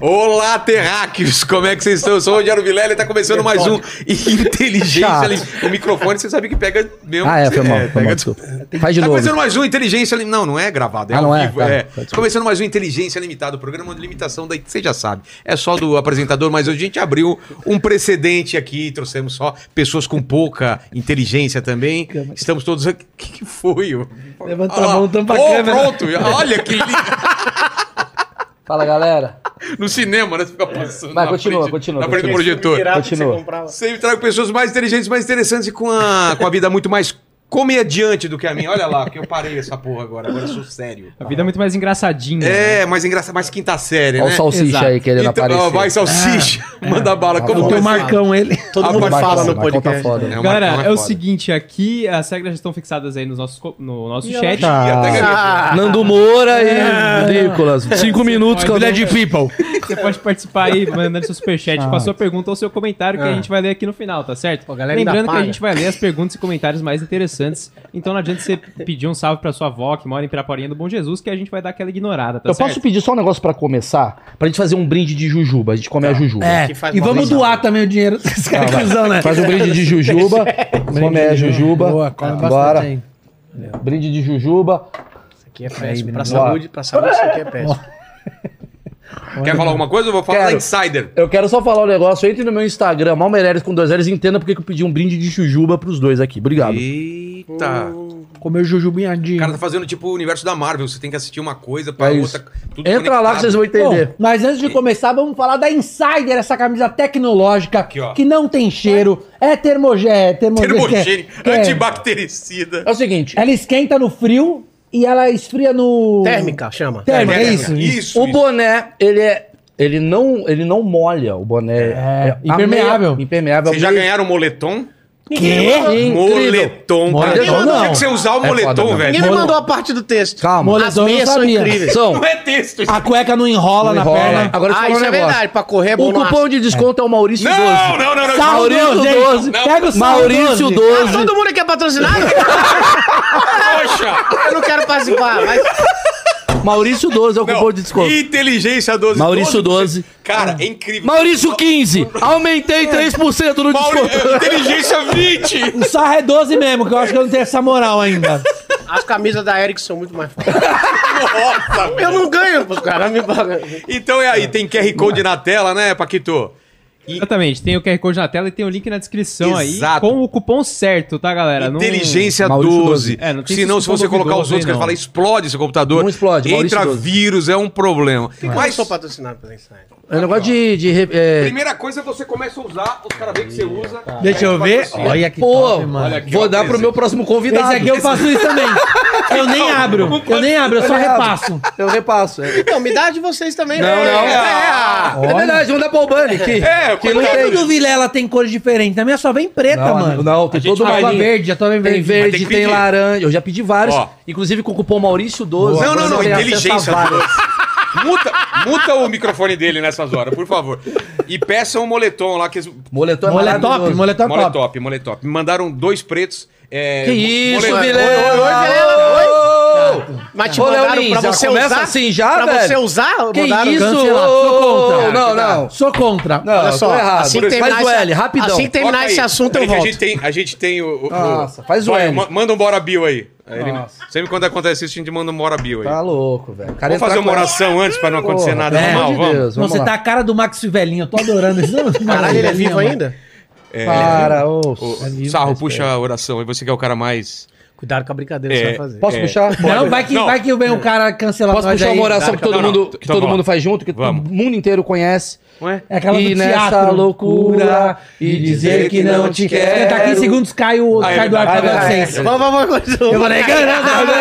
Olá, terráqueos! Como é que vocês estão? Eu sou o Rogério Vilela e tá começando mais um Inteligência Limitada. O microfone, você sabe que pega mesmo. Ah, é, Você- foi mal. foi pega- mal, desculpa. Faz de Tá novo. começando mais um Inteligência Limitada. Não, não é gravado, é Ah, ao não é? vivo. Tá, é. tá, desculpa. começando mais um Inteligência Limitada, o programa de limitação da. Você já sabe, é só do apresentador, mas hoje a gente abriu um precedente aqui, trouxemos só pessoas com pouca inteligência também. Estamos todos aqui. O que, que foi? ô? Levanta Olha a lá. mão, tampa a Ô, câmera. Pronto, olha que lindo. Fala, galera. No cinema, né? Você fica passando. Vai, na continua, frente- continua, Na frente do continua. projetor. Continua. Sempre trago pessoas mais inteligentes, mais interessantes e com a, com a vida muito mais comediante do que a minha. Olha lá, que eu parei essa porra agora, agora eu sou sério. A vida é muito mais engraçadinha. É, mais engraçado, mais quinta série, Olha o né? salsicha Exato. aí querendo Então, ó, aparecer. É. vai, salsicha, manda bala. Como O vai teu ser? Marcão, ele. Todo Ah, mundo Marcão, fala no Marcão tá podcast. foda. né? É, o Galera, Marcão é o foda. seguinte, aqui as regras já estão fixadas aí nos nossos, co- no nosso chat. Tá. Ih, até que- Ah. Nando Moura e Nicolas. Cinco minutos com pode- de People. é- Você pode participar aí, mandando seu superchat com a sua pergunta ou seu comentário Ah. que a gente vai ler aqui no final, tá certo? Pô, a galera ainda Lembrando que a paga. gente vai ler as perguntas e comentários mais interessantes. Então não adianta você pedir um salve pra sua avó que mora em Piraporinha do Bom Jesus, que a gente vai dar aquela ignorada, tá Eu certo? posso pedir só um negócio pra começar? Pra gente fazer um brinde de jujuba. A gente come a jujuba. É, Que faz e mal vamos pra doar também o dinheiro desses caras que usam, né? Faz um brinde de jujuba. come a jujuba. Boa, come Bora. bastante, hein? Brinde de jujuba. Isso aqui é péssimo. pra menino. saúde, pra saúde, isso aqui é péssimo. Quer falar alguma coisa? Eu vou falar Quero. da Insider. Eu quero só falar um negócio. Entre no meu Instagram, Malmeireles com dois L's, e entenda porque que eu pedi um brinde de jujuba pros dois aqui. Obrigado. Eita. Comeu jujubinhadinho. O cara tá fazendo tipo o universo da Marvel. Você tem que assistir uma coisa pra É isso. outra. Tudo Entra lá que vocês vão entender. Bom, mas antes de começar, vamos falar da Insider, essa camisa tecnológica ó. que não tem cheiro, é termogé, é termo- Termogênico, que é- que é- antibactericida. É o seguinte. Ela esquenta no frio e ela esfria no... Térmica, chama. Térmica, Térmica. é isso. isso. Isso, o isso. boné, ele é. Ele não, ele não molha o boné. É, a meia- impermeável. impermeável. Vocês já meia- ganharam moletom? Quê? Incrível. Moletom. Moletom, cara. não. Tinha que você usar o É moletom, foda, não. velho. Ninguém me Mole- mandou a parte do texto. Calma. Moletom As eu meias são sabia. incríveis. São. Não é texto. isso. A cueca não enrola é na enrola. perna. Agora deixa eu ah, isso falar é um negócio. verdade. Pra correr é bom. O no cupom de desconto é o Maurício Não, 12. não, é não, não. Salve, Maurício Deus, hein? 12. Pega o saldo Maurício 12. 12. ar. Ah, todo mundo aqui é patrocinado? Ah, Poxa. eu não quero participar. Mas... Maurício 12 é o Não. cupom de desconto. Inteligência 12. Maurício 12. Cara, é incrível. Maurício 15. Aumentei 3% no É. Mauri- desconto. Inteligência 20. O sarro é 12 mesmo, que eu acho que eu não tenho essa moral ainda. As camisas da Eric são muito mais fortes. Nossa, Eu velho. não ganho pros caras. Me pagam. Então é aí, tem QR Code na tela, né, Paquito? Exatamente, tem o QR Code na tela e tem o link na descrição Exato. aí com o cupom certo, tá, galera? Não- Inteligência Maurício 12. É, não tem Senão, esse se você cupom colocar os duvidoso aí, outros, que ele não. fala, explode seu computador. Não explode, Maurício Entra 12. vírus, é um problema. Mas eu Mas sou patrocinado pela Insider. É um negócio de. de re- é, primeira coisa é você começa a usar, os caras veem que você usa. Deixa eu ver. Olha que Pô, top, mano. Olha aqui, ó, vou dar esse. pro meu próximo Esse convidado. aqui é eu faço isso também. Eu nem abro. Eu nem abro, eu só repasso. Eu repasso. É, Então, me dá de vocês também. Não, não. É. É verdade, vamos dar pro Albani. Que, É, que não coitado. tem. Tudo do Vilela tem cores diferentes. A minha só vem preta, Não, mano. não, tem todo a uma tua linha. verde, a tua vem Tem verde. verde, Mas tem tem, que pedir. laranja. Eu já pedi vários. Ó. Inclusive com o cupom Maurício 12. Não, não, não, Você tem acesso a inteligência. vários. Muta, muta o microfone dele nessas horas, por favor. E peçam um moletom lá que eles- Moletom é Moletop, maravilhoso. moletop top. moletop, moletop. Me mandaram dois pretos. É, Que mo- isso, moletom. é Vilela! Oi, Vilela, Ô! Mas te Ô, mandaram Leolins, pra você começa usar? assim já, pra velho? você usar? Que mandaram- isso? cancelar. Sou contra. Ô, Não, não. Sou contra. Não, Olha só, tô errado. assim que terminar Faz o esse- L, rapidão. assim que terminar Toca aí. esse assunto, Peraí eu que volto. A gente tem, a gente tem o, o- Nossa, faz o Vai, L. ma- Manda um Bora Bill aí. Ele- Nossa. sempre quando acontece isso, a gente manda um Bora Bill aí. Tá louco, velho. O Vamos cara entra fazer com uma essa- oração antes pra não acontecer Porra, nada pelo mal, amor de vamos. Deus, Não, vamos você lá. tá a cara do Max Velhinho. Eu tô adorando isso. Caralho, ele é vivo ainda? Para, ô. Ô, é livre, Sarro, mas puxa a oração. E você que é o cara mais. Cuidado com a brincadeira que É. você vai fazer. Posso É. puxar? Não, Pode. vai que, Não. vai que vem um cara cancelar Posso nós puxar aí. uma oração que todo, Não, não. mundo, que Então todo vamos. mundo faz junto, que Vamos. o mundo inteiro conhece. Ué? É aquela e do nessa teatro. loucura e dizer que não te Vou quero. cantar 15 tá segundos, cai o Ah, é cai do ar pra verdade. Ah, é. vocês. Vamos, vamos, vamos. Eu falei, caramba,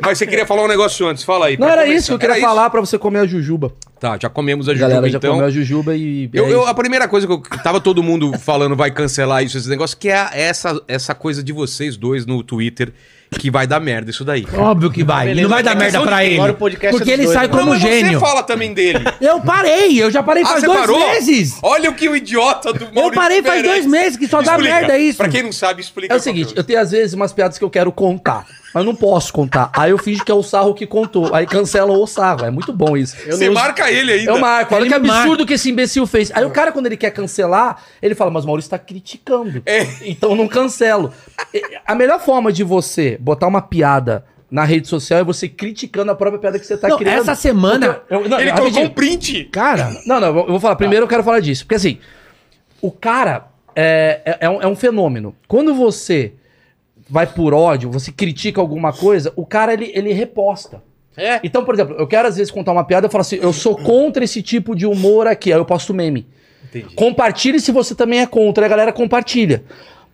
Mas você queria falar um negócio antes, fala aí. Não pra era começar. isso que eu queria Era falar pra você comer a jujuba. Tá, já comemos a A jujuba, galera já então. comeu a jujuba e. Eu, é eu- isso. a primeira coisa que eu que tava todo mundo falando vai cancelar isso, esse negócio, que é a- essa, essa coisa de vocês dois no Twitter que vai dar merda isso daí. Óbvio que vai. Beleza, não vai dar é merda questão pra de- ele. agora o podcast Porque é ele dos sai dois, né? como mas gênio. você fala também dele. Eu parei, eu já parei Ah, faz você dois parou? meses. Olha o que o idiota do Maurício Eu parei faz Meirelles. dois meses que só dá Explica. merda isso. Pra quem não sabe, explica. é É o seguinte, eu tenho às vezes umas piadas que eu quero contar. mas não posso contar. Aí eu finge que é o sarro que contou. Aí cancela o sarro. É muito bom isso. Você marca ele ainda. Eu marco. Olha Ele que me absurdo que esse imbecil fez. Aí o cara, quando ele quer cancelar, ele fala, mas o Maurício tá criticando. É, Então não cancelo. E- A melhor forma de você botar uma piada na rede social é você criticando a própria piada que você tá Não, criando. essa semana- Porque eu- não, Ele rapidinho. colocou um print. Cara, Não, não, eu vou- eu vou falar. Primeiro eu quero falar disso. Porque assim, o cara é, é- é um, é um fenômeno. Quando você vai por ódio, você critica alguma coisa, o cara ele, ele reposta. É. Então, por exemplo, eu quero às vezes contar uma piada, eu falo assim, eu sou contra esse tipo de humor aqui, aí eu posto meme. Entendi. Compartilhe se você também é contra, aí a galera compartilha.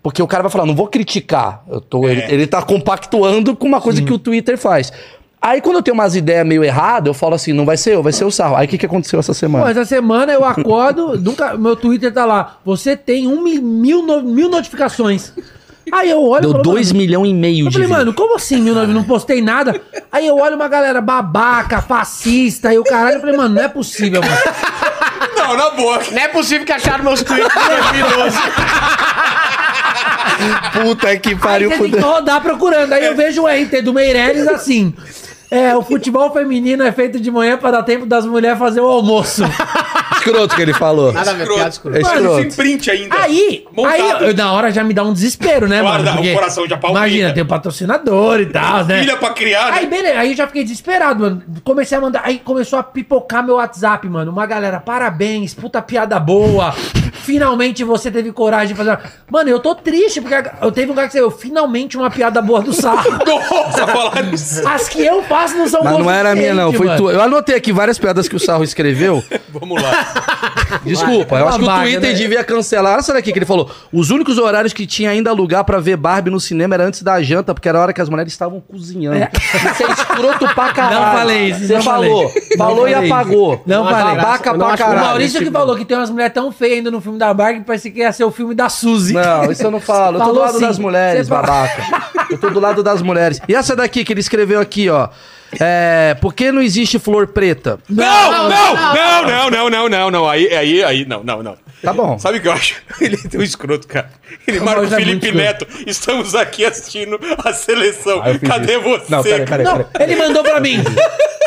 Porque o cara vai falar, não vou criticar. Eu tô, ele, ele tá compactuando com uma coisa que o Twitter faz. Aí quando eu tenho umas ideias meio erradas, eu falo assim, não vai ser eu, vai ser o sarro. Aí o que, que aconteceu essa semana? pô, essa semana eu acordo, nunca, meu Twitter tá lá. Você tem um mi- mil, no- mil notificações. Aí eu olho e Deu falo, 2 milhões e meio Eu de falei, né?" views. mano, como assim, meu nome? Não postei nada. Aí eu olho uma galera babaca, fascista e o caralho. Eu falei, mano, não é possível, mano. Não, na boa. Não é possível que acharam meus tweets maravilhosos. Puta que Aí pariu. você tem que assim, rodar procurando. Aí eu vejo o RT do Meirelles assim. É, o futebol feminino é feito de manhã para dar tempo das mulheres fazer o almoço. Escroto que ele falou. Nada a ver, piada escura. É Mano, escroto. sem print ainda. Aí, aí Montado. eu- na hora já me dá um desespero, né, Claro, dá- o mano? Porque, coração já palpita. Imagina, tem o patrocinador e tal, né? Filha pra criar. né? Aí, beleza, aí eu já fiquei desesperado, mano. Comecei a mandar. Aí começou a pipocar meu WhatsApp, mano. Uma galera, parabéns, puta piada boa. Finalmente você teve coragem de fazer. uma-" Mano, eu tô triste, porque a- eu teve um cara que saiu, finalmente uma piada boa do sarro. Nossa, falaram isso. As que eu faço não são Mas não era minha, não. Foi tua. tua. Eu anotei aqui várias piadas que o Sarro escreveu. Vamos lá. Desculpa, eu acho que o Babaca, Twitter né? devia cancelar. Olha essa daqui que ele falou. Os únicos horários que tinha ainda lugar pra ver Barbie no cinema era antes da janta, porque era a hora que as mulheres estavam cozinhando. Isso é escroto pra caralho. Não falei isso, Você não falou. falei isso. Falou Não e falei isso. apagou. Não falei. Babaca Eu não pra acho- o O caralho. tipo. Maurício que falou que tem umas mulheres tão feias ainda no filme da Barbie que parece que ia ser o filme da Suzy. Não, isso eu não falo. Eu tô do Falou lado sim. das mulheres, Você fala- babaca. Eu tô do lado das mulheres. E essa daqui que ele escreveu aqui, ó. É, por que não existe flor preta? Não, não, não, não, não, não, não, não. Aí, aí, aí, não, não, não. Tá bom. Sabe o que eu acho? Ele é tão escroto, cara. Ele Não, marca o mas é muito Felipe escroto. Neto. Estamos aqui assistindo a seleção. Ah, eu fiz Cadê isso. você? Não, peraí, peraí, cara? Não, ele mandou pra mim.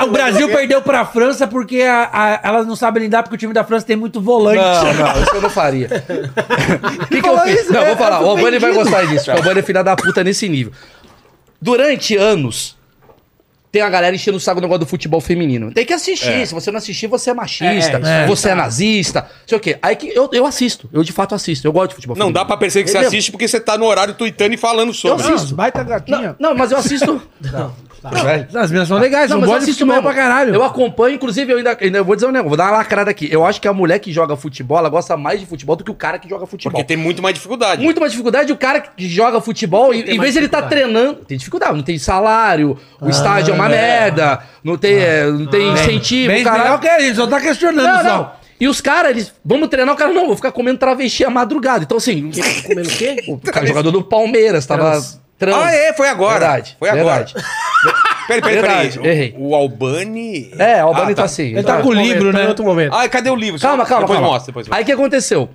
O Brasil perdeu pra França porque a- a- elas não sabem lidar porque o time da França tem muito volante. Não, não, isso eu não faria. O que, que eu Fala fiz? isso, não, é, vou falar. eu tô O Albani vai vendido. gostar disso. O Albani é filha da puta nesse nível. Durante anos, tem a galera enchendo o saco do negócio do futebol feminino. Tem que assistir. Se você não assistir, você é machista, É, é, você é nazista, não sei o quê. Aí que eu, eu assisto. Eu, de fato, assisto. Eu gosto de futebol Não feminino. dá pra perceber que você Entendeu? assiste porque você tá no horário tuitando e falando Eu sobre. assisto. Baita gatinha. Não, não, mas eu assisto. As minhas são legais, Não, não, mas eu gosto de assisto futebol mesmo. pra caralho. Eu acompanho, inclusive, eu ainda, ainda vou dizer um negócio, vou dar uma lacrada aqui. Eu acho que a mulher que joga futebol, ela gosta mais de futebol do que o cara que joga futebol. Porque tem muito mais dificuldade. Muito mais dificuldade o cara que joga futebol, e- em vez de ele estar treinando, tem dificuldade, não tem salário, o estádio é uma merda, não tem, é, não tem incentivo, Bem caralho. legal que é isso, só tá questionando Não, só. não. E os caras, eles, vamos treinar, o cara, não, vou ficar comendo travesti à madrugada. Então, assim, Comendo o quê? o cara, é jogador do Palmeiras tava trans. Ah, é, foi agora. Verdade, Foi agora. verdade. Peraí, peraí, Verdade, peraí. errei. O, o Albani. É, o Albani Ah, tá assim. Ele tá com o livro, né? outro momento. Ah, cadê o livro? Calma, calma, Depois calma. mostra, depois mostra. Aí o que aconteceu?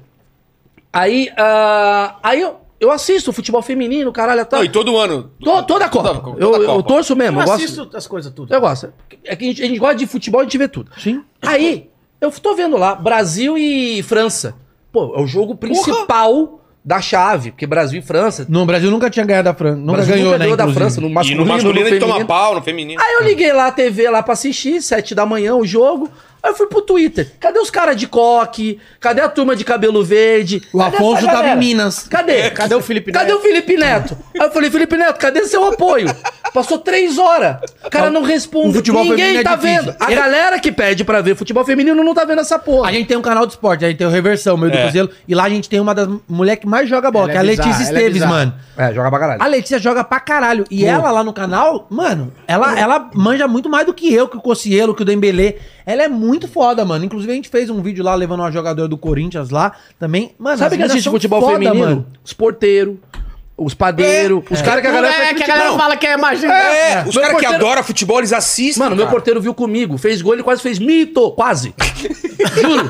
Aí, ah, aí eu, eu assisto futebol feminino, caralho, tá. Não, e todo ano. Tá To- toda a Copa. Toda- eu, toda a eu Copa. torço mesmo, eu, Eu gosto. assisto as coisas tudo. Eu gosto. É que a gente, a gente gosta de futebol, a gente vê tudo. Sim. Aí, eu tô vendo lá, Brasil e França. Pô, é o jogo principal da chave, porque Brasil e França. No Brasil nunca tinha ganhado da França. Nunca Brasil ganhou, né? da inclusive. França, no E masculino, no masculino ele toma feminino. pau, no feminino. Aí eu liguei lá a TV lá pra assistir, sete da manhã o jogo. Aí eu fui pro Twitter. Cadê os caras de coque? Cadê a turma de cabelo verde? O Cadê essa Afonso tava galera? em Minas. É, Cadê? Cadê o Felipe Cadê o Felipe Neto? Aí eu falei, Felipe Neto, cadê seu apoio? Passou três horas. O cara não responde. O Tá um futebol Ninguém feminino é tá difícil. vendo. A Ele- galera que pede pra ver futebol feminino não tá vendo essa porra. A gente tem um canal de esporte, a gente tem o Reversão, meu do É. Cruzeiro. E lá a gente tem uma das mulheres que mais joga bola, Ela é que é a bizarra, Letícia ela é Esteves, bizarra. mano. É, joga pra caralho. A Letícia joga pra caralho. E ela lá no canal, mano, ela, ela manja muito mais do que eu, que o Cocielo, que o Dembelé. Ela é muito foda, mano. Inclusive, a gente fez um vídeo lá levando uma jogadora do Corinthians lá também. Mano, Sabe as quem minas assiste são futebol foda, feminino? mano. Os porteiros. os padeiros, os caras que a galera. É, faz que a critica. galera não. fala que é magia. É, os Meu caras que porteiro- adoram futebol, eles assistem. Mano, meu cara. porteiro viu comigo, fez gol, ele quase fez mito, quase. Juro.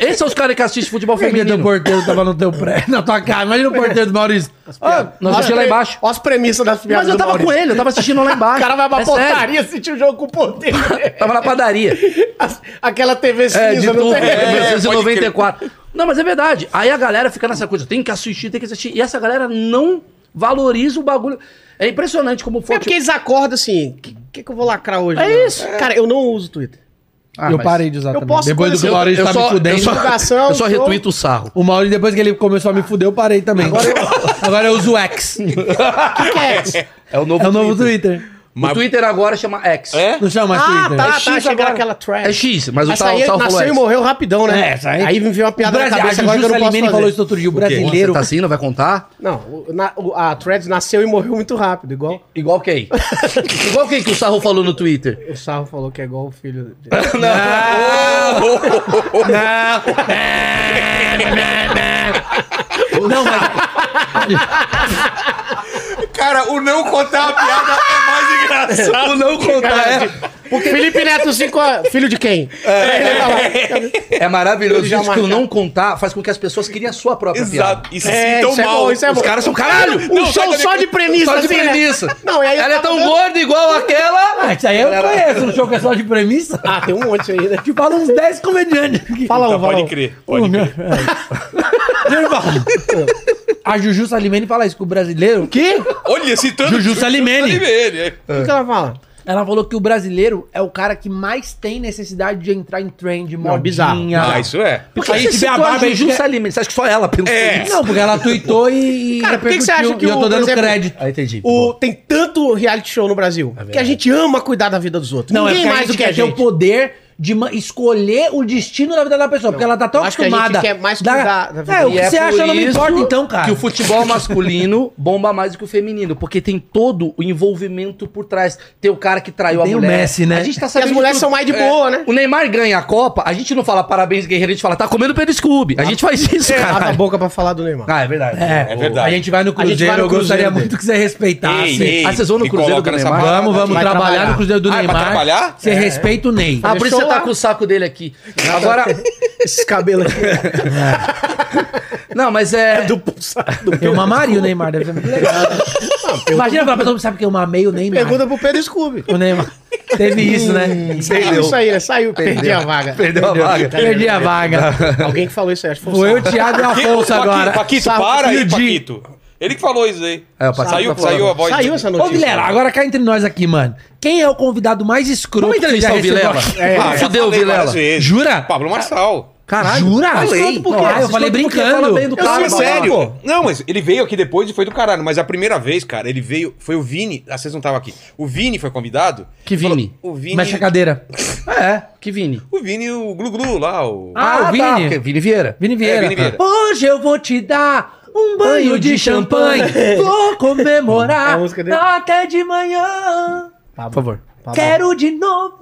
Esses são os caras que assistem futebol Feminino. O feminino. um porteiro tava no teu pré, na tua casa. Imagina o porteiro do Maurício. Ah, nós assistimos lá embaixo. Olha as premissas das piadas Mas eu do tava com Maurício. ele, eu tava assistindo lá embaixo. O cara vai pra É sério. portaria assistir o jogo com o poder. Tava na padaria. Aquela TV cinza. É, de não tudo. tem? É, pode 1994. Não, mas é verdade. Aí a galera fica nessa coisa, tem que assistir, tem que assistir. E essa galera não valoriza o bagulho. É impressionante como foi. É porque eles acordam assim, o que, que, que eu vou lacrar hoje? É mano? isso. Cara, eu não uso Twitter. Ah, eu mas- parei de usar eu também. posso depois do que conhecer- o Maurício eu tá me só, eu fudendo. só, Divulgação, eu só show. retuito o sarro. O Maurício, depois que ele começou a me fuder, eu parei também. É Agora eu, agora eu uso o X. É o novo, É o novo Twitter. O Twitter agora chama X. né? É? Não chama mais Ah, Twitter. tá, tá, X chegaram agora. aquela trash. É X, mas o Essa Sal aí Sal falou nasceu e X. morreu rapidão, É, né? essa aí- me veio uma O piada na Brasil, cabeça, a agora Jujusa que eu não posso Limene falou fazer. isso outro dia. O Você brasileiro... tá assim, não vai contar? Não, o- na- o- a Threads nasceu e morreu muito rápido, igual Igual quem? Igual quem que o Sarro falou no Twitter? o Sarro falou que é igual o filho. de- Não, mas Cara, o não contar a piada é mais engraçado. O não Cara, é. de- Porque Felipe Neto 5 filho de quem? Ele fala, É maravilhoso. Já Isso que o marca- não contar faz com que as pessoas criem a sua própria piada. Exato. E se É, sintam isso é mal. bom, isso é Os bom. caras são caralho. Um show só de premissa, Só de assim, né? premissa. Não, e aí Ela é tava tão dando- gorda igual aquela. ah, isso aí eu conheço. No show que é só de premissa. Ah, tem um monte aí, né? Te fala uns 10 comediantes. Fala um, fala Pode um. crer, pode crer. A Juju Salimene fala isso, que o brasileiro... Que? Olha, citando... Juju Salimene. Salimene, é. O que ela fala? Ela falou que o brasileiro é o cara que mais tem necessidade de entrar em trend, modinha. é bizarro. Ah, isso é. Por que Aí você tiver a citou barba, aí Juju tiver- Salimene? Você acha que só ela? Pelo É. Não. Não, porque ela tweetou e. Cara, por que que você acha que repercutiu, e eu o- tô por dando exemplo, crédito? Ah, entendi. Bom. O, tem tanto reality show no Brasil que a gente ama cuidar da vida dos outros. Não, Ninguém é mais mais do que que a quer ter o gente. poder de ma- escolher o destino da vida da pessoa, porque ela tá tão eu acho que a gente acostumada. quer mais da- cuidar da vida. É, o que E é você por acha não me isso importa, então, cara. Que o futebol masculino bomba mais que o feminino, porque tem todo o envolvimento por trás. Tem o cara que traiu Tem a o mulher. Messi, né? A gente tá Porque sabendo as mulheres de são tudo. É. mais de boa, né? O Neymar ganha a Copa, a gente não fala parabéns, guerreiro, a gente fala, tá comendo pelo Scooby. A gente faz isso, Abre a cara. boca pra falar do Neymar. Ah, é verdade. É, É verdade. A gente vai no A gente Cruzeiro, vai no eu gostaria Cruzeiro dele. muito que você respeitasse. Ei, ei, Ah, vocês vão no me Cruzeiro coloca do nessa Neymar? barra. Vamos, vamos Vai trabalhar, trabalhar. no Cruzeiro do Ah, é pra Neymar. trabalhar? Você respeita o Ney. Ah, por isso Deixou você tá lá. com o saco dele aqui. Agora, Esses cabelos aqui. não, mas é... do do Eu mamaria o Neymar, deve ser muito legal. Imagina pra pessoa que sabe que eu mamei o Neymar. Pergunta pro Pedro Scooby. O Neymar. Teve isso, né? Saiu isso aí, né? Saiu, perdi a vaga. Perdeu a vaga. Perdi a vaga. Alguém que falou isso aí, acho que foi o Foi eu, Sarro. Thiago e o Quem- Afonso Paquito, agora. Paquito, Sarro para aí, explodiu. Paquito. Ele que falou isso aí. É, o Paquito saiu, tá falando. saiu a voz. Saiu essa Ô, notícia. Vilera, agora cá entre nós aqui, mano. Quem é o convidado mais escroto Vamos entrevistar que o você já Vilela? recebeu aqui? Ah, já Fudeu, falei várias Vilela. vezes. Jura? Pablo Marçal. Caralho. Jura? Falei. Escroto por Ah, quê? eu Escroto falei por quê? brincando. Fala bem do Eu cara, Não, é sou sério. sério. Não, mas ele veio aqui depois e foi do caralho. Mas a primeira vez, cara, ele veio. Foi o Vini. Ah, vocês não estavam aqui. O Vini foi convidado. Que Vini? O Vini. Mexe a cadeira. É, que Vini. O Vini, o Glu Glu lá, o. Ah, Ah, o Vini. Tá, ok, Vini Vieira. Vini Vieira. É, Vini Vieira. Hoje eu vou te dar um banho de champanhe. Vou É comemorar a música dele. Tá até de manhã. Por favor. Quero de novo.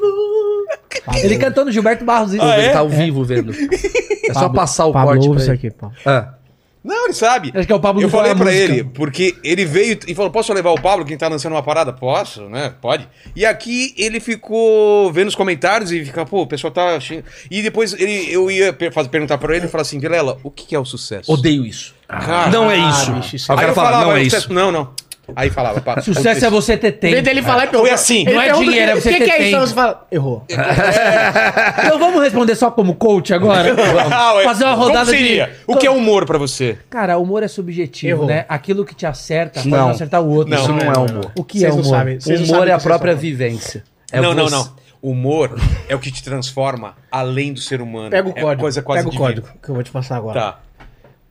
Ele cantando Gilberto Barros. isso. Ah, é? Ele tá ao vivo vendo. É só passar o corte Pablo, pra isso ele. aqui, Pablo. Ah. Não, ele sabe. Acho que é o Pablo Eu que falou falei a pra música. ele, porque ele veio e falou: posso levar o Pablo, quem tá lançando uma parada? Posso, né? Pode. E aqui ele ficou vendo os comentários e fica, pô, o pessoal tá. xing- E depois ele, eu ia per- faz- perguntar pra ele e falar assim: Vilela, o que que é o sucesso? Odeio isso. Cara. não é ah, isso. bicho, isso Aí o Aí cara eu fala, falava, não é "Sucesso- isso. Não, não. Aí falava, pá. Sucesso é você ter Em vez tempo. dele falar e perguntar. Foi assim. Ele Não é pergunta dinheiro, o é você que, ter que é isso? tempo. Você fala, errou. Então vamos responder só como coach agora? Ah, ué. Fazer uma Como rodada seria? de... O que é humor pra você? Cara, humor é subjetivo, Errou. né? Aquilo que te acerta pode Não. não acertar o outro. Isso não é humor. O que Vocês é não humor? sabem. Vocês não Humor sabem é o a que vocês própria falam. vivência. É não, não, você. não. Humor é o que te transforma além do ser humano. Pega o É código. coisa quase pega o divina. código que eu vou te passar agora. Tá.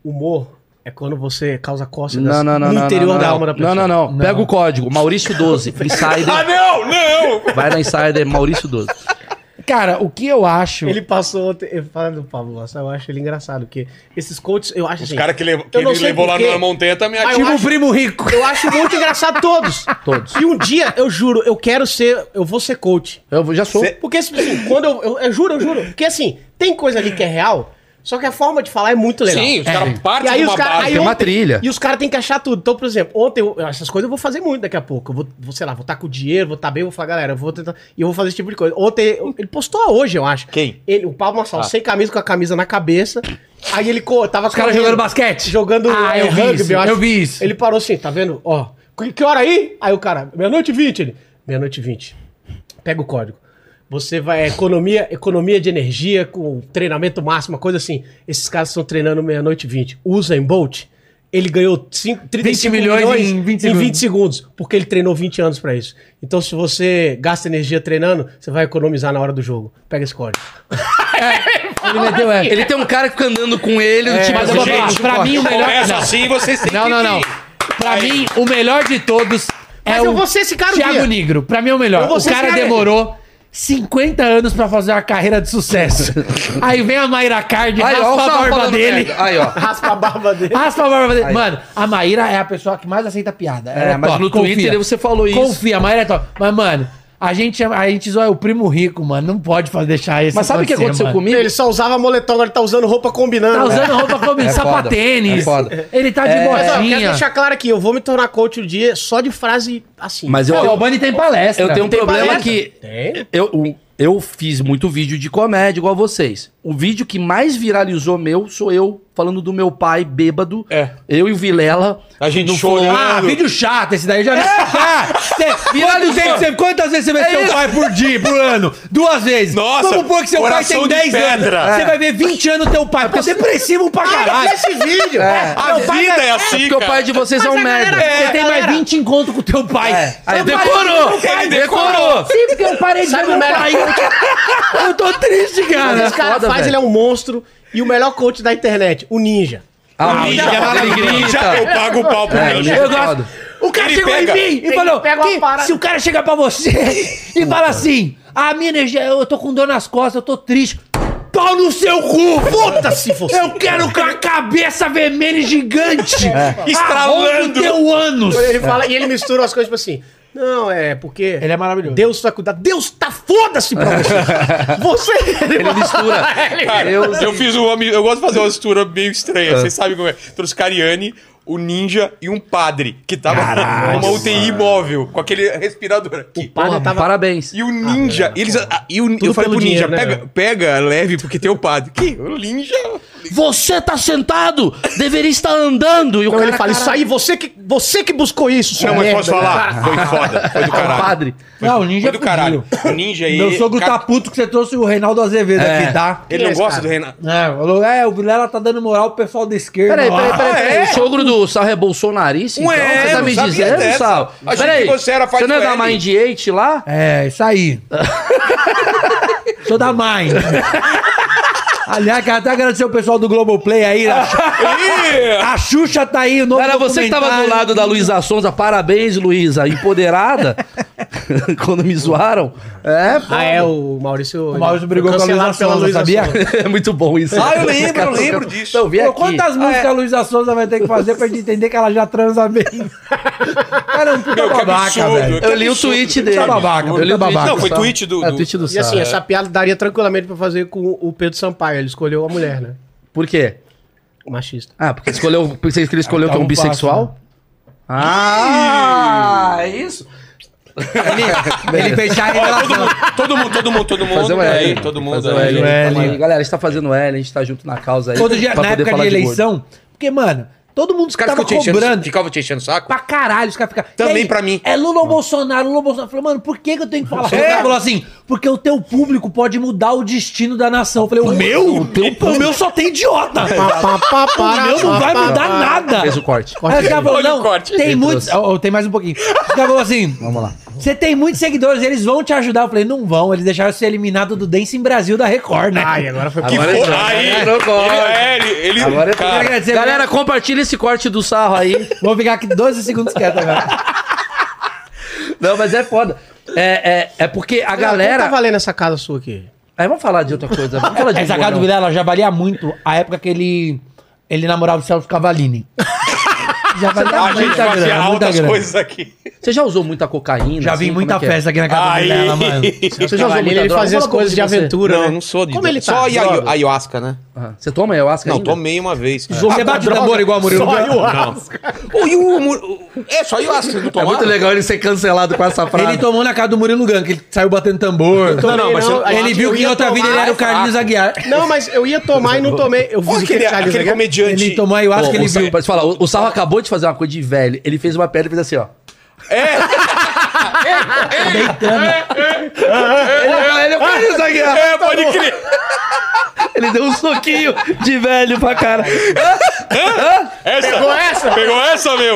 Humor é quando você causa cócegas Não, não, não. no não, interior não, da não. alma da pessoa. Não, não, não. Pega o código. Maurício 12. Ah, Insider. não, não! Vai na Insider, Maurício 12. Cara, o que eu acho... Ele passou ontem, eu falando do Pablo Lasso, eu acho ele engraçado, porque esses coaches, eu acho Os assim, caras que, lev- que eu não ele sei levou lá por quê. na montanha também Mas eu ativou. acho- primo rico. Eu acho muito engraçado todos. Todos. E um dia, eu juro, eu quero ser, eu vou ser coach. Eu já sou. Porque assim, quando eu, eu, eu juro, eu juro, porque assim, tem coisa ali que é real, Só que a forma de falar é muito legal. Sim, os caras E partem aí de os uma caras. base. aí tem uma ontem- trilha. E os caras têm que achar tudo. Então, por exemplo, ontem, eu- essas coisas eu vou fazer muito daqui a pouco. Eu vou, vou, sei lá, vou estar com dinheiro, vou estar bem, vou falar, galera, eu vou tentar. E eu vou fazer esse tipo de coisa. Ontem, eu- ele postou hoje, eu acho. Quem? Ele, o Paulo Marçal, Ah. sem camisa, com a camisa na cabeça. Aí ele co- tava Os caras jogando basquete? Jogando Ah, é, eu vi isso, eu vi isso. Ele parou assim, tá vendo? Ó, que, que hora aí? Aí o cara, meia-noite e vinte. Ele, meia-noite e vinte. Pega o código. Você vai, economia, economia de energia com treinamento máximo, uma coisa assim. Esses caras estão treinando meia-noite e vinte. Usa em Bolt. Ele ganhou cinco- 35 20 milhões em 20 em 20 segundos, porque ele treinou 20 anos pra isso. Então, se você gasta energia treinando, você vai economizar na hora do jogo. Pega esse código. Ele meteu essa. Ele tem um cara que fica andando com ele, do tipo, mas eu vou falar, gente, pra pô, mim o melhor. Começa assim, vocês têm Não, que não, não. ir. Pra mim, o melhor de todos é Mas eu o vou ser esse cara um dia. Thiago Negro. Pra mim é o melhor. Eu vou O ser esse cara cara. demorou 50 anos pra fazer uma carreira de sucesso. Aí vem a Mayra Card, Aí, ó, o raspa a Sarro barba falando dele. merda. Aí, ó. Raspa a barba dele. Raspa a barba dele. Mano, a Maíra é a pessoa que mais aceita piada. Ela É, mas top, no Twitter confia. você falou isso. Confia, a Maíra é top. Mas, mano, a gente, é, a gente zoa o primo rico, mano. Não pode fazer- deixar isso Mas sabe o que acontecer, aconteceu mano. comigo? Ele só usava moletom, agora ele tá usando roupa combinando. Tá usando roupa como É sapatênis. foda, é foda. Ele tá de É. Mas, ó, eu quero botinha. deixar claro aqui, eu vou me tornar coach um dia só de frase assim. Mas eu, Não, é, o Albani tem palestra. eu tenho um Tem problema palestra? que Tem? eu, um, eu fiz muito vídeo de comédia igual vocês. O vídeo que mais viralizou meu sou eu falando do meu pai bêbado. É. Eu e o Vilela. A gente no chorando. Flow. Ah, vídeo chato esse daí, eu já vi. Ah, cê- quantas, vezes você, quantas vezes você vê seu pai por dia, por ano? Duas vezes. Nossa, Vamos pôr que seu pai coração tem de 10 anos. pedra. É. Você vai ver 20 anos teu pai, porque é depressivo pra caralho. É Esse vídeo! A vida é É assim, porque o pai cara. de vocês é um merda. Você tem mais 20 encontros com teu pai. Aí Seu decorou! Ele decorou! é Sim, porque eu parei de Sabe ver meu o melhor pai. Eu tô triste, cara. Esse cara foda, faz, velho. ele é um monstro. E o melhor coach da internet, o ninja. Ah, Ninja, ele ninja, é assim. eu pago o pau pro É, meu ele é ninja. foda. O cara Ele chegou pega. em mim e Ele falou: pega uma que- parada. se o cara chegar pra você e fala assim, a minha energia, eu tô com dor nas costas, eu tô triste. Pau no seu cu! Puta-se você. Eu quero com a cabeça vermelha e gigante! É. Estralando. Estralando! teu ânus! Ele fala, e ele mistura as coisas tipo assim. Não, é porque. Ele é maravilhoso. Deus vai cuidar. Deus tá foda-se pra você. você. Ele, mistura. Cara, Eu- eu, fiz um homem. Eu gosto de fazer uma mistura meio estranha. Vocês sabem como é. Trouxe Cariani, o ninja e um padre que tava numa UTI móvel, com aquele respirador aqui. Padre Porra, tava- Parabéns. E o ninja, eles. ah, E o, eu falei pro pelo ninja, dinheiro, né, pega, velho? pega leve, porque tem o padre. Que? O ninja. Você tá sentado, deveria estar andando. E o Então cara ele fala, isso aí, você que, você que buscou isso. sua Não, mas merda." posso falar? Foi foda. Foi do caralho. caralho. padre. Foi, Não, o ninja foi do caralho. O ninja aí. Meu sogro tá puto que você trouxe o Reinaldo Azevedo É. aqui, tá? Ele não Quem é gosta esse do Renato. É, falou, é, o Vilela tá dando moral pro pessoal da esquerda. Peraí, lá. peraí, peraí, peraí. Ah, é? O sogro do Sarro é bolsonarista? Então, Ué, você tá eu me sabia dizendo, dessa. Sarro? Achei Peraí, que você era você não é da Fight Mind 8 lá? É, isso aí. Sou da mãe. Aliás, quero até agradecer o pessoal do Globoplay aí. A, a Xuxa tá aí, o novo Era você que tava do documentário. lado da Luísa Sonza. Parabéns, Luísa. Empoderada. Quando me zoaram. É, pô. Ah, é, o Maurício. O Maurício brigou com a cancelado Luísa pela Sonza, Luísa sabia? Sonza. É muito bom isso. Ah, eu lembro, eu lembro disso. Então, vem Pô, aqui. quantas músicas a Luísa Souza vai ter que fazer pra gente entender que ela já transa bem? Cara, é um puta Meu, que babaca, absurdo. velho. Que Eu li o absurdo, tweet que dele. babaca, Eu li o tá tweet babaca. Não, foi Sarro. tweet do- É, do- tweet do E assim, Sarro. essa piada daria tranquilamente pra fazer com o Pedro Sampaio. Ele escolheu a mulher, né? é- Por quê? O machista. Ah, porque escolheu, pensei que ele escolheu que é Então, um bissexual? Ah, é isso? Ele fechar né? a Ó, relação. todo mundo, todo mundo, todo mundo, todo mundo. Fazer um L. aí, todo mundo. Fazer um aí. L. L. Calma aí, Galera, a gente tá fazendo L, a gente tá junto na causa aí. Todo dia, pra na poder época de falar gordo. eleição, porque, mano, todo mundo Os caras tava ficam te enchendo- cobrando ficavam te enchendo o saco? pra caralho, os caras ficaram... Também E aí, pra mim. É Lula ou Bolsonaro, Lula ou Bolsonaro. Eu falei, mano, por que que eu tenho que falar? isso? O cara falou assim, porque o teu público pode mudar o destino da nação. Eu falei, o meu? O, meu só tem idiota. o meu não vai mudar nada. Fez o corte. Aí os caras falaram, Olha o não, corte. tem Ele muitos... trouxe. Ó, ó, tem mais um pouquinho. Os caras falaram assim... Vamos lá. Você tem muitos seguidores, eles vão te ajudar. Eu falei, não vão, eles deixaram eu ser eliminado do Dance em Brasil da Record, né? Ai, agora foi Que Agora foi? entrou, Aí, agora ele, entrou o corte. é, ele, ele- Agora é cara, agradecer, Galera, compartilha esse corte do sarro aí. Vou ficar aqui 12 segundos quieto agora. Não, mas é foda. É, é, é porque a Galera. tá galera. valendo essa casa sua aqui? Aí vamos falar de outra coisa. Vamos falar de Essa casa do gordo. Vilela já valia muito a época que ele, ele namorava o Celso Cavalini. já valia a gente muita fazia grana, muita altas grana. coisas aqui. Você já usou muita cocaína? Já assim? vi Como muita é que é? festa aqui na casa Aí. dela, mano. Você já Já usou muita ele droga? fazia Fala as um pouco coisas de você. aventura. Não, né? não sou de Como ele tá? Só Droga. iaio- ayahuasca, né? Ah, Você toma ayahuasca Não, ainda? tomei uma vez. Você bate tambor igual a Murilo. Só Gun? ayahuasca. Ô, e o Mur- É só ayahuasca, vocês não É tomaram? muito legal ele ser cancelado com essa frase. Ele tomou na casa do Murilo Gun, que ele saiu batendo tambor. Tomei, não, mas eu- ayahuasca. Ele viu Eu que em ia outra vida tomar- ele era o Carlinhos Aguiar. Não, mas eu ia tomar e não tomei. Eu Olha fiz aquele, aquele Aguiar. comediante. Ele tomou ayahuasca, Pô, ele o Sarro- viu. pode falar, o, o Sarro acabou de fazer uma coisa de velho. Ele fez uma pedra e fez assim, ó. É! Deitando. ele, é- ele é o Carlinhos Aguiar. É, pode crer. Ele deu um soquinho de velho pra cara. Essa. Pegou essa? Pegou essa, meu?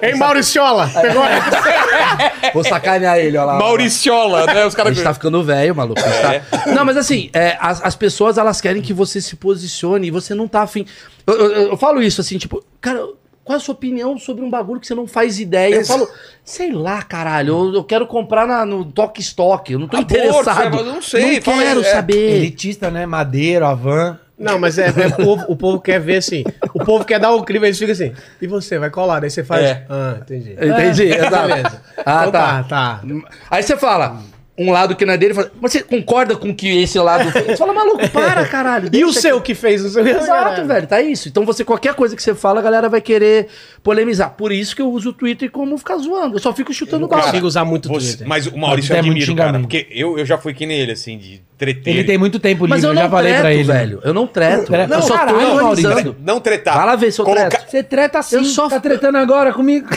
Hein, Mauriciola? Pegou essa? Vou sacanear ele, ó lá. ó lá. Mauriciola, né? Os A caras. gente tá ficando velho, maluco. A gente tá- Não, mas assim, é, as, as pessoas elas querem que você se posicione e você não tá afim. Eu, eu- eu falo isso assim, tipo, cara, qual é a sua opinião sobre um bagulho que você não faz ideia? Eu falo, sei lá, caralho, eu, eu quero comprar na- no Toque Stock, eu não tô Aborto, interessado. é, mas eu não sei, Não fala aí, quero é. saber. Elitista, né? Madeiro, Avan. Não, mas é, é o, povo, o povo quer ver assim. O povo quer dar o clima, eles ficam assim. E você, vai colar? Aí você faz. É. Ah, entendi. Entendi, exato. Ah, Então tá. tá. Aí você fala. Um lado que não é dele, fala, mas você concorda com que esse lado. Você fala, maluco, para, caralho. E o deixa seu que fez o seu Exato, velho, tá isso. Então você, qualquer coisa que você fala, a galera vai querer polemizar. Por isso que eu uso o Twitter como ficar zoando. Eu só fico chutando Não bala. consigo usar muito Você- Twitter. mas o Maurício Mas eu é muito admiro, cara. xingamento. Porque eu, eu já fui que nem ele, assim, de treteiro. Ele tem muito tempo livre, Mas eu eu já não falei pra treto, ele. velho. Eu não treto. Não, eu só caralho, tô Maurício. analisando. Não tretar. Vai lá ver se eu Coloca- treto. Você treta assim, Eu só- tá tretando agora comigo.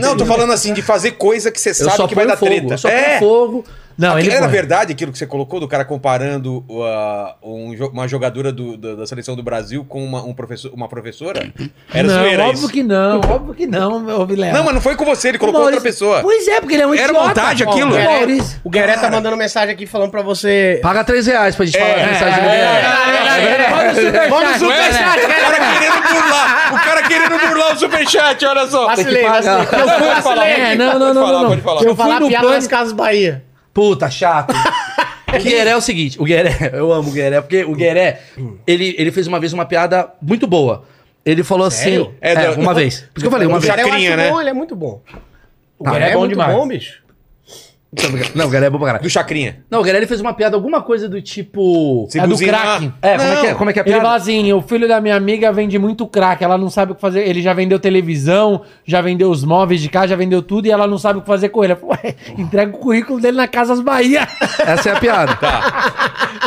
Não, tô falando assim, de fazer coisa que você Eu sabe só que vai ponho dar fogo. treta. Eu só é. ponho fogo. Não, Aquele- ele era põe. verdade aquilo que você colocou do cara comparando uh, um jo- uma jogadora do- da, da seleção do Brasil com uma, um professor, uma professora? Era não, zoeira óbvio isso. que não, óbvio que não, meu Vilela. Não, mas não foi com você, ele colocou Maurício- outra pessoa. Pois é, porque ele é um Era idiota. montagem Ó, aquilo? o É, Maurício. o Gueré tá mandando mensagem aqui falando pra você. Paga 3 reais pra gente falar as mensagens do Guilherme. é, Olha o superchat. Vamos Não é? superchat, o cara querendo burlar. O cara querendo burlar o superchat, olha só. Vacilei, vacilei. Não, pode falar. É, pode não, não, falar, não, não, não. Pode falar. Eu falar fui no piada nas pânico. Casas Bahia. Puta, chato. O Gueré é o seguinte, o Gueré, eu amo o Gueré, porque o Gueré, ele, ele fez uma vez uma piada muito boa. Ele falou assim, é, É, da- uma vez. Por isso que eu falei, uma O vez. Gueré eu Chacrinha, acho né? bom, ele é muito bom. O Ah, Gueré é é bom muito demais. bom, bicho. Não, o Gueré é bom pra caralho. Do Chacrinha. Não, o Guilherme fez uma piada, alguma coisa do tipo. Se É do buzinar- crack. É, como é, que é, Não. como é que é a Ele piada? fala assim, o filho da minha amiga vende muito crack, ela não sabe o que fazer, ele já vendeu televisão, já vendeu os móveis de casa, já vendeu tudo e ela não sabe o que fazer com ele. Eu falo, Ué, entrega o currículo dele na Casas Bahia. Essa é a piada. Tá.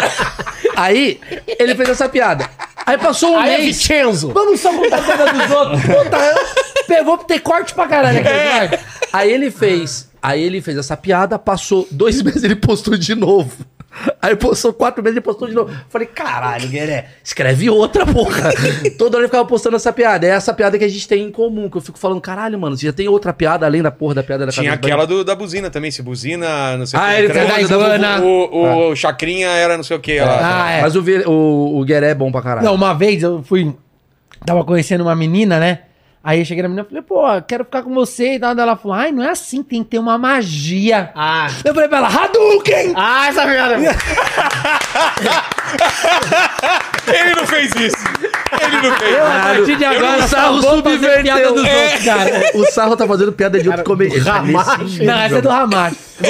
Aí, ele fez essa piada. Aí passou um Aí é mês. Vicenzo. Vamos só contar coisa dos outros. Puta, eu- pegou pra ter corte pra caralho aqui, É. vai. Aí ele fez. Aí ele fez essa piada, passou dois meses ele postou de novo. Aí postou quatro meses ele postou de novo. Falei, caralho, Gueré, escreve outra, porra. Toda hora ele ficava postando essa piada. É essa piada que a gente tem em comum, que eu fico falando, caralho, mano, você já tem outra piada além da porra da piada da Tinha Casas Bahia?" aquela do- da buzina também, se buzina, não sei Ah, que, ele três. fez da iguana. O, o, o Chacrinha era não sei o que. Ah, é. Mas o, Vi- o, o Gueré é bom pra caralho. Não, uma vez eu fui. Tava conhecendo uma menina, né? Aí eu cheguei na menina e falei, pô, quero ficar com você e tal. Ela falou, ai, não é assim, tem que ter uma magia. Ah. Eu falei pra ela, Hadouken! Ah, essa piada. Ele não fez isso. Ele não fez. a partir de agora, não- eu só o vou Sarro fazer subverteu. piada dos É. outros, cara. O Sarro tá fazendo piada de outro é- comediante. Tá nesse Ramacho. nível. Não, essa é do Ramacho. É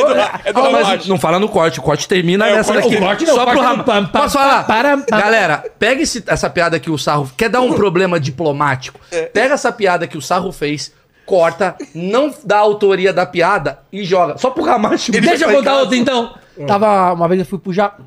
do Ó, mas Ramacho. não fala no corte, o corte termina É, o nessa corte- daqui. o corte não, Só o corte pro não. Ram... Pam, pam, Posso falar? pam, pam, pam. Galera, pega esse- essa piada que o Sarro... Quer dar um problema diplomático? Pega essa piada que o Sarro fez, corta, não dá a autoria da piada e joga. Só pro Ramacho. Deixa eu contar outra então. Tava, uma vez eu fui pro Japão.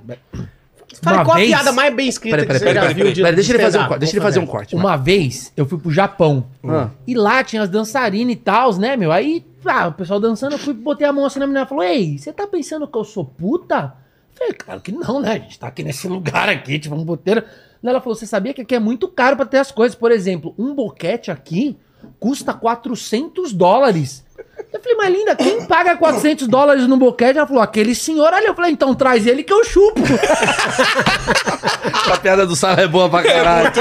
Fala Uma qual a vez- piada mais bem escrita Peraí, que peraí, você peraí. já tá peraí, viu? peraí, de- peraí, Deixa ele de fazer um stand-up? corte, deixa ele fazer um corte. Uma vez eu fui pro Japão. Ah. E lá tinha as dançarinas e tal, né, meu? Aí, ah, o pessoal dançando, eu fui, botei a mão assim na menina e falou: Ei, você tá pensando que eu sou puta? Eu falei, claro que não, né? A gente tá aqui nesse lugar aqui, tipo, um boteiro. Ela falou: Você sabia que aqui é muito caro pra ter as coisas? Por exemplo, um boquete aqui custa 400 dólares. Eu falei, mas linda, quem paga 400 dólares no boquete? Ela falou, aquele senhor ali. Eu falei, então traz ele que eu chupo. Essa piada do Sarro é boa pra caralho.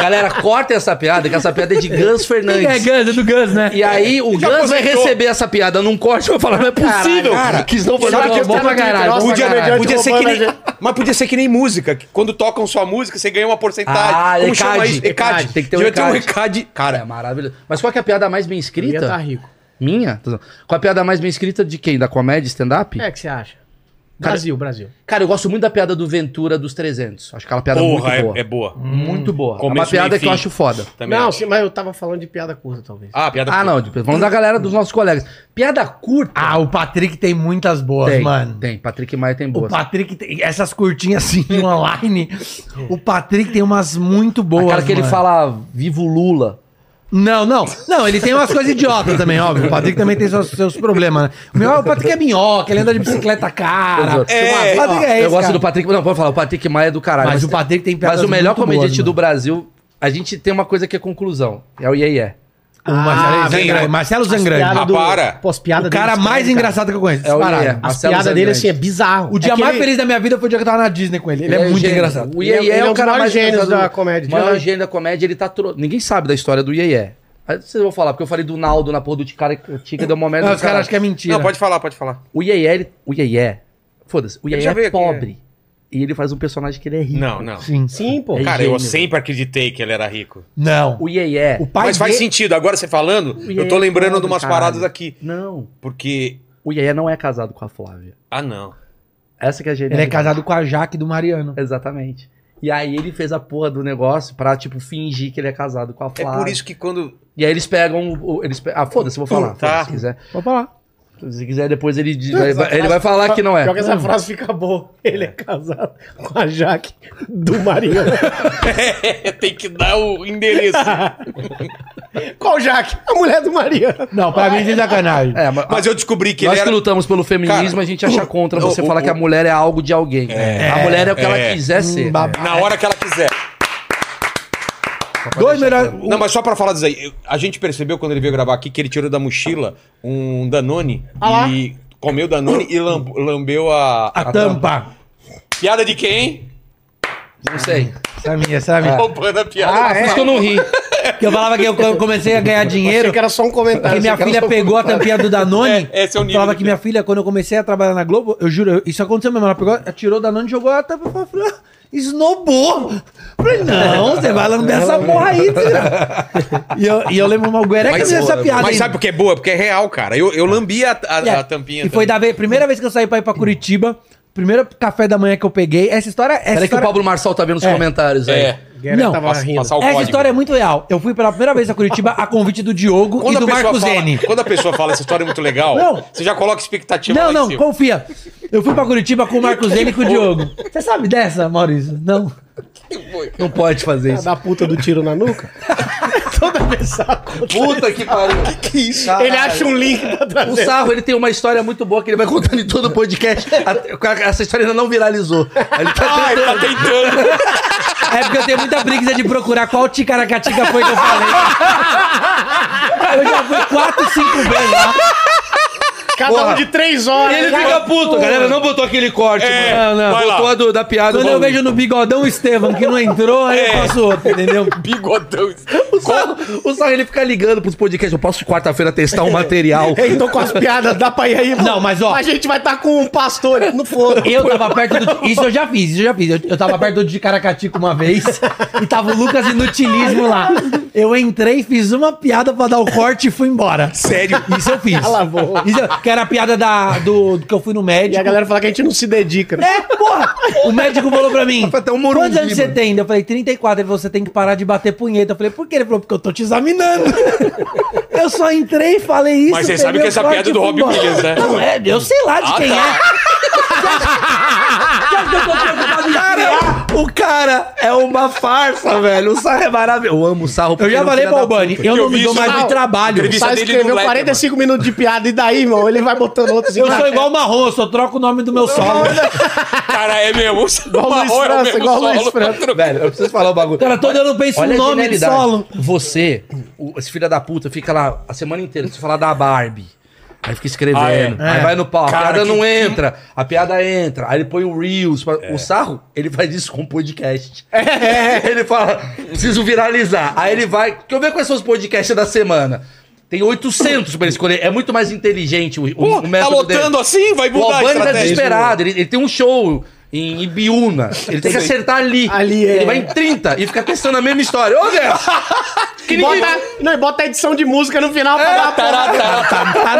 Galera, corta essa piada, que essa piada é de Gans Fernandes. Guns, é do Guns, né? E aí o Já Gans vai aposentou. receber essa piada num corte e vai falar, não é possível Caralho, cara. que estão fazendo Sabe aqui. que eu bom tava pra aqui, caralho, nossa, bom pra Podia, caralho. podia ser que nem, Mas podia ser que nem música. que quando tocam sua música, você ganha uma porcentagem. Ah, Como ECAD, chama isso? ECAD. ECAD. Tem que ter um Devia ter um ECAD. ECAD. Cara, É maravilhoso. Mas qual que é a piada mais bem Eu ia escrita? tá rico. Minha? Tô zoando. Qual a piada mais bem escrita de quem? Da comédia, stand-up? É, o que você acha? Brasil, Brasil. Cara, eu gosto muito da piada do Ventura dos 300. Acho que é uma piada porra, muito é- boa. é boa. Muito boa. é uma Começo, piada meio, que eu fim. acho foda. Também não, acho. sim, mas eu tava falando de piada curta, talvez. Ah, piada Ah, não. de- Falando da galera dos nossos colegas. Piada curta. Ah, o Patrick tem muitas boas, tem, mano. Tem. Patrick Maia tem O boas. Patrick tem essas curtinhas assim online. O Patrick tem umas muito boas. Aquela que ele mano. fala, vivo Lula. Não, não. Não, ele tem umas coisas idiotas também, óbvio. O Patrick também tem seus, seus problemas, né? O, meu, o Patrick é minhoca, ele anda de bicicleta cara. Exato. É, o Patrick é esse. eu gosto cara. do Patrick. Não, pode falar, o Patrick Maia é do caralho. Mas o Patrick tem Mas piadas o melhor muito comediante boas, do mano. Brasil, a gente tem uma coisa que é conclusão. É o Iê Iê. O Marcelo Ah, Zangrani. vem, ó. Marcelo As piadas Zangrani. Ah, para. Pô, as piadas O cara dele, mais cara. engraçado que eu conheço. É o disparado. Iê. As Marcelo piadas dele, Zangrande. assim, é bizarro. O dia É que mais ele- feliz da minha vida foi o dia que eu tava na Disney com ele. Ele, é, um muito gênio. engraçado. O Iê Iê é, o um cara mais dos maiores gênios engraçado. da comédia. é um O maior Verdade. gênio da comédia, ele tá... Tro... Ninguém sabe da história do Iê Iê. Aí vocês vão falar, porque eu falei do Naldo na porra do Tica, Tica deu uma merda. Não, do os caras acham que é mentira. Não, pode falar, pode falar. O Iê Iê, ele... o Iê Iê... Foda-se, o Iê Ele Iê já veio é aqui, pobre. E ele faz um personagem que ele é rico. Não, não. Sim. Sim, pô. É Cara, gênio. eu sempre acreditei que ele era rico. Não. O Iê Iê... O pai Mas faz dele- sentido, agora você falando, Iê eu tô Iê é lembrando pobre, de umas caralho. paradas aqui. Não, Porque. o Iê Iê não é casado com a Flávia. Ah, não. Essa que é a Ele é genialidade. casado com a Jaque do Mariano. Exatamente. E aí ele fez a porra do negócio pra, tipo, fingir que ele é casado com a É Flávia. por isso que quando. E aí eles pegam. o- o- Eles pe... Ah, foda-se, eu vou falar. Tá. foda-se, Se quiser. Pode falar. Se quiser, depois ele diz. Essa Ele vai, frase- ele vai falar que não é. Pior que essa frase fica boa. Ele é casado com a Jaque do Marinho. Tem que dar o endereço. Qual Jaque? A mulher do Marinho. Não, pra mim é sacanagem. É, mas, Mas eu descobri que nós ele era. que lutamos pelo feminismo, Cara, a gente acha contra você o- o- falar que a mulher é algo de alguém. a mulher é o que ela é. quiser ser. babá. Na hora que ela quiser. Dois melhores. um, o- Não, mas só pra falar disso aí, eu- a gente percebeu quando ele veio gravar aqui que ele tirou da mochila um Danone e comeu Danone e lam- lambeu a, A tampa. Piada de quem? Não sei. Essa é minha, essa minha. Roubando a piada. Ah, por isso que eu não ri. Que eu falava que eu co- comecei a ganhar dinheiro. Achei que era só um comentário. Que minha achei que filha era só um pegou a tampinha do Danone. É, esse é o eu nível Falava do que minha filha, quando eu comecei a trabalhar na Globo, eu juro, eu- isso aconteceu mesmo. Ela pegou, ela tirou o Danone, jogou a tampa pra fora. Esnobou! "Ah, Falei, não, você vai lamber essa porra aí, desgraça. E eu, e eu lembro uma guerra que Mas, fez essa piada. mas ainda. sabe por que é boa? Porque é real, cara. Eu, eu lambi a, a, É, a tampinha. E foi também. da vez, primeira vez que eu saí pra ir pra Curitiba, primeiro café da manhã que eu peguei. Essa história. Essa Peraí que o história... Pablo Marçal tá vendo nos comentários aí. É. comentário. Guerra Não, tava passa- rindo. passar o Essa código. história é muito real. Eu fui pela primeira vez a Curitiba a convite do Diogo Quando e a, do pessoa Marcos fala, N. quando a pessoa fala essa história é muito legal, Não. você já coloca expectativa lá Não, em não, cima. confia. Eu fui pra Curitiba com o Marcos N e com o Diogo. Você sabe dessa, Maurício? Não. Não pode fazer isso. Da puta do tiro na nuca. Toda vez saco. Puta que pariu. que, que isso? Ele acha um link pra O trazer. Sarro, ele tem uma história muito boa que ele vai contando em todo o podcast. A- Essa história ainda não viralizou. Ele tá Ai, tentando. tá tentando. É porque eu tenho muita preguiça de procurar qual ticaracatica foi que eu falei. Eu já fui quatro, cinco vezes lá. Cada Porra. um de três horas. Ele fica puto, a galera não botou aquele corte, É, mano. vai lá. botou a do- da piada. Quando do eu bagulho. vejo no bigodão o Estevam, que não entrou, aí eu faço outro, entendeu? Bigodão. O Sarro, o Sarro, ele fica ligando pros podcasts. Eu posso quarta-feira testar um material. Eu tô com as piadas, dá pra ir aí. Não, mas ó. A gente vai estar com um pastor, não foda. Eu tava perto do. Isso eu já fiz, isso eu já fiz. Eu, eu tava perto do de Caracatica uma vez e tava o Lucas Inutilismo lá. Eu entrei, fiz uma piada pra dar o corte e fui embora. Sério. Isso eu fiz. lavou. Isso eu- que era a piada da, do, do que eu fui no E médico. a galera fala que a gente não se dedica. né? É, porra! O médico falou pra mim. tá Foi até um Morumbi, Quantos anos você mano." tem? Eu falei, 34. Ele falou, você tem que parar de bater punheta. Eu falei, por quê? Ele falou, porque eu tô te examinando. eu só entrei e falei isso. Mas você sabe peguei que o essa corte piada é e do fui Robbie embora. Williams, né? Não, é, eu sei lá de Ah, quem tá. é. Você acha que eu tô preocupado em criar? Cara, o cara é uma farsa, velho. O Sarro é maravilhoso. Eu amo o Sarro. Eu porque já ele é um falei filho pra da Albani, puta. eu Eu não me vi dou isso mais na de trabalho. entrevista Só dele no é escreveu Letterman. 45 minutos de piada e daí, irmão, ele vai botando outros. Eu sou igual o marrom, eu só troco o nome do meu solo. Cara, é mesmo. Igual o Luiz Marrom é o França, mesmo igual o Luiz solo. França. Velho, eu preciso falar o bagulho. Cara, todo ano eu penso Olha um a nome de genialidade. solo. Você, o- esse filho da puta, fica lá a semana inteira, você fala da Barbie. Aí fica escrevendo, Ah, é. aí É. vai no pau, a Cara, piada que- É. não entra, a piada entra, aí ele põe o Reels, pra- o sarro, ele faz isso com podcast. Ele fala, preciso viralizar. Aí ele vai, deixa eu ver quais são os podcasts da semana. Tem 800 pra ele escolher, é muito mais inteligente o, o, Pô, o tá método lotando assim? Vai o mudar a Albani tá estratégia. desesperado, ele, ele tem um show em Ibiúna. Ele tem que acertar ali. Ali, é. Ele vai em 30 e fica testando a mesma história. Ô, Deus! Que ninguém... Bota, não, e bota a edição de música no final pra dar uma porrada. Ah, tá.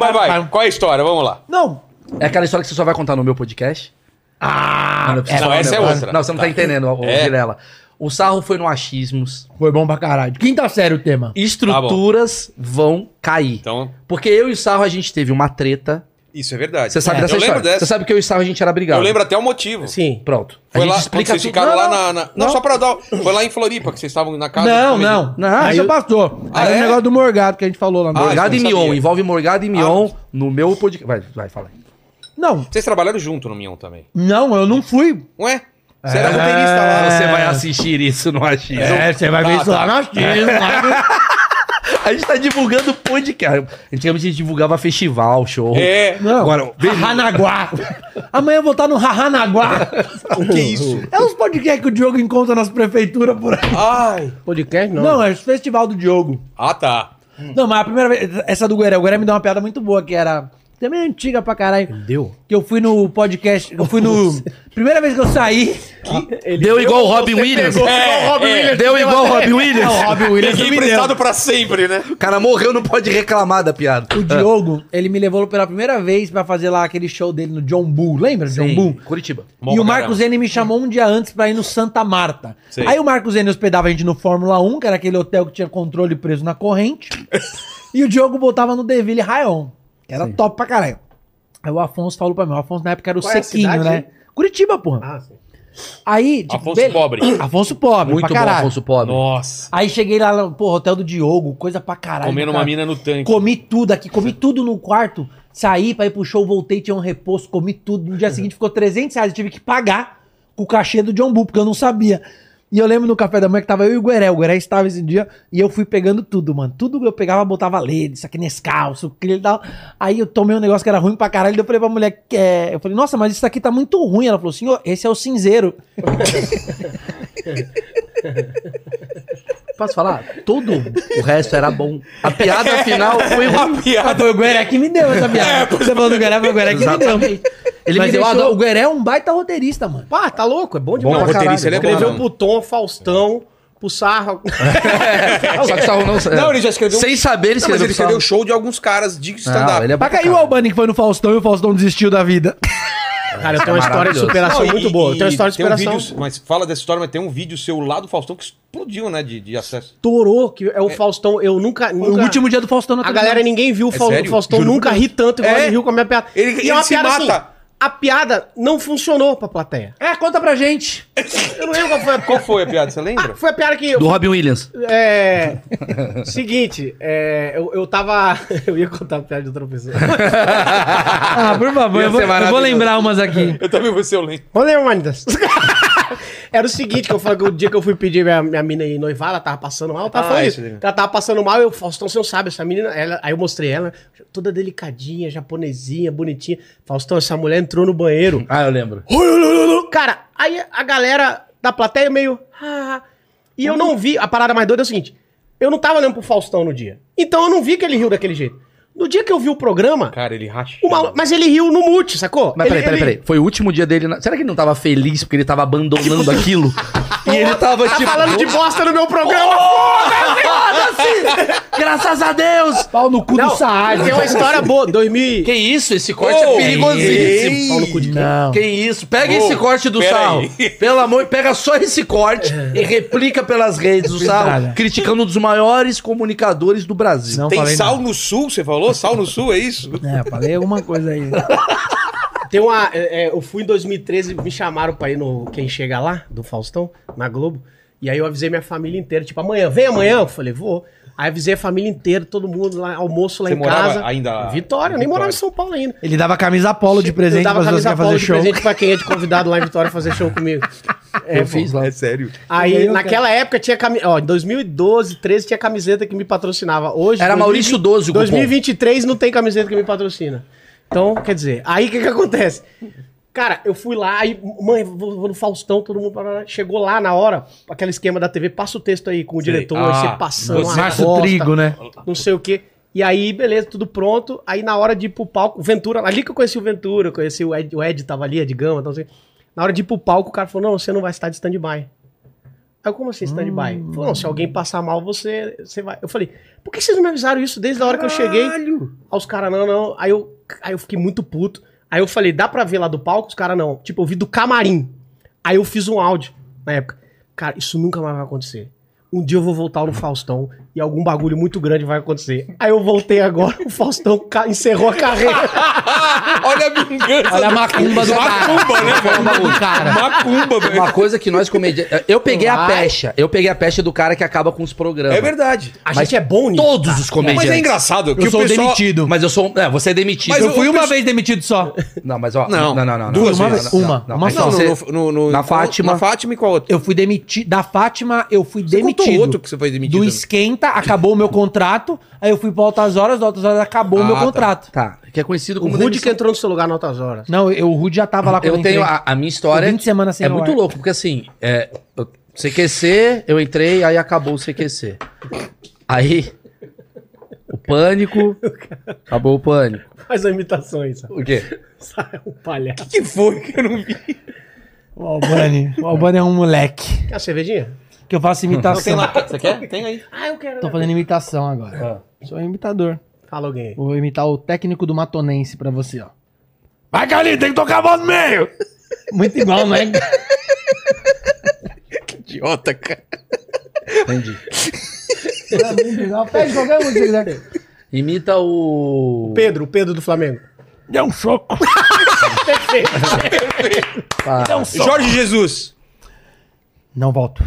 Vai, vai. Qual é a história? Vamos lá. Não, É aquela história que você só vai contar no meu podcast? Ah! Não, não, essa é outra. Não, você não tá, entendendo, ô, É. Vilela. O sarro foi no achismos. Foi bom pra caralho. Quinta série o tema. Estruturas vão cair. Tá Então, Porque eu e o Sarro, a gente teve uma treta. isso é verdade. Você sabe É, dessa eu história. Lembro dessa. Você sabe que eu e o Sarro, a gente era brigado. Eu lembro até o motivo. sim. Pronto. Foi a gente lá, quando explica vocês tudo. ficaram Não, lá na, não, na- Não, só pra dar. Foi lá em Floripa que vocês estavam na casa. né? do Não, comediante. não. Não, Aí aí já eu- passou. Ah, aí é? o negócio do Morgado que a gente falou lá no. Ah, Morgado isso eu não e Mion. sabia. Ah, Envolve Morgado e Mion no meu podcast. Vai, vai, fala aí. Não, Vocês trabalharam junto no Mion também. não, eu não fui. Ué? Você era roteirista lá. Você vai assistir isso no achismo. É, você vai ver isso Tá lá tá. na China. lá A gente tá divulgando podcast. Antigamente a gente divulgava festival, show. É. no- Não, Agora, Ranaguá. Amanhã eu vou estar no Ranaguá. O que é isso? É os podcasts que o Diogo encontra nas prefeituras por aí. Ai. Podcast não. Não, é o festival do Diogo. Ah, tá. Não, mas a primeira vez, essa do Gueré, o Gueré me deu uma piada muito boa, que era também é antiga pra caralho. Deu. Que eu fui no podcast, eu fui no. Primeira vez que eu saí. deu igual o Robin Williams. um É, é. Deu igual o Robin É, Williams. o Robin Williams Peguei me deu. emprestado pra sempre, né? O cara morreu, não pode reclamar da piada. Ah. O Diogo, ele me levou pela primeira vez pra fazer lá aquele show dele no John Bull, lembra? um do John Bull. Curitiba. Bom e o pra Marcos Zene me chamou um dia antes pra ir no Santa Marta. Sei. Aí o Marcos Zene hospedava a gente no Fórmula 1, que era aquele hotel que tinha controle preso na corrente. e o Diogo botava no Deville Rayon, que era top pra caralho. Aí o Afonso falou pra mim, o Afonso na época era o Qual é a Sequinho, cidade, né? hein? Curitiba, porra. Ah, sim. Aí, tipo, Afonso bele- Pobre. Afonso Pobre, Muito pra bom, caralho. Afonso Pobre. Nossa. Aí cheguei lá, porra, hotel do Diogo, coisa pra caralho. Comendo cara. uma mina no tanque. Comi tudo aqui, comi tudo no quarto. Saí pra ir pro show, voltei, tinha um repouso, comi tudo. No dia seguinte ficou 300 reais, eu tive que pagar com o cachê do John Bull, porque eu não sabia. E eu lembro no café da manhã que tava eu e o Gueré. O Gueré estava esse dia e eu fui pegando tudo, mano. Tudo que eu pegava, botava leite, isso aqui Nescau, isso aqui e tal. Aí eu tomei um negócio que era ruim pra caralho. daí Eu falei pra mulher, que é... eu falei, nossa, mas isso aqui tá muito ruim. Ela falou, senhor, esse é o cinzeiro. Posso falar? Tudo o resto era bom. A É. piada final foi ruim. Ah, foi o Gueré que me deu É, essa piada. Você falou do Gueré, foi o Gueré que me deu. Ele Mas me eu deixou- adoro- o Gueré é um baita roteirista, mano. Pá, tá louco? É bom né? demais. Não, pra roteirista, caralho. ele é bom, Escreveu não. pro Tom, Faustão, pro Sarra. É. Só que Sarro não. Não, ele já escreveu- Sem saber, Não, ele mas escreveu. ele pro Sarro. escreveu o show de alguns caras de stand-up. Não, ele é bom Pra pra cair o caralho. Albani que foi no Faustão e o Faustão desistiu da vida. Cara, eu tenho uma história de maravilhoso. superação Não, e- muito boa. Eu tenho uma e história de tem um superação. vídeo- mas fala dessa história, mas tem um vídeo seu lá do Faustão que explodiu, né? De, de acesso. Torou, que é o Faustão. Eu nunca. O nunca- último dia do Faustão na A galera, ninguém viu o Fau- É sério? Faustão Juro nunca ri tanto igual É. ele riu com a minha piada. Ele- e é ele uma se piada mata. assim. A piada não funcionou pra plateia. É, conta pra gente. Eu não lembro qual foi a Qual foi a piada? Você lembra? Ah, foi a piada que. Do Robin Williams. É. Seguinte, é, eu, eu tava. Eu ia contar a piada de outra pessoa. Ah, por favor, Ia eu vou, ser eu vou maravilhoso. lembrar umas aqui. Eu também vou ser o lembro. Olha, Manitas. Era o seguinte, que eu falei que o dia que eu fui pedir minha, minha mina em noivar, ela tava passando mal, eu tava Ah, falando isso isso. né? aí. Ela tava passando mal, eu, Faustão, você não sabe, essa menina, ela- aí eu mostrei ela, toda delicadinha, japonesinha, bonitinha. Faustão, essa mulher entrou no banheiro. Ah, eu lembro. Cara, aí a galera da plateia meio. "Ah", e eu não vi. A parada mais doida é o seguinte: eu não tava olhando pro Faustão no dia. Então eu não vi que ele riu daquele jeito. No dia que eu vi o programa, Cara, ele racha. o malu- mas ele riu no mute, sacou? Mas Ele- peraí, peraí, ele- peraí. Foi o último dia dele. na- Será que ele não tava feliz porque ele tava abandonando aquilo? e ele tava Tá tipo. falando de bosta no meu programa! Graças a Deus! Pau no cu do Saad. Ah, Tem uma história boa. 2000. Que isso? Esse corte é Oh, perigosíssimo. ei. Não. Que isso? Pega Ô, esse corte do pera Sarro. aí. Pelo amor, pega só esse corte e replica pelas redes o Sarro, Verdade. criticando um dos maiores comunicadores do Brasil. Não Tem falei sal nada. no sul, você falou? Sal no sul, é isso? É, falei alguma coisa aí. Tem uma. é, é, eu fui em 2013, me chamaram pra ir no Quem Chega Lá, do Faustão, na Globo. E aí eu avisei minha família inteira, tipo, amanhã, vem amanhã. Eu falei, vou. Aí avisei a família inteira, todo mundo lá, almoço lá Você em morava casa. ainda- Vitória, eu nem Vitória. morava em São Paulo ainda. Ele dava camisa polo de presente pra eu dava pessoas que camisa iam polo fazer de show. presente pra quem é de convidado lá em Vitória fazer show comigo. É, eu pô. fiz lá. sério. Aí, E aí, eu naquela época, tinha camiseta. Ó, em 2012, 13 tinha camiseta que me patrocinava. Hoje. Era 2020 Maurício 12 o cupom. 2023 não tem camiseta que me patrocina. Então, quer dizer, aí o que, que acontece? Cara, eu fui lá, aí, mãe, vou, vou no Faustão, todo mundo. parará. Chegou lá na hora, aquele esquema da TV, passa o texto aí com o diretor, Ah, você passando. uma Márcio bosta, Trigo, né? Não sei o quê. E aí, beleza, tudo pronto. Aí na hora de ir pro palco, o Ventura, ali que eu conheci o Ventura, eu conheci o Ed, o Ed tava ali, Ed Gama, então assim. Na hora de ir pro palco, o cara falou: não, você não vai estar de stand-by. Aí eu, como assim stand-by? Ele Falou, não, se alguém passar mal, você, você vai. Eu falei, por que vocês não me avisaram isso desde a hora que eu cheguei? Aí os caras, não, não. Aí eu, aí eu fiquei muito puto. Aí eu falei, dá pra ver lá do palco? Os caras, não. Tipo, eu vi do camarim. Aí eu fiz um áudio na época. Cara, isso nunca mais vai acontecer. Um dia eu vou voltar no Faustão e algum bagulho muito grande vai acontecer. Aí eu voltei agora, o Faustão ca- encerrou a carreira. Olha a vingança. Olha a macumba do Macumba, né, velho? Macumba do cara. Macumba, velho. Uma coisa que nós comediantes. Eu peguei a Vai. pecha. Eu peguei a pecha do cara que acaba com os programas. É verdade. A gente é bom nisso. Todos os comediantes. Mas é engraçado que Eu o sou pessoal... demitido. Mas eu sou. É, você é demitido. Mas eu fui o uma pessoal- vez demitido só. Não, mas ó. Não, não, não. não duas não, vezes. não, não, Uma, não. uma Aqui só. Não, você- no- no- no- na qual- Fátima. Na Fátima e qual outro? Eu fui demitido. Da Fátima, eu fui contou demitido. outro que você foi demitido, Do né? esquenta, acabou o meu contrato. Aí eu fui pra altas horas, da altas horas acabou o Ah, meu tá. contrato. Tá. Que é conhecido O como Rude que demissão. entrou no seu lugar em altas horas. Não, eu, o Rude já tava lá Eu tenho entrei. a, a minha história. 20 semanas sem É no muito ar. louco, porque assim, é, eu- CQC, eu entrei, aí acabou o CQC. Aí. O pânico. Acabou o pânico. Faz uma imitação aí, sabe? O quê? Sai um palhaço. que foi que eu não vi? O Albani. O Albani é um moleque. Quer uma cervejinha? Que eu faço imitação. Você quer? Tem aí. Ah, eu quero. né? Tô fazendo imitação agora. Sou imitador. Fala alguém aí. Vou imitar o técnico do Matonense pra você, ó. Vai, Carlinhos, tem que tocar a bola no meio. Muito igual, né? Idiota, cara. Entendi. Muito igual. Pede qualquer música. né? Imita o. Pedro, o Pedro do Flamengo. Deu um soco. Jorge Jesus. Não volto.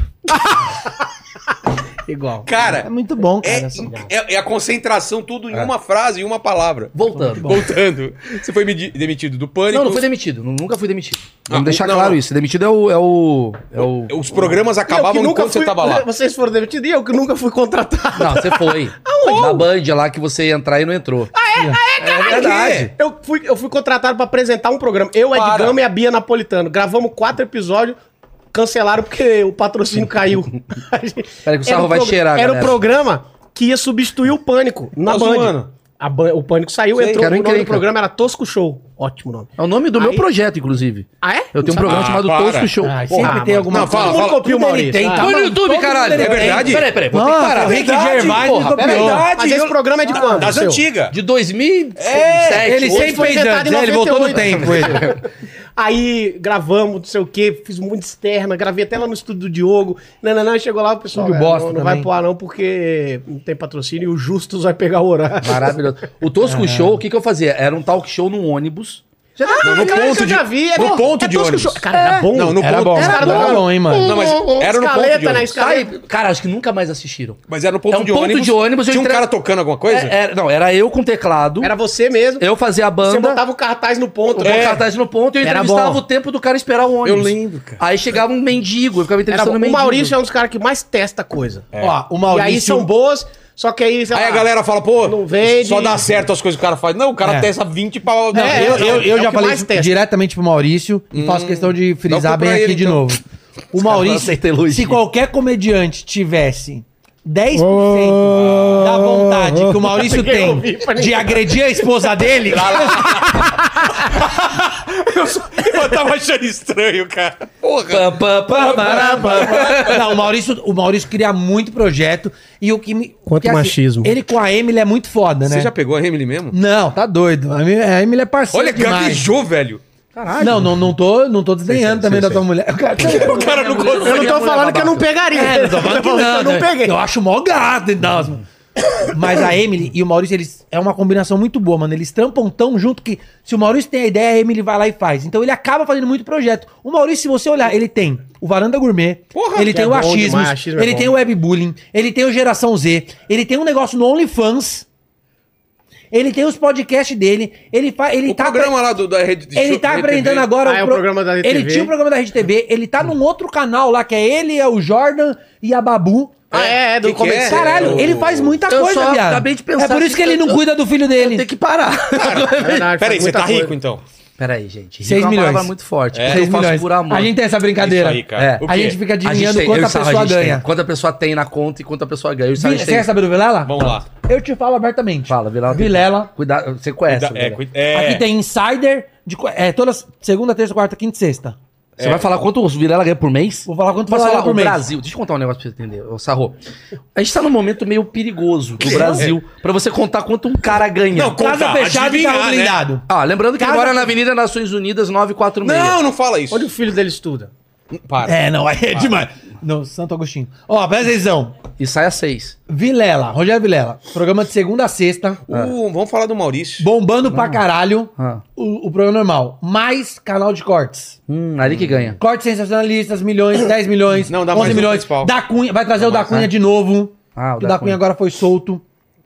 Igual. É Cara, muito bom, é, cara. essa- é, é a concentração tudo em uma frase, em uma palavra. Voltando. Voltando. Você foi medi- demitido do Pânico. Não, não fui demitido. nu- Nunca fui demitido. Vamos Ah, deixar não, claro não. isso. Demitido é o. É o, é o... Os programas acabavam Eu que nunca enquanto fui- você tava lá. Vocês foram demitidos e eu que nunca fui contratado. Não, você foi. Na Band lá que você ia entrar e não entrou. É verdade. Eu fui, eu fui contratado pra apresentar um programa. Eu, Ed Para. Gama e a Bia Napolitano. Gravamos quatro episódios, cancelaram porque o patrocínio caiu. Peraí que o sarro vai cheirar, um Era o galera. programa que ia substituir o Pânico na Tá Band. zoando. A Ban- o Pânico saiu, entrou. O quero nome do encrenca. programa era Tosco Show. Ótimo nome. É o nome do meu Aí- projeto, inclusive. Ah, é? Eu tenho um programa Ah, chamado para. Tosco Show. Ah, Porra. sempre tem alguma Não, fala, Todo mundo fala. copia o Maurício. Tá no YouTube, caralho. É verdade? Peraí, peraí. Vou ter que Nossa, parar. o Rick Gervais porra, me peraí. copiou. Mas esse programa é de quando? Ah, Das seu? antigas. De 2007. Ele oito. foi sempre fez inventado antes, em né? ele voltou no 98. tempo. Ele. Aí gravamos, não sei o quê, fiz muita externa, gravei até lá no estúdio do Diogo. Não, não, não, chegou lá o pessoal. Estúdio velho, bosta não, não vai também. pro ar não, porque não tem patrocínio e o Justus vai pegar o horário. Maravilhoso. O Tosco Show, o que, que eu fazia? Era um talk show num ônibus. Já, ah, no ponto de- é no bom, ponto é de tosco ônibus. show. Cara, era bom. Não, no Era ponto. bom. Era Era bom. bom, hein, mano? Não, mas era no ponto de escaleta, na ônibus. Tá escaleta. aí, cara, acho que nunca mais assistiram. Mas era no ponto, É um de, ponto ônibus. de ônibus, eu Tinha um entre- cara tocando alguma coisa? É, era- não, era eu com teclado. Era você mesmo. Eu fazia a Você banda. botava o cartaz no ponto. É. Botava o cartaz no ponto e eu Era entrevistava bom. o tempo do cara esperar o ônibus. Eu lembro, cara. Aí chegava um mendigo, eu ficava Era entrevistando bom. o o mendigo. Maurício é um dos caras que mais testa coisa. Ó, o E aí são Maurício... boas, só que aí... sei É. Aí lá, a galera fala, pô, tá. Não vende. só dá certo as coisas que o cara faz. Não, o cara testa 20 pra... Não, É, Eu, não, eu, eu é o já que falei mais isso testa. Hum. diretamente pro Maurício e faço questão de dá frisar um pra bem aqui ele, de então. novo. O não Maurício, aceitam elogio. se qualquer comediante tivesse 10% da vontade que o Maurício tem de agredir a esposa dele, Eu tava achando estranho, cara. Porra. Pam, pam, pam, pará, pam, pam. Não, o Maurício, o Maurício cria muito projeto e o que me. Quanto que, assim, machismo. ele com a Emily é muito foda, né? Você já pegou a Emily mesmo? Não, tá doido. A Emily, a Emily é parceira Olha, demais. gaguejou, velho. Não, não, não tô, não tô desdenhando também da tua mulher. O cara, O cara não consegue. Eu não tô falando que eu não pegaria. É, não tô falando que não, eu não né? peguei. Eu acho mó gato, então. mano. Mas a Emily e o Maurício, eles é uma combinação muito boa, mano. Eles trampam tão junto que se o Maurício tem a ideia, a Emily vai lá e faz. Então ele acaba fazendo muito projeto. O Maurício, se você olhar, ele tem o Varanda Gourmet, ele tem é o bom Achismos, demais, achismo é ele bom. tem o Webbullying, ele tem o Geração Z, ele tem um negócio no OnlyFans, ele tem os podcasts dele, ele, fa, ele O tá... programa lá do, da rede de Ele show- tá rede apresentando TV. agora Ah, é o programa da Rede Ele TV. tinha o programa da Rede TV, ele tá num outro canal lá que é ele, é o Jordan e a Babu. Ah, é, é do Que que é? começo. Caralho, o- ele faz muita Eu coisa, só viado. acabei de pensar é por isso que que ele não eu- cuida do filho dele. Tem que parar. É verdade, faz Peraí, você muita tá coisa. rico então? Peraí, gente. Rico Seis é uma milhões. palavra muito forte. É. porque Seis eu faço milhões. por amor. A gente tem essa Isso brincadeira. aí, cara. É. O A quê? gente fica A gente adivinhando tem- eu e quanto a Sarah, pessoa gente tem. ganha. Quanto a pessoa tem na conta e quanto a pessoa ganha. Eu e Sarah, a Vila- gente Você quer tem... saber do Vilela? Vamos lá. Eu te falo abertamente. Fala, Vilela. Vilela. Cuidado, você conhece. Da- É, Vilela. cui- é, Aqui tem Insider. De, co- é, todas segunda, terça, quarta, quinta e sexta. Você é. vai falar quanto o Vilela ganha por mês? Vou falar quanto Mas Vilela falar, por o mês. Brasil, deixa eu contar um negócio pra você entender, ô Sarro. A gente tá num momento meio perigoso do Brasil, pra você contar quanto um cara ganha. É. Não, conta, Casa fechada e adivinhar, carro né? blindado. Ah, lembrando que Casa- ele mora na Avenida Nações Unidas 946. Não, não fala isso. Onde o filho dele estuda? Para. É, não, aí Ah. é demais. Não, Santo Agostinho. Ó, presta atenção. E sai às 6. Vilela, Rogério Vilela. Programa de segunda a sexta. Uh, vamos falar do Maurício. Bombando pra caralho. Ah. O, o programa normal. Mais canal de cortes. Hum, ali que ganha. Cortes sensacionalistas, milhões, 10 milhões, Não, dá 11 mais um milhões. principal. né? Da Cunha, vai trazer o da Cunha de novo. Ah, o o da Cunha. da Cunha agora foi solto.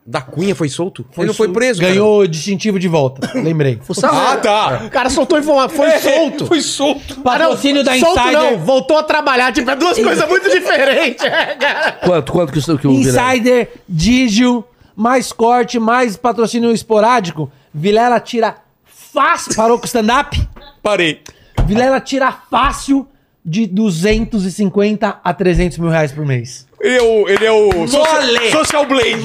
Da Cunha foi solto? ele não foi sol- preso, cara. Ganhou o distintivo de volta. Lembrei. O Sarro, Ah, tá. O cara soltou informação, foi solto. Foi solto. Patrocínio da Solto Ah, não, Insider. voltou a trabalhar. Tipo, é duas coisas muito diferentes. É, cara. quanto, quanto que o, que o Vilela... Insider, Digio, mais corte, mais patrocínio esporádico. Vilela tira fácil. Parou com o stand-up? Parei. Vilela tira fácil de 250 a 300 mil reais por mês. Ele é o. Ele é o Mole! social, social Blade.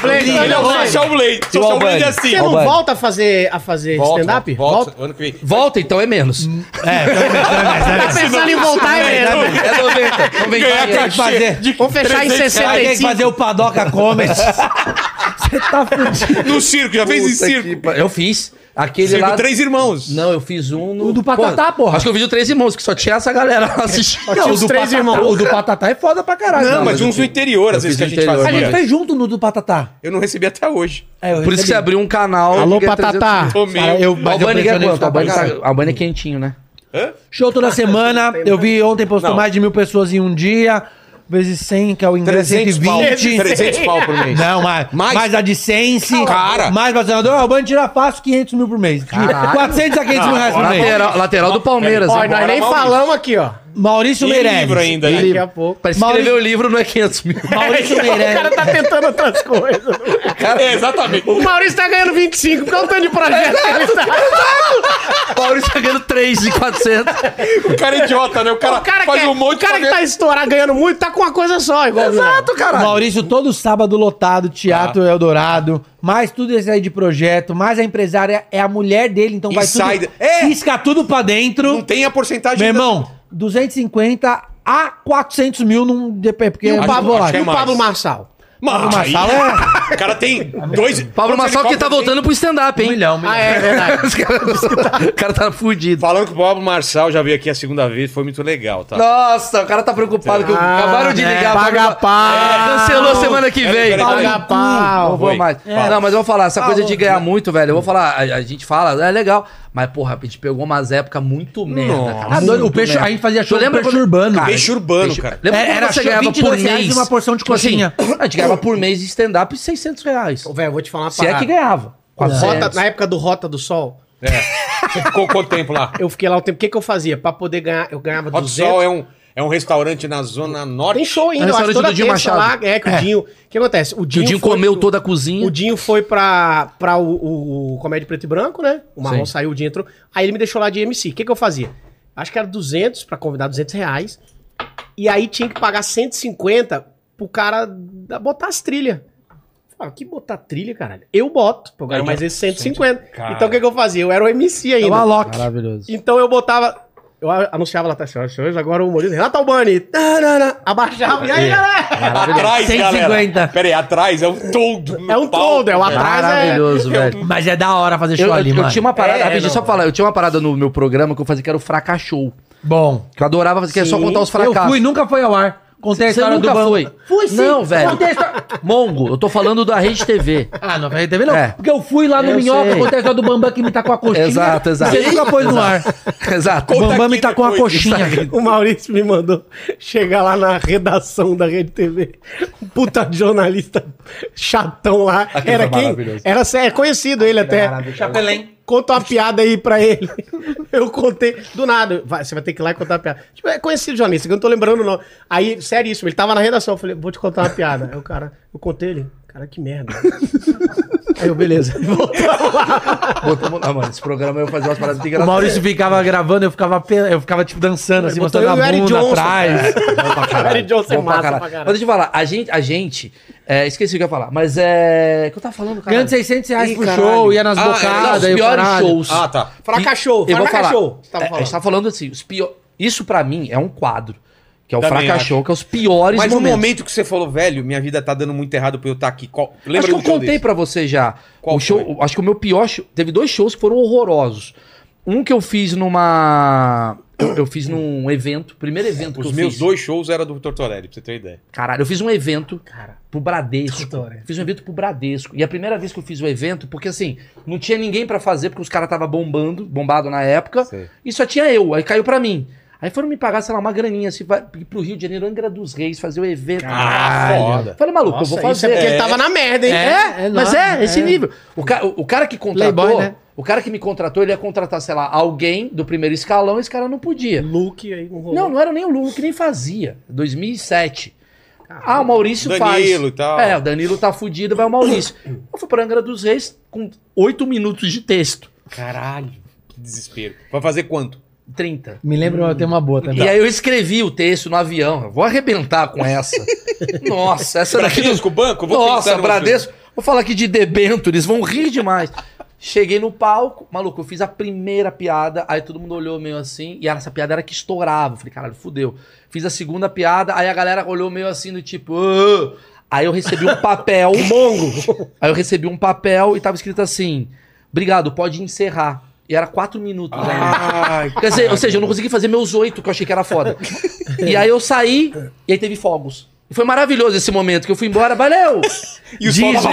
Blade, Ele é o Blade. Social Blade. Social Blade é Albani? assim. Você não Albani. volta a fazer, a fazer stand-up? Volta. Ano que vem. Volta, então é menos. é Tá pensando em voltar é, né? É 90. 90 Ganhar é. cachê fazer. de Vamos fechar em 300 60 reais. Tem que fazer o Padoca Comedy. Você tá fudido. No circo, já fez em Puta que circo. pa- Eu fiz. Aquele Circo lá... Três Irmãos. Não, eu fiz um no... O do Patatá, porra. Acho que eu fiz o Três Irmãos, que só tinha essa galera lá assistindo. Não, os três Patatá- irmãos. O do Patatá é foda pra caralho. Não, Não, mas mas uns no interior, às vezes, fiz que a no gente interior, A gente fazia. fez junto no do Patatá. Eu não recebi até hoje. É, eu Por isso que você recebi. abriu um canal... Alô, que ganha Patatá. 300. Tomei. Cara, eu, A mas eu Albani ganha pressionei os quanto? A Albani, caras. tá, a Albani é quentinho, né? Show toda semana. Eu vi ontem postou Não. mais de mil pessoas em um dia. Vezes 100, que é o ingresso 300 pau. 120. 300 pau por mês. Não, mais, Mais? mais. a dissense. Cara. Mais patrocinador. Ah, o Band tira fácil 500 mil por mês. De 400 a 500 mil reais por mês. Lateral, lateral do Palmeiras. Ó, hein? nós nem Maurício. falamos aqui, ó. Maurício E Meirelles. livro ainda, né? Daqui a pouco. Pra escrever o livro não é 500 mil. Maurício O cara Meirelles. tá tentando outras coisas. É, exatamente. O Maurício tá ganhando 25, porque é um tanto de projeto que ele tá. Maurício tá ganhando 3 de 400. O cara é idiota, né? O cara, O cara, faz que, um monte o cara de que tá estourado ganhando muito, tá com uma coisa só, igual o Vilela. Exato, caralho. Maurício todo sábado lotado, Tá. Teatro Eldorado, mais tudo isso aí de projeto, mais a empresária é a mulher dele, então vai Insider. tudo, É. risca tudo pra dentro. Não tem a porcentagem. Meu da- irmão, 250 a 400 mil num DP, porque é um Acho- pablo acho lá. que é E o mais. Pablo Marçal. Mano, Pablo aí- Marçal O cara tem dois. Pablo dois Marçal que tá helicópteros. voltando pro stand-up, hein? um Ah, é verdade. Os caras- o cara tá fudido. Falando que o Pablo Marçal já veio aqui a segunda vez, foi muito legal, tá? Nossa, o cara tá preocupado que eu- Ah, acabaram de né? ligar. pra- Paga pau. É, cancelou semana que Peraí, vem. peraí, peraí. Paga Ai, pau. Não vou Oi, mais. fala. Não, mas eu vou falar, essa coisa de É. Falou. né? ganhar muito, velho, eu vou falar, a, a gente fala, é legal, mas porra, a gente pegou umas épocas muito merda, cara. Tá doido? O peixe, a gente fazia show no peixe urbano. cara, Peixe urbano, cara. Lembra É, quando era você show- ganhava 22 por reais mês? e uma porção de assim, coxinha. a gente ganhava por mês de stand-up 600 reais. Ô, velho, eu vou te falar uma Se é que parada. ganhava. Rota, 400. né? na época do Rota do Sol, É. Você ficou quanto tempo lá? eu fiquei lá um tempo. O que, que eu fazia? Pra poder ganhar, eu ganhava Hot 200. Sol é um, é um restaurante na Zona Norte. Tem show ainda, É o eu acho. restaurante Toda do Dinho terça lá, Machado. é que o Dinho... O que acontece? Que o Dinho foi comeu pro- toda a cozinha. O Dinho foi pra, pra o, o, o Comédia Preto e Branco, né? O Marlon Sim. saiu, o Dinho entrou. Aí ele me deixou lá de MC. O que, que eu fazia? Acho que era 200 pra convidar, 200 reais. E aí tinha que pagar 150 pro cara da- botar as trilhas. Fala, que botar trilha, caralho? Eu boto, pô, ganho Aí, mais ó, vezes 150. cara. Então o que, que eu fazia? Eu era o MC ainda. É o Alok. Maravilhoso. Então eu botava. Eu a- anunciava lá, tá, senhoras e senhores, agora o humorista Renato Albani. Tarara, abaixava. E aí, galera? Atrás, 150. galera. Pera aí, atrás é um toldo. no É um palco, todo, é o velho. atrás. É... Maravilhoso, velho. Mas é da hora fazer né? show Eu, eu- ali, eu mano. tinha uma parada, É, rapidinho, não. só pra falar, eu tinha uma parada no meu programa que eu fazia que era o Fraca Show. Bom. Que eu adorava fazer, que é só Sim, contar os Eu fui, fracassos. nunca foi ao ar. Contei a Você história nunca do banco. foi? Fui sim. Não, velho. Contei a história... Mongo, eu tô falando da Rede TV. Ah, não, velho, TV não. É. Porque eu fui lá no Eu Minhoca, sei. contei a história do Bambam que me tacou a coxinha. Exato, exato. Você nunca pôs no ar. Exato. O Bambam aqui me tacou a depois. coxinha. O Maurício me mandou chegar lá na redação da Rede TV. Um puta de jornalista chatão lá. era quem? Era sé- é conhecido ele até. Chapelém. Conta uma piada aí pra ele. Eu contei. Do nada. Vai, você vai ter que ir lá e contar uma piada. Tipo, é conhecido jornalista, que eu não tô lembrando não. Aí, seríssimo, ele tava na redação. Eu falei, vou te contar uma piada. Aí o cara, eu contei ele. Cara, que merda. Aí eu, beleza. Botamos lá, mano. Esse programa eu fazia umas paradas muito O engraçadas. Maurício ficava gravando, eu ficava, pe- eu ficava tipo dançando, assim, Botou mostrando eu e o a Eric bunda Johnson, atrás. Eric Johnson é Bom pra massa caralho. pra caralho. Mas deixa eu falar, a gente. A gente é, esqueci o que eu ia falar, mas é. O que eu tava falando, cara? Ganhando 600 reais Ih, pro caralho. show, ia nas Ah, é, não, bocadas, os aí o piores caralho. shows. Ah, tá. Fracachou, Eu vou falar. fracachou. você tava É, a gente falando. tá falando assim, os pior... isso pra mim é um quadro. Que é o Também acho. fracachou, que é os piores Mas no momentos. momento que você falou, velho, minha vida tá dando muito errado pra eu estar aqui. Qual... Lembra acho que eu do show contei desse? pra você já. Qual o show, foi? acho que o meu pior show, teve dois shows que foram horrorosos. Um que eu fiz numa eu fiz num evento, primeiro evento que Os eu meus fiz. dois shows era do Tortorelli, pra você ter uma ideia. Caralho, eu fiz um evento pro Bradesco. Fiz um evento pro Bradesco. E a primeira vez que eu fiz o evento, porque assim, não tinha ninguém pra fazer, porque os caras tava bombando, bombado na época, Sei. e só tinha eu. Aí caiu pra mim. Aí foram me pagar, sei lá, uma graninha, assim, vai pro Rio de Janeiro, Angra dos Reis, fazer o evento. Ah, foda. Falei, maluco, eu Nossa, vou isso fazer. é porque ele tava na merda, hein? É, mas nossa, é, esse nível. O, ca- o- o cara que contratou, Playboy, né? o cara que me contratou, ele ia contratar, sei lá, alguém do primeiro escalão, esse cara não podia. É? Luke aí um não rolou. Não, não era nem o Lula que nem fazia. 2007. Ah, o Maurício Danilo faz. e tal. É, o Danilo tá fudido, vai o Maurício. Eu fui pra Angra dos Reis com 8 minutos de texto. Caralho, que desespero. Vai fazer quanto? 30. Me lembro, eu tenho uma boa Tá. também. E aí eu escrevi o texto no avião. Eu vou arrebentar com essa. Nossa, essa daqui Bradesco, banco? Vou Nossa, pensar numa Bradesco. Vou falar aqui de debêntures, vão rir demais. Cheguei no palco, maluco, eu fiz a primeira piada, aí todo mundo olhou meio assim, e essa piada era que estourava. Eu Falei, caralho, fudeu. Fiz a segunda piada, aí a galera olhou meio assim, do tipo. "Ah". Aí eu recebi um papel. mongo! Aí eu recebi um papel e tava escrito assim: obrigado, pode encerrar. E era quatro minutos Ah. ainda. Ai, Quer dizer, ou seja, eu não consegui fazer meus oito, que eu achei que era foda. E aí eu saí, e aí teve fogos. E foi maravilhoso esse momento, que eu fui embora, valeu! e os fogos-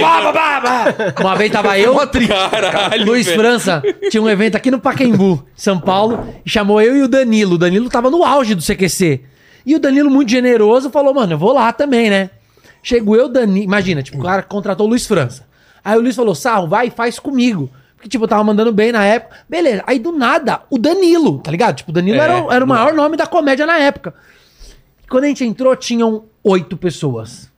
Uma vez tava eu, Caralho, Luiz velho. França, tinha um evento aqui no Pacaembu, São Paulo, e chamou eu e o Danilo. O Danilo tava no auge do CQC. E o Danilo, muito generoso, falou, mano, eu vou lá também, né? Chegou eu, Danilo. Imagina, tipo, o cara contratou o Luiz França. Aí o Luiz falou, Sarro, vai e faz comigo. Porque, tipo, eu tava mandando bem na época. Beleza. Aí do nada, o Danilo, tá ligado? Tipo, o É, Danilo era, o- era o maior nome da comédia na época. Quando a gente entrou, tinham oito pessoas.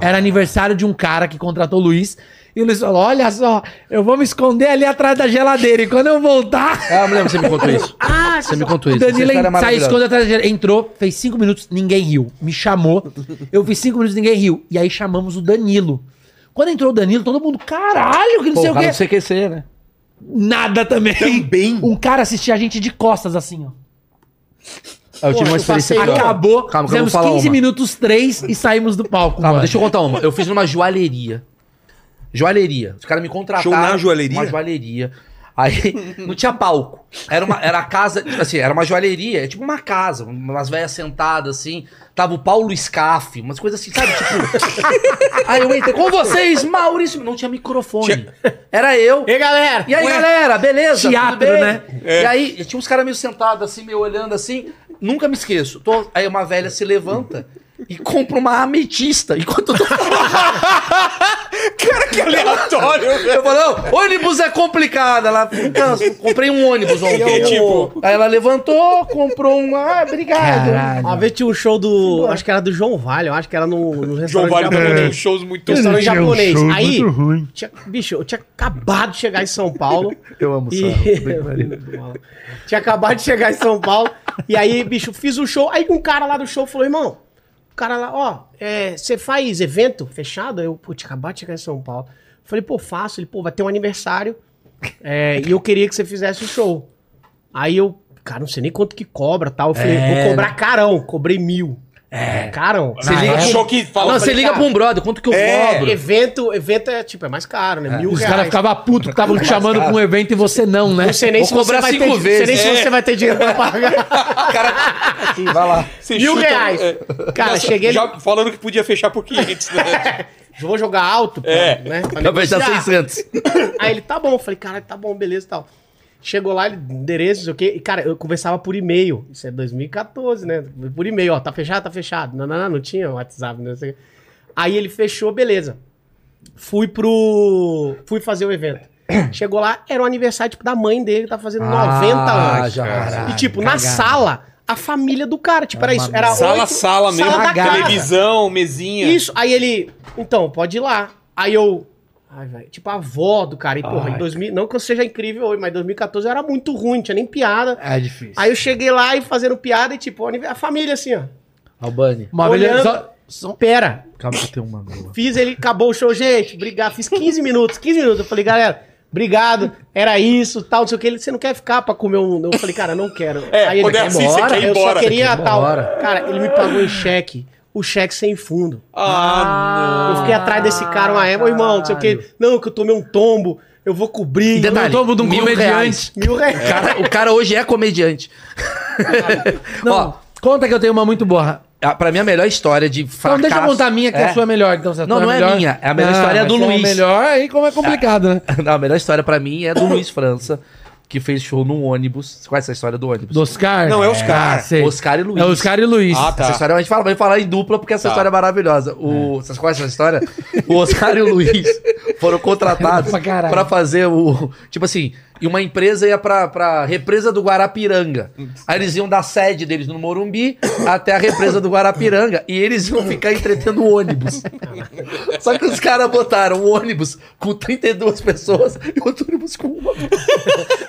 Era aniversário de um cara que contratou o Luiz. E o Luiz falou: Olha só, eu vou me esconder ali atrás da geladeira. E quando eu voltar. Ah, eu me lembro, você me contou isso. Ah, você me contou O isso. Danilo Essa história é saiu maravilhosa. esconde atrás da geladeira. Entrou, fez cinco minutos, ninguém riu. Me chamou. Eu fiz cinco minutos, ninguém riu. E aí chamamos o Danilo. Quando entrou o Danilo, todo mundo, caralho, que não Pô, sei o o cara quê. do CQC, né? Nada também. Também? Um cara assistia a gente de costas, assim, ó. Ah, Eu tive uma experiência pior. Acabou, Calma, que eu vou fizemos falar 15 uma. minutos, três e saímos do palco. Calma, mano. deixa eu contar uma. Eu fiz numa joalheria. Joalheria. Os caras me contrataram. Show na joalheria? Uma joalheria. Aí não tinha palco. Era uma era a casa, tipo assim, era uma joalheria, é tipo uma casa, umas velhas sentadas assim. Tava o Paulo Scaff, umas coisas assim, sabe? Tipo. Aí eu entrei com vocês, Maurício. Não tinha microfone. Era eu. E aí, galera? E aí, galera, beleza? Teatro, Tudo bem? né? É. E aí, tinha uns caras meio sentados, assim, meio olhando assim. Nunca me esqueço. Tô- Aí uma velha se levanta e compra uma ametista. Enquanto eu tô Cara, que aleatório, velho. Eu falo, não, ônibus é complicado. Ela, "Então, comprei um ônibus ontem. É tipo- Aí ela levantou, comprou um. Ah, obrigado. Uma vez tinha um show do. Acho que era do João Vale, eu acho que era no, no João restaurante Vale tá japonês. fazendo shows muito... Restaurante Tinha um japonês. show Aí, muito ruim. tinha- bicho, eu tinha acabado de chegar em São Paulo. Eu amo E... Tinha acabado de chegar em São Paulo. E aí, bicho, fiz o show. Aí um cara lá do show falou, irmão, o cara lá, ó, é, você faz evento fechado? Eu, pô, tinha acabado de chegar em São Paulo. Falei, pô, faço. Ele, pô, vai ter um aniversário. é, e eu queria que você fizesse o show. Aí eu, cara, não sei nem quanto que cobra tal. Eu falei, É. vou cobrar carão. Cobrei mil. É. Carão. Você liga, pro- Achou que fala- não, você falei, liga cara, É. pra um brother, quanto que eu cobro? É, Evento, evento é, tipo, é mais caro, né? Mil Os reais. caras ficavam putos que estavam te chamando pra um evento e você não, né? Não sei nem Vou se você cobrar vai ter, cinco não sei nem vezes. se você vai ter dinheiro pra pagar. você Mil chuta- reais. é. Cara, Nossa, cheguei- Já falando que podia fechar por 500, né? Eu vou jogar alto, pra, É. né? pra Vai dar negociar. 600. Aí ele, tá bom. Eu falei, cara, tá bom, beleza e tal. Chegou lá, ele, endereço, não sei o quê. E, cara, eu conversava por e-mail. Isso é 2014, né? Por e-mail, ó, tá fechado, tá fechado. Não, não, não, não tinha WhatsApp, não sei o quê. Aí ele fechou, beleza. Fui pro... Fui fazer o evento. Chegou lá, era o aniversário, tipo, da mãe dele, que tá fazendo 90 anos. já, E, tipo, na sala, a família do cara, tipo, era isso. Era Sala, oito- sala mesmo, da casa. televisão, mesinha. Isso. Aí ele, então, pode ir lá. Aí eu, Ai, velho. Tipo, a avó do cara. E, porra, em 2000, não que eu seja incrível hoje, mas em 2014 eu era muito ruim, tinha nem piada. É difícil. Aí eu cheguei lá e fazendo piada e, tipo, a família assim, ó. Albani. Uma vez olhando- só, um só- Pera, Calma que eu tenho uma boa. Fiz ele, acabou o show, gente. Obrigado. Fiz 15 minutos, 15 minutos. Eu falei, galera, obrigado. Era isso, tal, não sei o que. Ele, você não quer ficar pra comer um. Eu falei, cara, não quero. É, quando é assim, você quer ir eu embora. só queria Quer ir tal. embora. Cara, ele me pagou em cheque. O cheque sem fundo. Ah, eu fiquei atrás desse cara uma época, "Ô, irmão, não sei o que. Não, que eu tomei um tombo, eu vou cobrir. Detalhe, eu tomei um tombo mil reais. Mil reais. O cara, o cara hoje é comediante. Não, Ó, conta que eu tenho uma muito boa. a- Ah, pra mim a melhor história de Então fracasso... deixa eu contar a minha, que a sua é melhor. Então, se a Não, tua não é melhor- Ah, minha, é a melhor história mas do se uma Luiz. melhor, aí como é complicado, né? Não, a melhor história pra mim é do Luiz França, que fez show num ônibus. Qual é essa história do ônibus? Do Oscar? Não, é Oscar. Ah, sei. Oscar e Luiz. É Oscar e Luiz. Ah, Essa tá. história a gente fala, vai falar em dupla porque essa história é maravilhosa. O, Vocês conhecem essa história? O Oscar e o Luiz foram contratados Pra caralho. pra fazer o. Tipo assim, e uma empresa ia pra, pra represa do Guarapiranga. Aí eles iam da sede deles no Morumbi até a represa do Guarapiranga e eles iam ficar entretendo o ônibus. Só que os caras botaram um ônibus com 32 pessoas e outro ônibus com uma.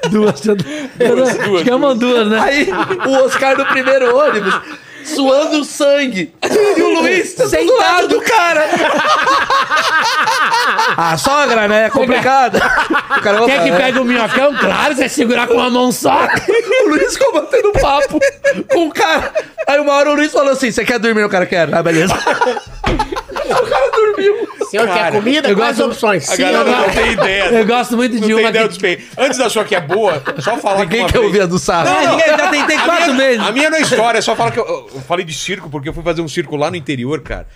Duas. duas, duas, Chamam duas, né? Aí o Oscar no primeiro ônibus. Suando sangue. E o Luiz sentado do cara. Ah, A sogra, né? É Complicado. O cara né? Quer que pegue o minhocão? Claro, você segurar com uma mão só. O Luiz ficou batendo papo com o cara. Aí uma hora o Luiz falou assim: Você quer dormir? O cara quer. Ah, beleza. O senhor quer comida? eu Quais gosto- opções? a Sim, galera não. não tem ideia. Eu gosto muito Não de tem uma ideia que... do espelho. Antes da sua que é boa, só falar Ninguém uma quer vez- ouvir a do Sábado. Não, não. Ninguém- já tentei A quatro minha- vezes. A minha não é história, é só falar que eu, eu falei de circo, porque eu fui fazer um circo lá no interior, cara.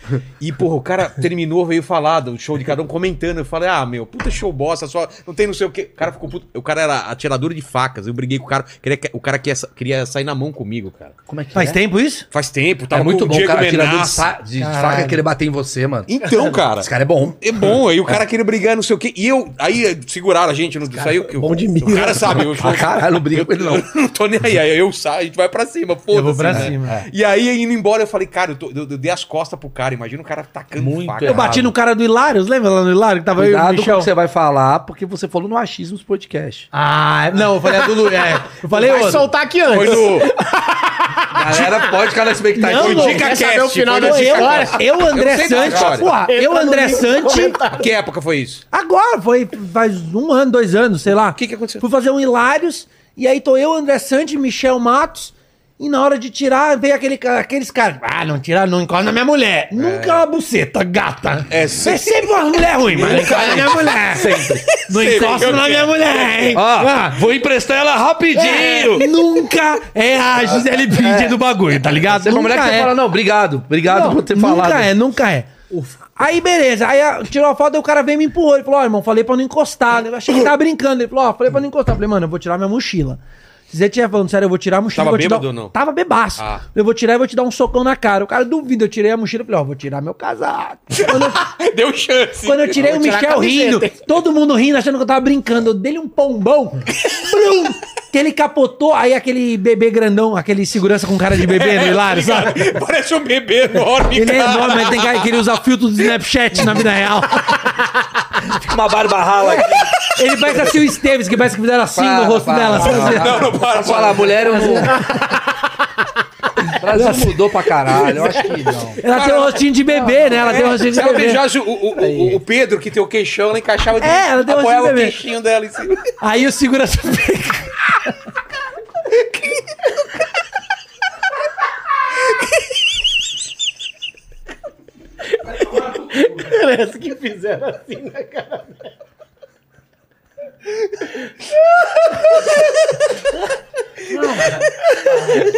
E, porra, o cara terminou, veio falar do show de cada um, comentando. Eu falei, ah, meu, puta show bosta, só não tem não sei o quê. O cara ficou puto. O cara era atirador de facas. Eu briguei com o cara. Queria, que- o cara queria, sa- queria sair na mão comigo, cara. Como é que Faz tempo isso? Faz tempo, tava É muito com bom o cara atirador de, Menace. sa de faca querer bater em você, mano. Então, cara. Esse cara é bom. É bom, aí o cara queria brigar, não sei o quê. E eu, aí seguraram a gente, não saiu. eu- bom de mira. O cara sabe, eu Ah, caralho, não briga com ele não. não tô nem aí. Aí eu saio, a gente vai pra cima, foda-se. Eu vou pra né? cima. E aí, indo embora, eu falei, cara, eu, tô- eu- eu dei as costas pro cara. Imagina o cara tacando Muito faca. Eu bati no cara do Hilários, lembra lá no Hilário que tava eu e o Cuidado com o Michel? que você vai falar, porque você falou no achismos podcast. Ah, não, eu falei a do Lu. É. Eu falei Vai outra. soltar aqui antes. Foi no. Galera, pode ficar na expectativa. Não, foi não, Dica quer saber Cast, o final foi da no dica. Dica Cast. Agora, eu, André Eu sei da Sante. história. Porra, eu, Entra André no link Sante. Que época foi isso? Agora, foi faz um ano, dois anos, sei lá. O que que aconteceu? Fui fazer um Hilários, e aí tô eu, André Sante, Michel Matos, e na hora de tirar, veio aquele, ca- aqueles caras. Ah, não tira, não encosta na minha mulher. Nunca é uma buceta, gata. É, É se- sempre uma mulher ruim, mas não encosta na minha mulher. Não encosta na minha mulher, hein? Ah, Vou emprestar ela rapidinho. é, nunca é a Gisele Bündchen do bagulho, tá ligado? Você é uma mulher que Nunca você fala, não, obrigado, obrigado Não, por ter nunca falado. é, nunca é. Aí, beleza. Aí a- tirou a foto, aí o cara veio e me empurrou. Ele falou, ó, irmão, falei pra não encostar. Eu achei que tava brincando. Ele falou, ó, falei pra não encostar. Eu falei, mano, eu vou tirar minha mochila. Se você estiver falando sério, eu vou tirar a mochila. Tava vou te dar bêbado um- ou não? Tava bebaço. Ah. Eu vou tirar e vou te dar um socão na cara. O cara duvida, eu tirei a mochila. Eu falei, ó, vou tirar meu casaco. Quando eu, Deu chance. quando eu tirei um o Michel rindo, todo mundo rindo, achando que eu tava brincando. Eu dei um pombão. Blum! que ele capotou. Aí aquele bebê grandão, aquele segurança com cara de bebê no Hilário, sabe? Parece um bebê enorme, Ele é cara. enorme, mas tem cara que ele usa filtro do Snapchat na vida real. Uma barba rala aqui. Ele parece a Sil Esteves, que parece que fizeram assim Para, no rosto para, dela. assim, para, sabe? Não, não, para, Fala, a para. mulher eu não... O Brasil mudou pra caralho, eu acho que não. Ela tem um rostinho de bebê, né? Ela É, tem um rostinho de Se ela bebê. beijasse o, o- o- o Pedro, que tem o queixão, ela encaixava de É, ela deu uma apoiava de o bebê. queixinho dela assim. em cima. Aí o segurança... Parece que fizeram assim na cara dela.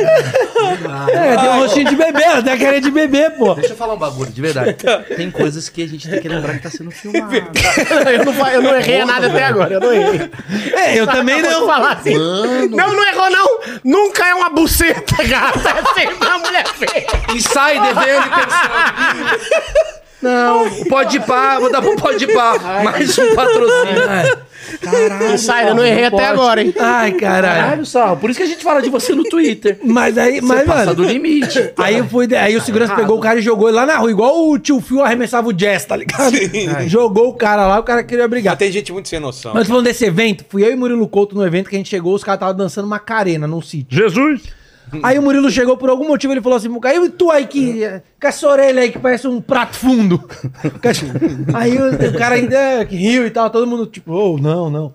É, tem um rostinho de bebê, ela tem a cara de bebê, pô. Deixa eu falar um bagulho, de verdade. Tem coisas que a gente tem que lembrar que tá sendo filmado. Eu não, fa- eu não errei nada até agora, eu não errei. É, eu também Acabou de não. falar assim. Não, não errou, não. Nunca é uma buceta, gata. É sempre uma mulher feia. E sai devendo e pensando. Não, pode pá, vou dar pro pode pá. Mais um patrocínio. Caralho. Sai, eu não errei até agora, hein? Ai, caralho. Caralho, Sal, por isso que a gente fala de você no Twitter. Mas aí, Você mas, passa mano. do limite. né? Tá Aí, eu fui, aí o segurança pegou o cara e jogou ele lá na rua, igual o tio Phil arremessava o Jazz, tá ligado? Ai. Jogou o cara lá, o cara queria brigar. Mas tem gente muito sem noção. Mas falando desse evento, fui eu e Murilo Couto no evento que a gente chegou, os caras estavam dançando Macarena num sítio. Jesus! Aí o Murilo chegou por algum motivo, ele falou assim, Muca, e tu aí que, com essa orelha aí que parece um prato fundo. aí o, o cara ainda que riu e tal, todo mundo tipo, ô, não, não.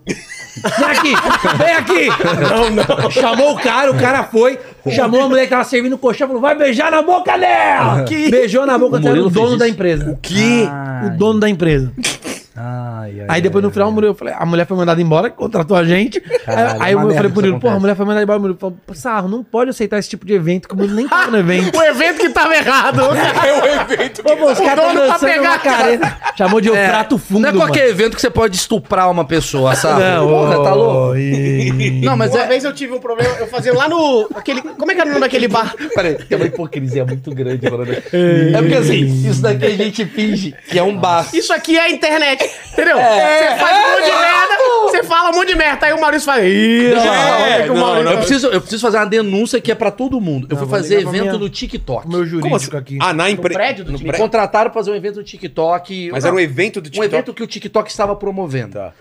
Vem aqui, vem aqui. Não, não. Chamou o cara, o cara foi, chamou a mulher que tava servindo o colchão, falou, vai beijar na boca dela. Beijou na boca dela, Murilo o fez dono isso? da empresa. O quê? O dono da empresa. É. Aí depois no final o Murilo, eu falei, a mulher foi mandada embora, contratou a gente. Caralho, aí aí uma eu merda falei, isso Murilo, porra, a acontece. mulher foi mandada embora. O Murilo falou, pô, Sarro, não pode aceitar esse tipo de evento, que o Murilo nem tá no evento. O evento que tava errado. É o evento Pô, os caras dono tão pra dançando pegar, uma careta. Chamou de o É, prato fundo, Não é qualquer mano. evento que você pode estuprar uma pessoa, sabe? Não, Porra, tá louco? oi. Não, mas Uma é. vez eu tive um problema, eu fazia lá no. Aquele, como é que era o nome daquele bar? Peraí, tem uma hipocrisia muito grande, mano. É porque assim, isso daqui a gente finge que é um bar. Isso aqui é a internet, entendeu? É. Você faz um monte de merda, você fala um monte de merda. Aí o Maurício fala. Ih, Deixa eu falar, olha olha que que o uma hora- Maurício- eu, preciso, eu preciso fazer uma denúncia que é pra todo mundo. Eu fui fazer ligar pra evento minha- no TikTok. Meu jurídico assim? aqui. Ah, na empresa. prédio do no time? Me prédio. contrataram pra fazer um evento no TikTok. Mas Não, era um evento do um TikTok. evento que o TikTok estava promovendo. Tá.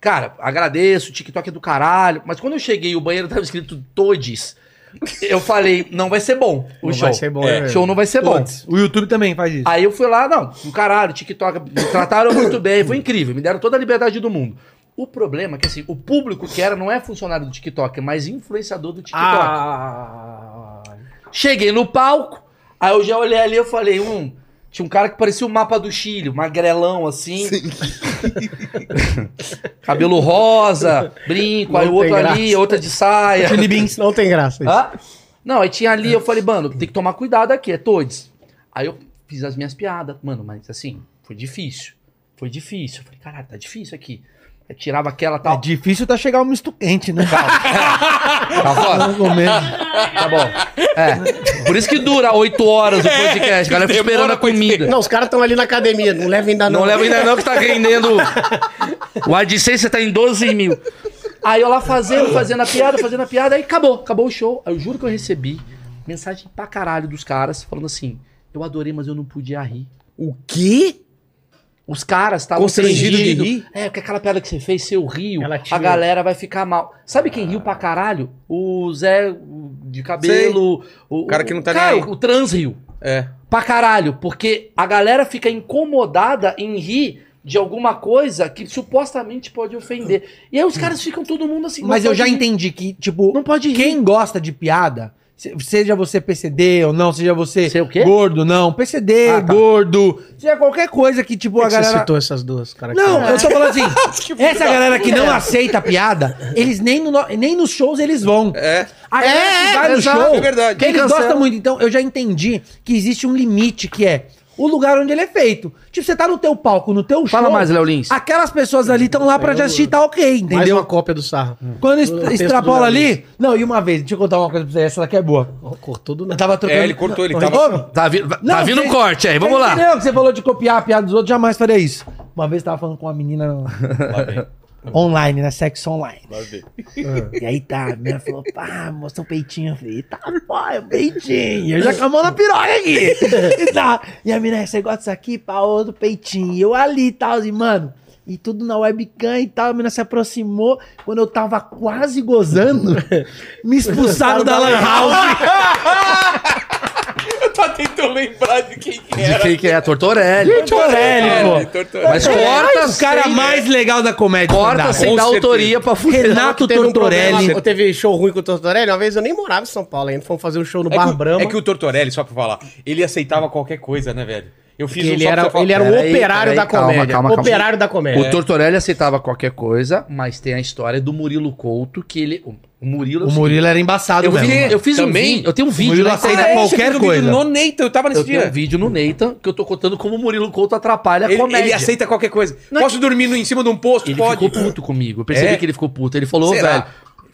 Cara, agradeço, o TikTok é do caralho. Mas quando eu cheguei, o banheiro tava escrito Todes. Eu falei, não vai ser bom o Não show. vai ser bom, É, né? show não vai ser bom. Putz, O YouTube também faz isso. Aí eu fui lá, não, do caralho, TikTok, me trataram muito bem, foi incrível, me deram toda a liberdade do mundo. O problema é que, assim, o público que era não é funcionário do TikTok, é mais influenciador do TikTok. Ah. Cheguei no palco, aí eu já olhei ali eu falei, um. Tinha um cara que parecia o mapa do Chile, magrelão assim. Cabelo rosa, brinco, aí Não o outro tem ali, graça. outra de Ah. saia. Chili Beans não tem graça. isso. Hã? Não, aí tinha ali, eu falei, mano, tem que tomar cuidado aqui, é todos. Aí eu fiz as minhas piadas, mano, mas assim, foi difícil. Foi difícil. Eu falei, caralho, tá difícil aqui. Eu tirava aquela É tal. difícil tá chegar um misto quente, né? Tá fora? Não comendo. Tá bom. É. Por isso que dura oito horas o podcast, a galera fica esperando a comida. Não, os caras estão ali na academia, não leva ainda não. Não leva ainda não que tá rendendo. O AdSense tá em 12 mil. Aí eu lá fazendo, fazendo a piada, fazendo a piada, aí acabou, acabou o show. Aí eu juro que eu recebi mensagem pra caralho dos caras falando assim: eu adorei, mas eu não podia rir. O quê? Os caras estavam Constrangido de ofendidos. rir? É, porque aquela piada que você fez, seu rio, Ela a tinha- galera vai ficar mal. Sabe quem riu pra caralho? O Zé de cabelo. O, cara que não tá cara, nem aí. O trans riu É. pra caralho, porque a galera fica incomodada em rir de alguma coisa que supostamente pode ofender. E aí os caras ficam todo mundo assim. Mas não eu já pode rir. entendi que, tipo, Não pode rir. quem gosta de piada, se- seja você PCD ou não, seja você Sei o quê? gordo, não, PCD, Ah, tá. gordo, seja qualquer coisa que, tipo, Por a que que você galera. citou essas duas, cara? Não, eu tô falando assim, essa galera que não aceita a piada, eles nem, no, nem nos shows eles vão. É. A galera que vai no exato, show, é verdade. quem eles Quem cancela? gostam muito. Então, eu já entendi que existe um limite que é o lugar onde ele é feito. Tipo, você tá no teu palco, no teu show. Fala mais, Léo Lins. Aquelas pessoas ali estão lá pra te assistir, tá ok, entendeu? Mais uma cópia do sarro. Quando es- texto do extrapola Leonardo. ali. Não, e uma vez, deixa eu contar uma coisa pra você, essa daqui é boa. Cortou do Eu nada. tava trocando. É, ele cortou, ele Ô, tava- Ricom, Tá, vi... Não, tá vindo cê- um corte aí, vamos você lá. entendeu que você falou de copiar a piada dos outros, jamais faria isso. Uma vez eu tava falando com uma menina online, né? Sexo online. E aí tá, a menina falou, pá, mostrou o peitinho. Eu falei, eita, pô, é um peitinho. Eu já com a mão na piroca aqui. E, tá. e a menina, você gosta disso aqui? Pá, outro peitinho. E eu ali e tal, assim, mano. E tudo na webcam e tal. A menina se aproximou. Quando eu tava quase gozando, me expulsaram da Lan House. Eu tô tentando lembrar de quem que De quem que é? Tortorelli. Tortorelli, pô. Tortorelli. Mas corta O cara sem- mais legal da comédia. Corta stand-up. sem Com dar certeza. autoria pra fuder. Renato Teve um problema, Tortorelli. eu teve show ruim com o Tortorelli. Uma vez eu nem morava em São Paulo ainda. Fomos fazer um show no É Bar que, o- Brahma. é que o Tortorelli, só pra falar, ele aceitava qualquer coisa, né, velho? Eu fiz ele, só pra era, você falar. ele era um Peraí, operário peraí, da calma, comédia. calma, calma. Operário da É. comédia. O Tortorelli aceitava qualquer coisa, mas tem a história do Murilo Couto, que ele. O Murilo. assim, O Murilo era embaçado eu, mesmo. fiz, eu fiz um Também? vídeo. Eu tenho um vídeo. Murilo na aceita internet. qualquer Você viu o vídeo coisa. Ah, é, No Neito, eu tava nesse Eu tenho um dia. vídeo no Nathan que eu tô contando como o Murilo Couto atrapalha a Ele, comédia. ele aceita qualquer coisa. Posso dormir no- em cima de um posto? Ele Pode. ficou puto comigo. Eu percebi É? que ele ficou puto. Ele falou, Será? velho.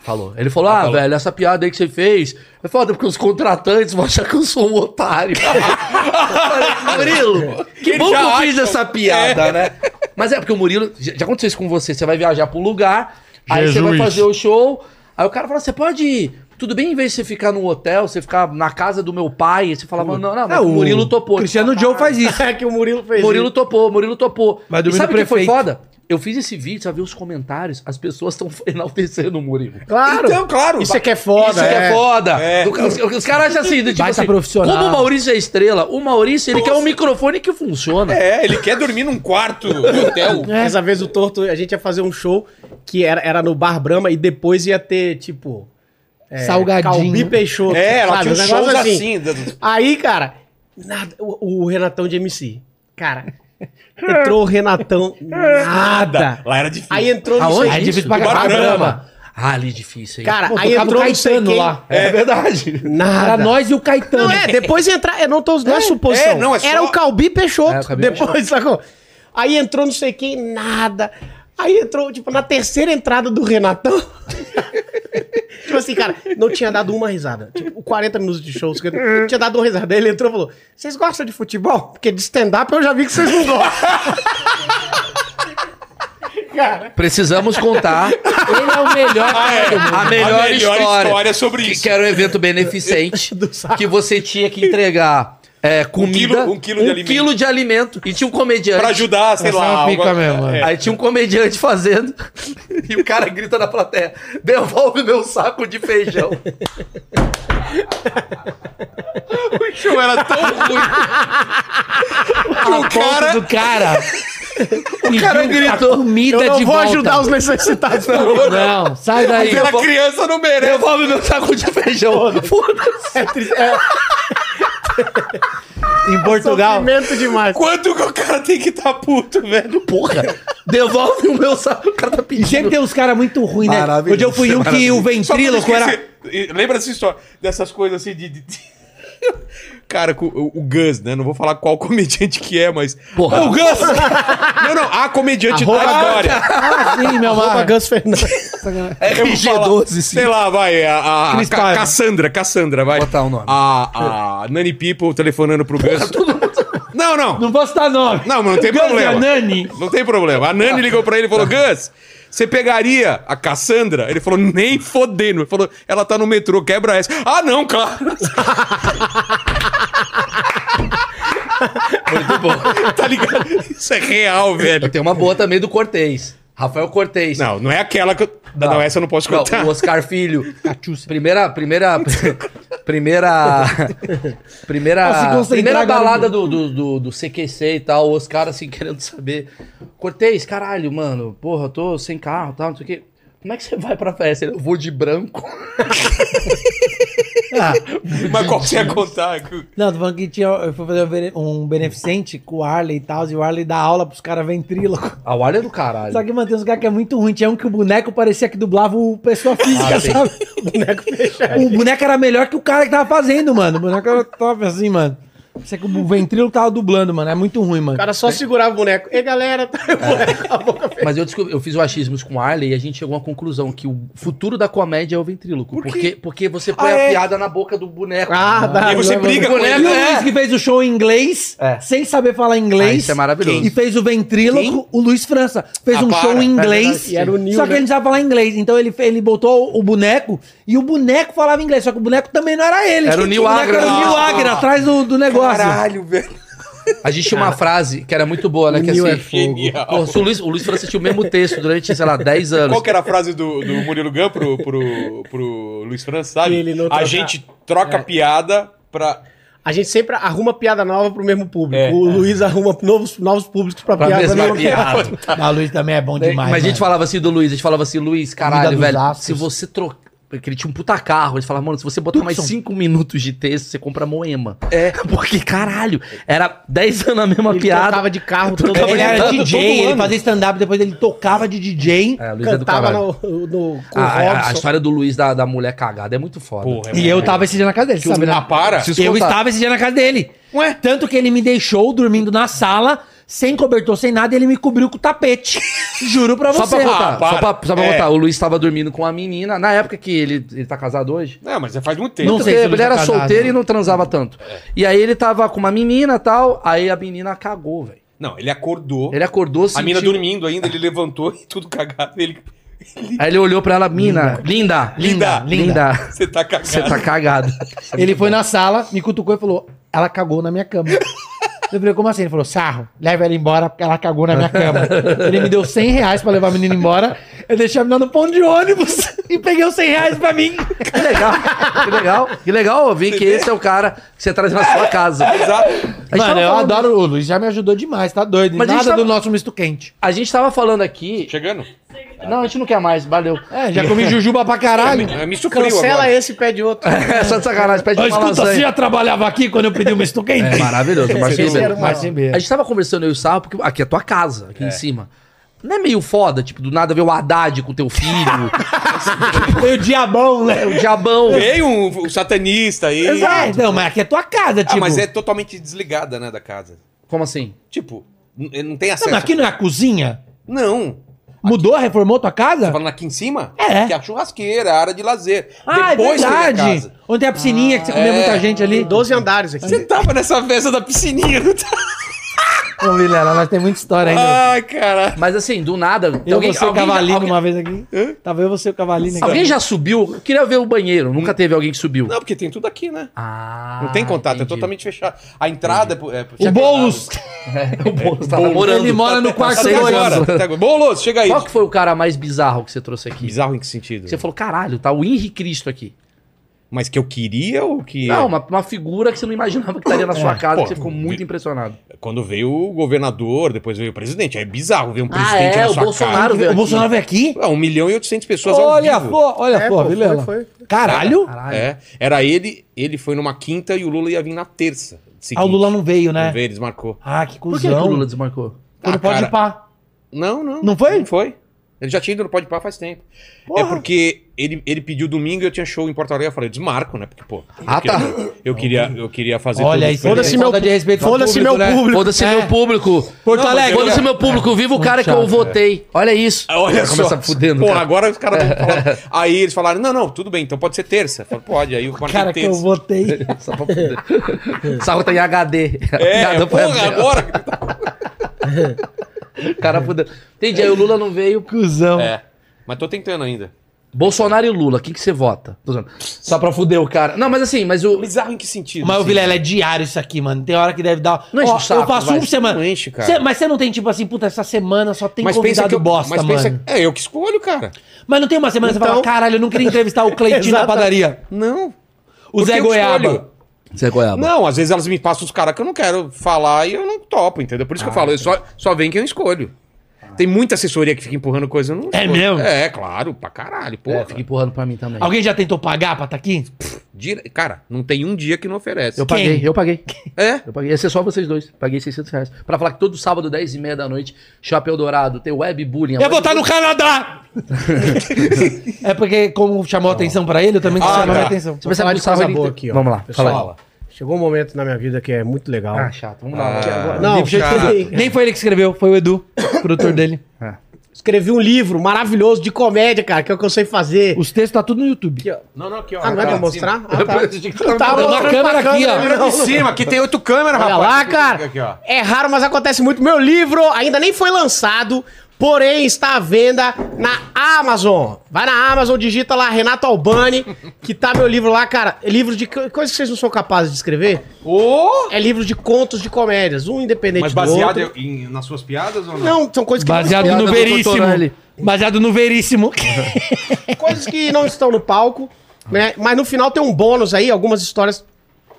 Falou. Ele falou, ah, velho, essa piada aí que você fez é foda, porque os contratantes vão achar que eu sou um otário. Eu falei, Murilo, que Ele bom que já eu fiz acha. essa piada, né? Mas é porque o Murilo. Já já aconteceu isso com você. Você vai viajar para um lugar, aí você vai Jesus. fazer o show, aí o cara fala: você pode ir. Tudo bem, em vez de você ficar no hotel, você ficar na casa do meu pai, você falava, não, não, mas o Murilo topou. É, Cristiano Joe faz isso. É que o Murilo fez. Murilo topou, Murilo topou. Vai e dormir sabe o no que foi prefeito. foda? Eu fiz esse vídeo, você vai ver os comentários, as pessoas estão enaltecendo o Murilo. Claro. Então, claro. Isso é que é foda. Isso que é, foda. É. Do- Os, os caras acham assim, do tipo Baita assim, profissional. como o Maurício é estrela, o Maurício, ele quer um microfone que funciona. É, ele quer dormir num quarto de hotel. Essa vez o Torto, a gente ia fazer um show que era, era no Bar Brahma e depois ia ter, tipo... é, Salgadinho. Calbi Peixoto. É, ela sabe? tinha Um uns negócio shows assim. da- Aí, cara, nada, o, o Renatão de MC. Cara, entrou o Renatão, nada. Lá era difícil. Aí entrou não Aonde? sei- É difícil pra Bar caralho. Brahma. Ah, ali é difícil, hein? Cara, Pô, aí tocava entrou o não sei Caetano quem. lá. é, verdade. Nada. Era nós e o Caetano. Não, é, depois entrar. É, não, tô, não é, suposição. é, não, é só- Era o Calbi Peixoto. É, o Calbi depois, sacou? Aí entrou não sei quem, nada. Aí entrou, tipo, na terceira entrada do Renatão. tipo assim, cara, não tinha dado uma risada. Tipo, 40 minutos de show, 50, não tinha dado uma risada. Aí ele entrou e falou: Vocês gostam de futebol? Porque de stand-up eu já vi que vocês não gostam. Precisamos contar Ah, Ele é o melhor cara do mundo. a melhor, Ah, a melhor história, é história. sobre que, isso. que era um evento beneficente que você tinha que entregar é, comida, quilo- um quilo de alimento. quilo de alimento. E tinha um comediante. Pra ajudar, sei Essa é lá. uma pica alguma- mesmo, é. Aí tinha um comediante fazendo e o cara grita na plateia: devolve meu saco de feijão. O show era tão ruim. que o cara... do cara. O cara gritou: Comida Eu não de vou volta. ajudar os necessitados. não. Não, sai daí. Aquela criança não merece. devolve meu saco de feijão. Foda-se. É, tri- é Em Portugal. sofrimento demais. Quanto que o cara tem que estar tá puto, velho? Porra, devolve o meu saco. O cara tá E sempre pedindo. tem uns caras muito ruins, né? Maravilhoso, Hoje eu fui um que Só pra o não ventríloco era. esquecer, Lembra dessa história, dessas coisas assim de. de- de- Cara, com o, o Gus, né? Não vou falar qual comediante que é, mas. Porra. O Gus! não, não, a comediante da história. Sim, meu Arroba amor. Gus Fernandes. Eu vou falar, RG12, sim. Sei lá, vai. A, a, Cris Ca- Paiva. Cassandra, Cassandra, vai. Botar o nome. A, a Nani People telefonando pro Gus. Não, não. Não vou citar nome. Não, mas não tem Gus problema. e a Nani. Não tem problema. A Nani ligou pra ele e falou: Gus, você pegaria a Cassandra? Ele falou: nem fodendo. Ele falou: ela tá no metrô, quebra essa. Ah, não, claro. Muito bom. tá ligado? Isso é real, velho. Tem uma boa também do Cortez. Rafael Cortez. Não, não é aquela que eu. Não, essa eu não posso Não, contar. o Oscar Filho. Primeira. Primeira. Primeira. se Primeira. concentrar Primeira agora. balada do, do, do, do CQC e tal. O Oscar, assim, querendo saber. Cortez, caralho, mano. Porra, eu tô sem carro e tal, não sei o quê. Como é que você vai pra festa? Ele, Eu vou de branco. Mas qual que você ia contar? Que- Não, tô falando que tinha, eu fui fazer um bene- um beneficente com o Arley e tal, e o Arley dá aula pros caras ventríloco. A Warner é do caralho. Só que mano, tem uns caras que é muito ruim. Tinha um que o boneco parecia que dublava o pessoa física, Ah, sim. É, sabe? O boneco fechado. O boneco era melhor que o cara que tava fazendo, mano. O boneco era top assim, mano. Parecia que o ventríloco tava dublando, mano. É muito ruim, mano. O cara só segurava o boneco. E galera, tá o boneco com a boca fechada. Mas eu, descobri- eu fiz o achismos com o Arley e a gente chegou à conclusão que o futuro da comédia é o ventríloco. porque, porque você põe a piada na boca do boneco. Ah, dá. E aí você briga com E ele. o Luiz que fez o show em inglês, É. sem saber falar Ah, inglês. isso é maravilhoso. E fez o ventríloco, o Luiz França. Fez Ah, um para. show em inglês. verdade. E era o Nil, só que né? ele não sabia falar inglês. Então ele, fe- ele botou o boneco e o boneco falava inglês. Só que o boneco também não era ele. Era o Nil boneco Agra. Era o Nil Ah. Agra, atrás do, do negócio. Caralho, velho. A gente tinha uma frase que era muito boa, né? Que assim, Nil é genial. Pô, se o Luiz, o Luiz França tinha o mesmo texto durante, sei lá, 10 anos. Qual que era a frase do, do Murilo Gun pro, pro, pro Luiz França, sabe? Que ele É. não a troca- gente troca piada pra. A gente sempre arruma piada nova pro mesmo público. É. o Luiz arruma novos, novos públicos pra, Pra piada. mesma pra mesma piada. piada. Ah, o Luiz também é bom demais. né? Mas a gente mano. falava assim do Luiz, a gente falava assim, Luiz, caralho, dos velho, astros. se você trocar. Porque ele tinha um puta carro. A gente falava, mano, se você botar mais 5 minutos de texto, você compra Moema. É. Porque, caralho, era 10 anos a mesma Ele piada. trocava de carro todo Trocava Ele dia. de- era Todo DJ, ele ano. fazia stand-up, depois ele tocava de DJ. É, o Luiz é do Cantava caralho. no, no, com A, o a- a Robson. história do Luiz da, da mulher cagada é muito foda. E eu tava esse dia na casa dele, sabe? né? Ah, para! Preciso Eu contar. estava esse dia na casa dele. Ué? Tanto que ele me deixou dormindo na sala, sem cobertor, sem nada, e ele me cobriu com o tapete. Juro pra Só você. pra contar, para. só pra, só pra É. contar. O Luiz tava dormindo com uma menina, na época que ele, ele tá casado hoje. Não, mas já faz muito tempo. Não sei se Porque ele ele tá era casado, solteiro né? e não transava tanto. E aí ele tava com uma menina e tal, aí a menina cagou, velho. Não, ele acordou. Ele acordou, a mina sentiu- dormindo ainda, ele levantou e tudo cagado. Ele. ele Aí ele olhou pra ela, mina, linda, linda, linda. Você tá cagado. Você tá cagado. Ele foi na sala, me cutucou e falou: Ela cagou na minha cama. Eu falei, como assim? Ele falou, sarro, leva ela embora porque ela cagou na minha cama. Ele me deu 100 reais pra levar a menina embora. Eu deixei a menina no ponto de ônibus e peguei os 100 reais pra mim. Que legal, que legal. Que legal ouvir que esse é o cara que você traz na sua casa. Exato. A gente Mano, tava eu falando- adoro o Luiz, já me ajudou demais, tá doido. Mas a Nada gente tava- do nosso misto quente. A gente tava falando aqui... Chegando? Não, a gente não quer mais, valeu. É, já comi jujuba pra caralho. Ah, Me supriu Cancela agora. esse e pede outro. É só de sacanagem, pede Ô, uma escuta, você lasanha. já trabalhava aqui quando eu pedi um misto quente? É maravilhoso, Marcinho assim, Esse Ribeiro. era o Marcinho A Ribeiro. gente tava conversando eu e o Sarro, porque aqui é a tua casa, aqui em cima. Não é meio foda, tipo, do nada ver o Haddad com teu filho, Foi o diabão, né? É o diabão. Veio um, um satanista aí. Exato. Não, mas aqui é tua casa, Ah, tipo. mas é totalmente desligada, né, da casa. Como assim? Tipo, n- não tem Não, acesso. mas aqui não é a cozinha? Não. Mudou, reformou tua Tá casa? falando aqui em cima? É. Que é a churrasqueira, a área de lazer. Ah, é Depois teve a verdade. casa. Onde tem a piscininha que você É. comia muita gente ali. 12 andares aqui. Você tava nessa festa da piscininha, não tá? Ô, Vilela, nós tem muita história ainda. Ai, cara. Mas assim, do nada. eu, Ah, alguém- você e o alguém já- Cavalini alguém- uma vez aqui. Tava eu, Hum. você e o Cavalini aqui. Alguém já subiu? Eu queria ver o banheiro. Nunca teve alguém que subiu. Não, porque tem tudo aqui, né? Ah, Não tem contato, entendi. é totalmente fechado. A entrada é, pro- é, pro- O Boulos! O Boulos tá namorando. Ele mora no Tá quarto seis Até agora. anos. até agora. Boulos, chega aí. Qual que foi o cara mais bizarro que você trouxe aqui? Bizarro em que sentido? Você falou, caralho, tá o Henri Cristo aqui. Mas que eu queria ou que. Não, uma, uma figura que você não imaginava que estaria na sua casa, pô, que você ficou muito vi- impressionado. é? Quando veio o governador, depois veio o presidente. É bizarro ver um presidente é, na o sua Bolsonaro cara. veio O Bolsonaro veio aqui? É, 1 milhão e 800 pessoas Olha, ao vivo. pô, olha, É, pô, pô, Vilela. foi, foi. Caralho? Caralho. É, era ele, ele foi numa quinta e o Lula ia vir na terça. seguinte. Ah, o Lula não veio, Não né? veio, eles marcou. Ah, que Por que, que cuzão. o Lula desmarcou? Ah, Pô, não pode cara. ir pá. Não, não. Não foi? Não foi. Ele já tinha ido no Pode Par faz tempo. É porque ele, ele pediu domingo e eu tinha show em Porto Alegre. Eu falei, desmarco, né? Porque, pô. Ah, eu tá. Queria, eu, queria, eu queria fazer Olha tudo isso. diferente. Foda-se meu- falta de respeito com o foda-se meu né? público. Foda-se meu público. Porto Não, Alegre. mas Foda-se meu público. Viva o cara que eu chato, votei. Olha isso. É, Olha Já só. Começa fudendo. Pô, cara. agora os É. caras vão falar. Aí eles falaram, não, não, tudo bem, então pode ser terça. Eu falei, pode. Aí eu marquei Cara, que eu terça. votei. Só pra fuder. Sarro tá em HD. É, Piada foi porra, aberta. agora. tá- O cara fudeu. Entendi, aí o Lula não veio. Cusão. É. Mas tô tentando ainda. Bolsonaro e Lula, quem que você vota? Tô zoando. Só pra fuder o cara. Não, mas assim, mas o... Bizarro em que sentido? Mas, o assim? Vilela, é diário isso aqui, mano. Tem hora que deve dar. Não enche Ó, o saco, eu faço vai. um por semana. Não enche, cara. Cê- mas você não tem, tipo assim, puta, essa semana só tem Mas pensa é convidado que eu, bosta, mas mano. pensa, é eu que Então- escolho, cara. Mas não tem uma semana que você fala, caralho, eu não queria entrevistar o Cleitinho na Exato. padaria. Não. O Porque Zé eu escolho. Goiaba. Você é goiaba. Não, às vezes elas me passam os caras que eu não quero falar e eu não topo, entendeu? Por isso que eu falo, eu só, só vem quem eu escolho. Tem muita assessoria que fica empurrando coisa, eu não É escolho. mesmo? É, claro, pra caralho, porra. É, fica empurrando pra mim também. Alguém já tentou pagar pra estar aqui? Dire- Cara, não tem um dia que não oferece. Eu paguei, eu paguei. É? Eu paguei. Ia ser só vocês dois. Paguei 600 reais. Pra falar que todo sábado, 10 e meia da noite, Chapéu Dourado, tem web bullying. Eu vou tá- estar no Canadá! é porque, como chamou a atenção pra ele, eu também quis Tá Ah, chamar tá. minha atenção. Você vai falar saber de do sarro coisa ele boa inte- aqui, ó. Vamos lá, Pessoal, fala aí. Chegou um momento na minha vida que é muito legal. Ah, chato. Vamos lá. Ah, Não, Deixa eu te cara. dizer, Nem foi ele que escreveu, foi o Edu, produtor dele. Escrevi um livro maravilhoso de comédia, cara, que é o que eu sei fazer. Os textos tá tudo no YouTube. Aqui, ó. Não, não, aqui, ó. Ah, não é pra eu mostrar? Ah, tá. Tá Eu tava na mostrando câmera pra aqui, ó. câmera, né? não. Em cima, aqui tem oito câmeras, Olha rapaz. lá, Aqui, cara. Aqui, ó. É raro, mas acontece muito. Meu livro ainda nem foi lançado, porém está à venda na Amazon. Vai na Amazon, digita lá Renato Albani, que tá meu livro lá, cara. É livro de co- coisas que vocês não são capazes de escrever. Ô! É livro de contos de comédias, um independente Mas do baseado outro. em- nas suas piadas ou não? Não, são coisas que Baseado não no do Veríssimo. Tortorelli. Baseado no Veríssimo. coisas que não estão no palco, né? Mas no final tem um bônus aí, algumas histórias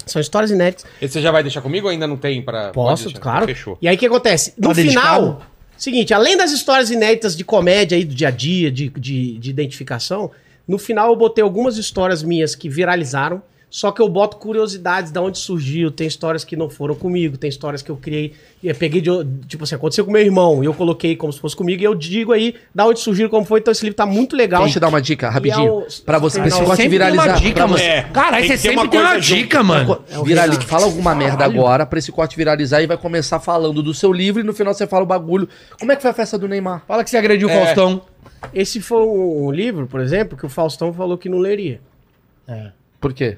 são histórias inéditas. Esse você já vai deixar comigo ou ainda não tem pra... Pode Posso, deixar. claro. Fechou. E aí o que acontece? No Tá final, dedicado? seguinte, além das histórias inéditas de comédia aí do dia a dia, de, de, de identificação, no final eu botei algumas histórias minhas que viralizaram, só que eu boto curiosidades de onde surgiu. Tem histórias que não foram comigo, tem histórias que eu criei, e eu peguei de. o- Tipo assim, aconteceu com meu irmão, e eu coloquei como se fosse comigo, e eu digo aí da onde surgiu, como foi. Então esse livro tá muito legal. Deixa eu te dar uma dica, E é rapidinho. o- Pra você, Mas pra você você gosta de viralizar. pra né? você- É, Caralho, tem você que ter sempre uma tem uma coisa junto. dica, mano. É o Viraliza, Renato. fala alguma merda agora pra esse corte viralizar e vai começar falando do seu livro e no final você fala o bagulho. Como é que foi a festa do Neymar? Fala que você agrediu o É. Faustão. Esse um foi um livro, por exemplo, que o Faustão falou que não leria. Por quê?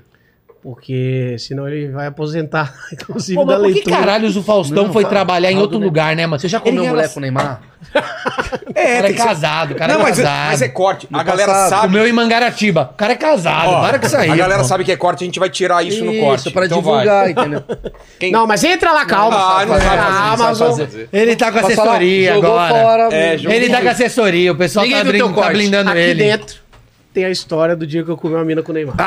Porque senão ele vai aposentar, inclusive, Pô, da mas por que leitura. caralhos o Faustão Não, foi fala- trabalhar em fala outro do lugar, né, mano? Você já Ele comeu ganhava- mulher com o Neymar? O cara é casado, o cara Não, é mas, é- casado. mas é corte. A No galera passado. sabe. Comeu em Mangaratiba. O cara é casado, Ó, para com isso aí. a galera pô. sabe que é corte, a gente vai tirar isso, no corte. pra então vai. divulgar, entendeu? Não, mas entra lá, calma. Ah, não sabe fazer, não calma, sabe vamos- fazer. Ele tá com Passou lá, assessoria jogou agora. fora, É, meu. jogou Ele tá com assessoria, o pessoal Ninguém tá, viu brin- teu tá corte. blindando Aqui ele. dentro tem a história do dia que eu comi uma mina com o Neymar.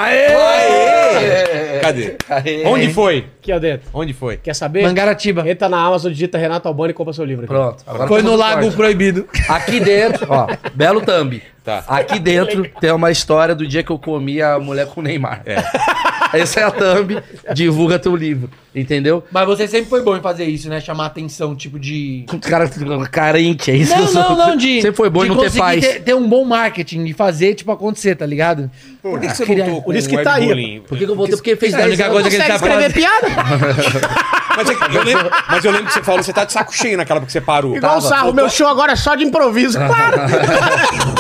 Cadê? Aê. Onde foi? Aqui, ó, dentro. Onde foi? Quer saber? Mangaratiba. Entra na Amazon, digita Renato Albani e compra seu livro. aqui. Pronto. Agora Foi no tomou Lago corte. Proibido. Aqui dentro, ó, belo thumb. Tá. Aqui dentro tem uma história do dia que eu comi a mulher com o Neymar. Essa é a thumb, divulga teu livro, entendeu? Mas você sempre foi bom em fazer isso, né? Chamar atenção, tipo de. Com Cara carente, é isso que eu Não, sou. não, não, de. Sempre foi bom de em não ter conseguir paz. Ter, ter um bom marketing, de fazer, tipo, acontecer, tá ligado? Ah, Por que, que você queria- voltou Por isso com que tá aí. webbullying? Por que, que eu voltei? Porque é fez A 10 única anos. coisa que ele tá escrever fazendo. piada? Mas, é que eu lembro, mas eu lembro que você falou, você tá de saco cheio naquela porque você parou. Igual o sarro, meu show agora é só de improviso. Claro.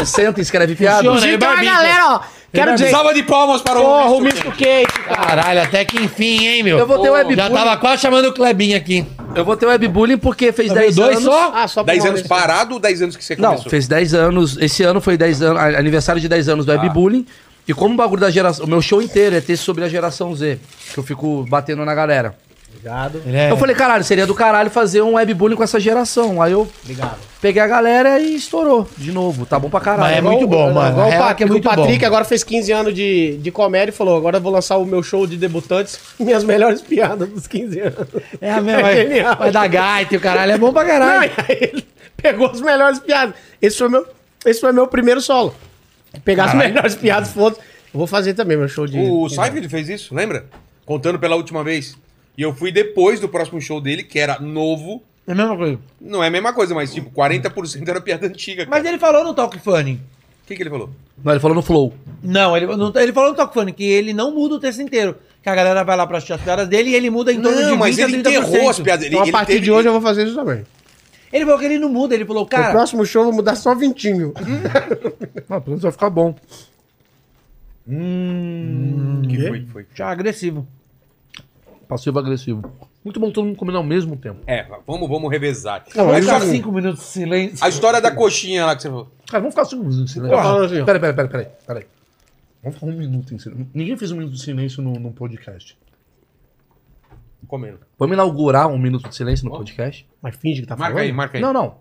Senta e escreve piada. Funciona. Inclusive, tem uma Barbicha. galera, ó. Quero dizer. Salva de palmas para o Porra, o Mr. misto quente. Caralho, até que enfim, hein, meu? Eu vou ter webbullying. Já tava quase chamando o Clebinho aqui. Eu vou ter webbullying porque fez Tá vendo 10 dois anos. só? Ah, só 10 uma anos vez. parado ou 10 anos que você Não, começou? fez 10 anos. Esse ano foi 10 anos, a- aniversário de 10 anos do Ah. Webbullying. E como o bagulho da geração. O meu show inteiro é texto sobre a geração Z, que eu fico batendo na galera. Ele é- Eu falei, caralho, seria do caralho fazer um webbullying com essa geração. Aí eu peguei a galera e estourou de novo. Tá bom pra caralho. Mas é muito bom, Não, mano. igual A o, real é Patrick, que é muito o Patrick bom. agora fez 15 anos de, de comédia e falou: agora eu vou lançar o meu show de debutantes, minhas melhores piadas dos 15 anos. É a mesma. É genial. Vai dar gaita e o caralho é bom pra Não, caralho. e aí ele pegou as melhores piadas. Esse foi meu, esse foi meu primeiro solo. Pegar as melhores piadas, foda-se. Eu Vou fazer também meu show de. O Seinfeld fez isso, lembra? Contando pela última vez. E eu fui depois do próximo show dele, que era novo. É a mesma coisa. Não é a mesma coisa, mas tipo, 40% era piada antiga. Mas Cara. ele falou no Talk Funny. O que, que ele falou? Não, ele falou no Flow. Não, ele, não- ele falou no Talk Funny que ele não muda o texto inteiro. Que a galera vai lá pra assistir as piadas dele e ele muda em torno de 20 Não, tá mas a ele 30%. enterrou as piadas. Ele, Então, a ele partir teve- de hoje eu vou fazer isso também. Ele falou que ele não muda, ele falou, o cara, próximo show eu vou mudar só vintinho. Não, pelo menos vai ficar bom. Que foi, foi. já é agressivo. Passivo agressivo. Muito bom todo mundo combinar ao mesmo tempo. É, vamos, vamos revezar. Não, hum, a, mas história, assim- Cinco minutos de silêncio. a história da coxinha lá que você falou. Cara, vamos ficar cinco minutos em silêncio. Porra. Falando assim, ó. peraí, peraí, peraí, peraí, peraí. Vamos ficar um minuto em silêncio. Ninguém fez um minuto de silêncio no- num podcast. Comendo. Vamos inaugurar um minuto de silêncio no podcast? Mas finge que tá Marca aí, marca aí. Não, não.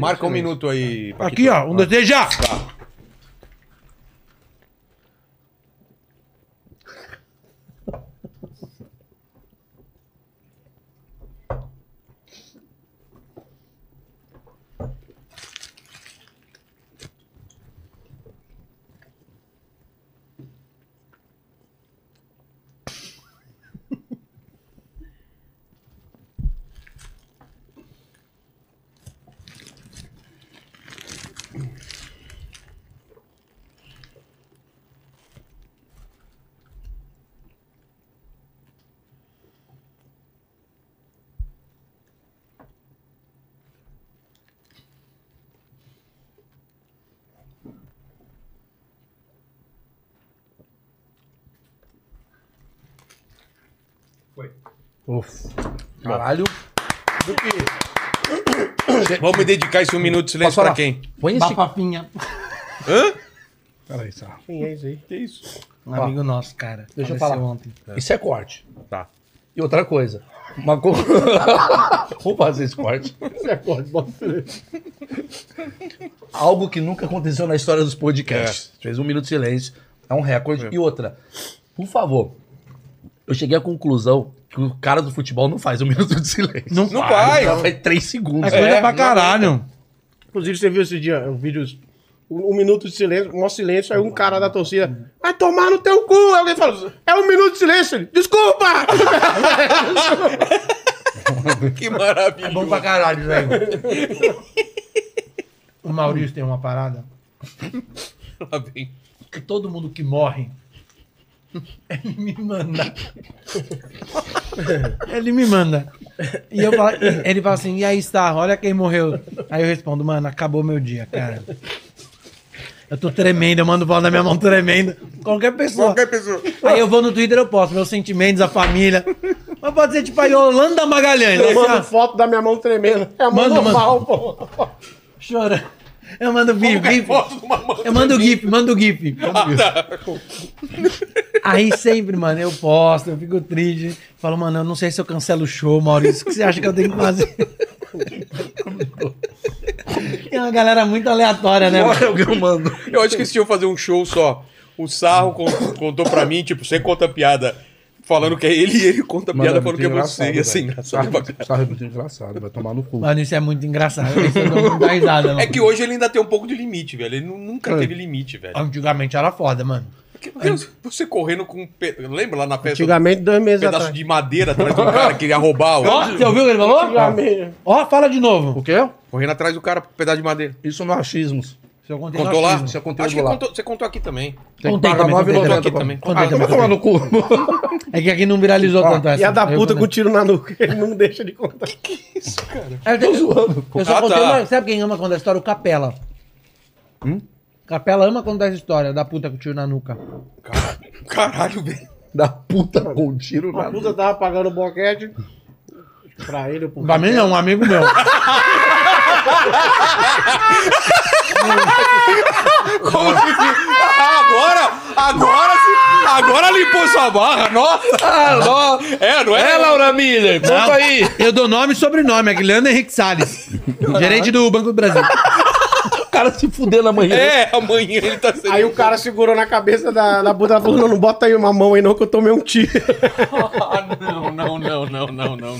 marca um minuto aí. Paquito. Aqui, ó, um, dois, três, já! Tá. Caralho. Vamos dedicar esse um minuto de silêncio pra quem? Põe esse Bafafinha. Peraí, tá. Quem é isso aí? Que isso? Um amigo nosso, cara. Deixa eu faleceu falar. Ontem. Isso é corte. Tá. E outra coisa. Uma co... Vou fazer esse corte. Você pode, bota silêncio. Algo que nunca aconteceu na história dos podcasts. Fez um minuto de silêncio. É um recorde. E outra. Por favor. Eu cheguei à conclusão que o cara do futebol não faz um minuto de silêncio. Não Não vai. Ela faz três segundos. Coisa É, pra caralho. Inclusive, você viu esse dia, um vídeo. Um um minuto de silêncio, um silêncio, aí um cara da torcida. Vai tomar no teu cu! Aí Alguém fala, é um minuto de silêncio! ele, Desculpa! Que maravilha. é Bom pra caralho, velho. o Maurício tem uma parada. Lá vem. que todo mundo que morre. Ele me manda. Ele me manda. E eu falo, ele fala assim: e aí, Star, olha quem morreu. Aí eu respondo: mano, acabou meu dia, cara. Eu tô tremendo, eu mando bola na minha mão tremenda. Qualquer pessoa. Qualquer pessoa. Aí eu vou no Twitter, eu posto meus sentimentos, a família. Mas pode ser tipo a Yolanda Magalhães. Eu assim, ó, mando foto da minha mão tremendo. É a mão Manda, normal, pô. chorando. Eu mando gif, é gif. Eu mando o gif, mando o gif. Ah, tá. Aí sempre, mano, eu posto, eu fico triste. Falo, mano, eu não sei se eu cancelo o show, Maurício. O que você acha que eu tenho que fazer? É uma galera muito aleatória, né? mano? Eu acho que eles tinham que fazer um show só. O Sarro con- contou pra mim, tipo, você conta piada falando que é ele e ele conta piada falando que é você. E assim, engraçado pra caralho. Sarro é muito engraçado, vai tomar no cu. Mano, isso é muito engraçado. Isso eu dou muita risada, mano. É que hoje ele ainda tem um pouco de limite, velho. Ele nu- nunca teve limite, Ah, velho. Antigamente era foda, mano. Porque, porque você correndo com. um pe- Lembra lá na festa? Antigamente, dois Um meses pedaço atrás. de madeira atrás do cara que ia roubar. Ó, Ó, você ouviu o que ele falou? Antigamente. Ó, fala de novo. O quê? correndo atrás do cara com um pedaço de madeira. Isso no achismos. Se eu contei, Contou nós lá? fiz. Isso é conteúdo Acho que lá. contou- você contou aqui também. Tem que Contei pagar também, contei 9,90 aqui pra- também. Ah, então vai tomar no cu. É que aqui não viralizou tanto essa. E a da puta com com o tiro na nuca. Ele não deixa de contar. Eu, tenho- eu só Ah, contei tá. Hum? uma. Sabe quem ama contar história? O Capela. Capela ama contar essa história da puta com o tiro na nuca. Caralho, velho. Da puta com um tiro A na puta tava pagando o boquete. Pra ele, pô. Pra mim não, um amigo meu. Como que- Ah, agora, agora, se- agora limpou sua barra, nossa. Ah, É, não é? Laura Miller, Não. Eu dou nome e sobrenome, aqui, Leandro Henrique Salles. gerente do Banco do Brasil. O cara se fudendo amanhã. É, amanhã ele tá sendo. Aí o cara segurou na cabeça da, da puta e falou: não, não bota aí uma mão aí não que eu tomei um tiro. Ah, não, não, não, não, não, não, não.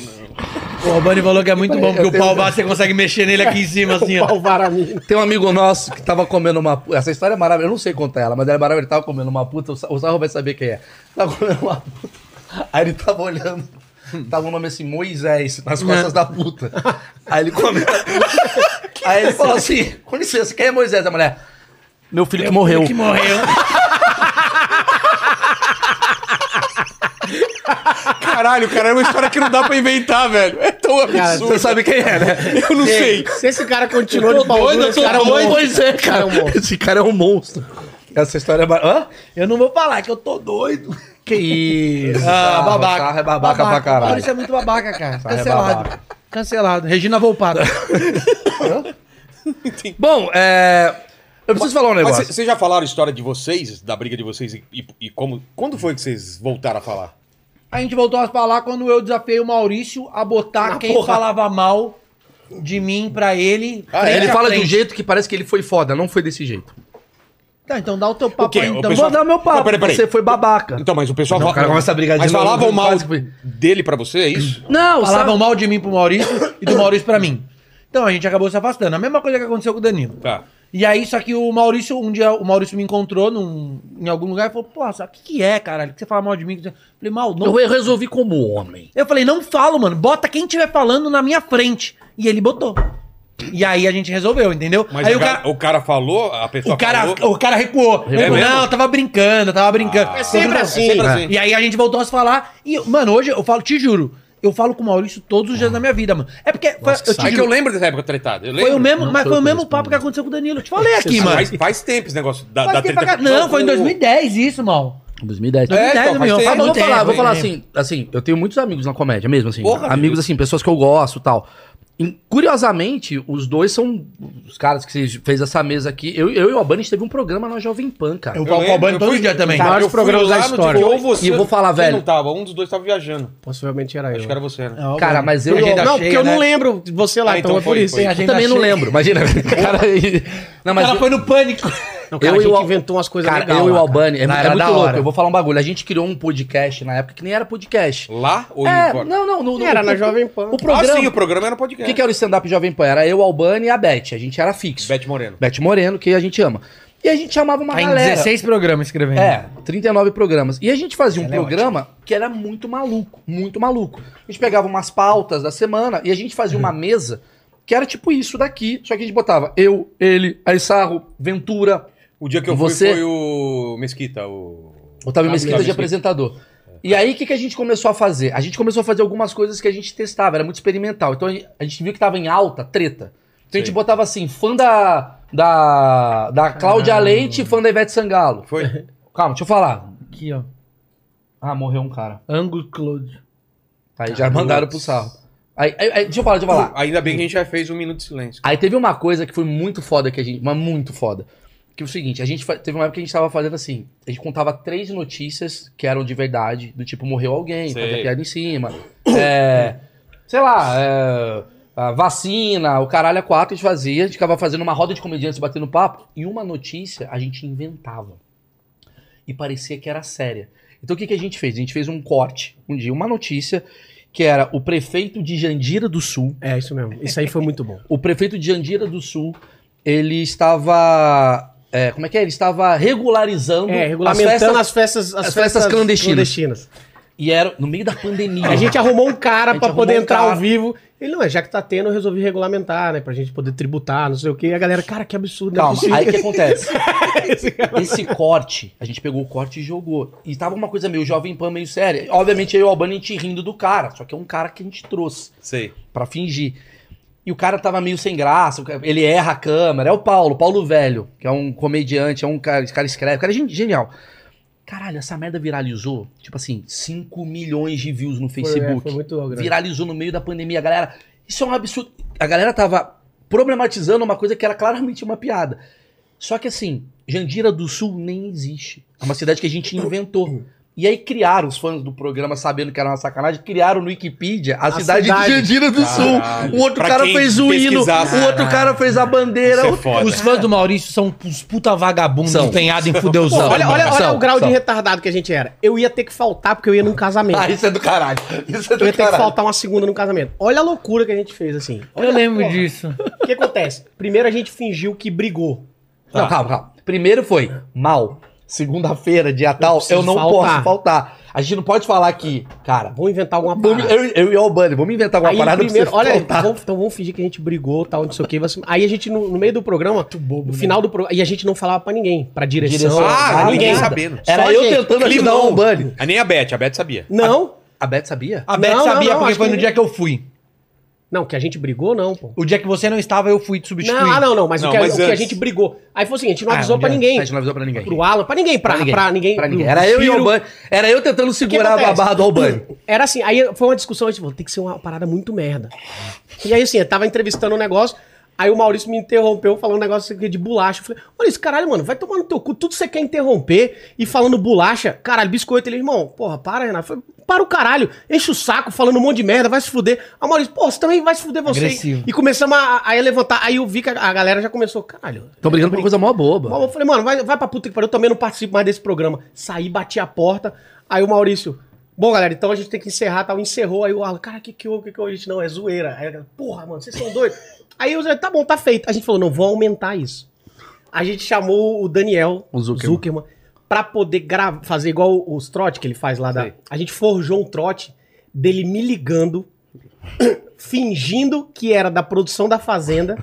O Albani falou que é muito bom, porque o pau bate, você consegue mexer nele aqui em cima, assim, ó. Salvar a mina. Tem um amigo nosso que tava comendo uma. pu- Essa história é maravilhosa. Eu não sei contar ela, mas ela é maravilhosa. Ele tava comendo uma puta. o Sa- O Sarro vai saber quem é. Tava comendo uma puta. Aí ele tava olhando. Tava o nome assim, Moisés, nas costas da puta. Aí ele comeu. a puta. Aí ele falou assim: com licença, quem é Moisés? A mulher. Meu filho que morreu. Que morreu. Caralho, cara, é uma história que não dá pra inventar, velho. É tão absurdo. Você sabe quem é, né? Eu não sei. Se esse cara continuou de pau duro, esse cara é um monstro. Pois é, cara. Esse cara é um monstro. Essa história é. mar- Hã? Eu não vou falar que eu tô doido. Que isso. Ah, babaca. Sarro é babaca, pra O caralho. Maurício é muito babaca, cara. Sarra é Cancelado. babaca. Cancelado. Regina Volpato. Bom, é. Eu preciso falar um Mas negócio. vocês já falaram a história de vocês, da briga de vocês e, e- e como. Quando foi que vocês voltaram a falar? A gente voltou a falar quando eu desafiei o Maurício a botar quem falava mal de mim pra ele. Ah, é? frente Ele a fala de tá frente. um jeito que parece que ele foi foda, não foi desse jeito. Tá, então dá o teu papo quê? aí, O então. pessoal- Vou dar meu papo. Não, peraí, peraí. Você foi babaca. Então, mas o pessoal Não, o cara começa a brigar de Mas novo, falavam mal quase que foi. dele pra você, é isso? Não, Falavam sabe? mal de mim pro Maurício e do Maurício pra mim. Então a gente acabou se afastando. A mesma coisa que aconteceu com o Danilo. Tá. E aí, só que o Maurício, um dia o Maurício me encontrou num- em algum lugar e falou, pô, sabe o que, que é, caralho? Que você fala mal de mim? Eu falei, mal, não Eu resolvi como homem. Eu falei, não falo, mano. Bota quem tiver falando na minha frente. E ele botou. E aí a gente resolveu, entendeu? Mas aí o, cara, o cara falou, a pessoa o cara, falou. o cara recuou. Ele falou, mesmo? não, eu tava brincando, eu tava brincando. é sempre assim. Sempre assim. E aí a gente voltou a se falar. E, mano, hoje eu falo, te juro, eu falo com o Maurício todos os dias da minha vida, mano. É porque. Foi, eu te É que eu juro, lembro dessa época tretada. Eu lembro. foi o mesmo, mas foi o mesmo papo que aconteceu com o Danilo. Eu te falei aqui, mano. Faz, faz tempo esse negócio da, Faz da tempo pra treta. cá. Não, foi em 2010 isso, mal. 2010. É, então, faz meu. tempo. Faz Ah, mas muito vou tempo, falar, vou falar hein. assim, assim, eu tenho muitos amigos na comédia mesmo, assim, Porra, amigos assim, pessoas que eu gosto, e tal. E, curiosamente, os dois são os caras que vocês fez essa mesa aqui. Eu, eu e o Albani a gente teve um programa na Jovem Pan, cara. Eu falo com o Albani todo dia também. Cara, Vários programas da história. Ou você, E eu vou falar, você velho. não tava, um dos dois tava viajando. Possivelmente era Acho eu. que era você, né? Cara, mas eu, A gente eu tá Não, cheia, porque eu né? não lembro de você lá, Ah, então, então é por foi, isso. foi. Tem agenda também não cheia. lembro, imagina. cara, e- não, mas Ela eu- foi no pânico. Não, cara, Eu a e gente o Al- inventou umas coisas Cara, legais. eu e o lá, cara. Albani, é, Lá é era muito da louco. hora. Eu vou falar um bagulho. A gente criou um podcast na época que nem era podcast. Lá ou é, em fora? não, não. no- no- Era o- na Jovem Pan. O programa. Ah, sim, o programa era O podcast. que, é que era o stand-up Jovem Pan? Era eu, Albani e a Beth. A gente era fixo. Beth, Beth Moreno. Moreno, que a gente ama. E a gente chamava uma Tá em galera. 16 programas escrevendo. É, 39 programas. E a gente fazia um é programa que era muito maluco, muito maluco. A gente pegava umas pautas da semana e a gente fazia uma mesa que era tipo isso daqui. Só que a gente botava eu, ele, Aissarro, Ventura, O dia que eu Você- fui foi o Mesquita, o... Otávio Mesquita de Mesquita. apresentador. E aí, o que, que a gente começou a fazer? A gente começou a fazer algumas coisas que a gente testava, era muito experimental. Então, a gente viu que tava em alta treta. Então a gente botava assim, fã da, da, da Cláudia Leite e fã da Ivete Sangalo. Foi. Calma, deixa eu falar. Aqui, ó. Ah, morreu um cara. Angus Claude. Aí já mandaram pro sarro. Aí, aí- aí, deixa eu falar, deixa eu falar. Ainda bem que a gente já fez um minuto de silêncio. Aí teve uma coisa que foi muito foda que a gente. Mas muito foda. Que é o seguinte, a gente fa- teve uma época que a gente tava fazendo assim. A gente contava três notícias que eram de verdade, do tipo, morreu alguém, Sei. fazia piada em cima. É, sei lá, é, a vacina, o caralho a quatro a gente fazia, a gente ficava fazendo uma roda de comediantes batendo papo, e uma notícia a gente inventava. E parecia que era séria. Então o que, que a gente fez? A gente fez um corte, um dia, uma notícia, que era o prefeito de Jandira do Sul É, isso mesmo. Isso aí foi muito bom. o prefeito de Jandira do Sul, ele estava. é, como é que é? Ele estava regularizando É, as regulamentando festas. as festas, as as festas, festas clandestinas. clandestinas. E era no meio da pandemia. A gente arrumou um A cara gente pra poder arrumou um entrar cara. ao vivo. Ele, não, é, já que tá tendo, eu resolvi regulamentar, né? Pra gente poder tributar, não sei o quê. E a galera, cara, que absurdo. não é Calma, possível. aí o que acontece? Esse cara- Esse corte, a gente pegou o corte e jogou. E tava uma coisa meio jovem pan, meio séria. Obviamente eu e o Albano a gente rindo do cara, só que é um cara que a gente trouxe Sei. pra fingir. E o cara tava meio sem graça, o cara- ele erra a câmera. É o Paulo, Paulo Velho, que é um comediante, é um cara, esse cara escreve, o cara é gen- genial. Caralho, essa merda viralizou, tipo assim, 5 milhões de views no Foi, é, Facebook. foi muito grande. viralizou no meio da pandemia. A galera, isso é um absurdo. A galera tava problematizando uma coisa que era claramente uma piada. Só que assim, Jandira do Sul nem existe. É uma cidade que a gente inventou. E aí criaram, os fãs do programa, sabendo que era uma sacanagem, criaram no Wikipedia a, cidade, cidade. de Jandira do Caralho. Sul. O outro Pra cara quem fez o hino, pesquisasse. o outro cara fez a bandeira. Isso é outro- foda. Os fãs do Maurício são uns puta vagabundos São. empenhados em fuder os Pô, outros. olha, olha- olha são, o grau são. de retardado que a gente era. Eu ia ter que faltar porque eu ia num casamento. Ah, isso é do caralho. Isso é eu ia do ter que caralho. faltar uma segunda num casamento. Olha a loucura que a gente fez, assim. Eu lembro disso. O que acontece? Primeiro a gente fingiu que brigou. Não, calma, calma. Primeiro foi mal. Segunda-feira, dia tal, eu, preciso não faltar. posso faltar. A gente não pode falar que, cara, Vamos inventar alguma Vamos- parada. eu, eu e o Albani, vamos inventar alguma Aí parada primeiro, pra você olha, faltar. vamos- então vamos fingir que a gente brigou, tal, não sei o quê. mas- assim, Aí a gente, no, no meio do programa, né? no final do programa, e a gente não falava pra ninguém, pra direção. Direção, pra Ah, nada. ninguém sabendo. Era só eu gente. tentando ajudar o Albani. Ah, Nem a Beth, a Beth sabia. Não, A Beth sabia? A Beth Não, não, sabia não, porque acho foi que- no dia que eu fui. não, que a gente brigou, não, pô. O dia que você não estava, eu fui te substituir. Não, ah, não, não, mas, Não, o, que, mas o que a antes. gente brigou. Aí foi o seguinte, a gente não Ah, avisou um pra dia- ninguém. A gente não avisou pra ninguém. Pro Alan, pra ninguém, pra, pra ninguém. Pra ninguém, Pra ninguém. Era eu e o Ciro. Albani. Era eu tentando segurar a acontece? barra do Albani. Era assim, aí foi uma discussão, a gente falou, tem que ser uma parada muito merda. E aí, assim, eu tava entrevistando um negócio, aí o Maurício me interrompeu falando um negócio aqui de bolacha. Eu falei, Maurício, caralho, mano, vai tomar no teu cu, tudo você quer interromper e falando bolacha, caralho, biscoito. Ele, irmão, porra, para, Renato. Eu falei, para o caralho, enche o saco falando um monte de merda, vai se fuder. Aí o Maurício, pô, você também vai se fuder você. Agressivo. E começamos a, a levantar, aí eu vi que a, a galera já começou, caralho, Tô brigando por coisa mó boba. Bom, eu falei, mano, vai, vai pra puta que pariu, eu também não participo mais desse programa. Saí, bati a porta. Aí o Maurício, bom, galera, então a gente tem que encerrar, tal. Encerrou, aí o Alan, cara, que que houve, que que houve? A gente, não, é zoeira. Aí a galera, porra, mano, vocês são doidos. aí eu, tá bom, tá feito. A gente falou, não, vou aumentar isso. A gente chamou o Daniel O Zuckerman. pra poder gravar, fazer igual os trotes que ele faz lá da... A gente forjou um trote dele me ligando, fingindo que era da produção da Fazenda,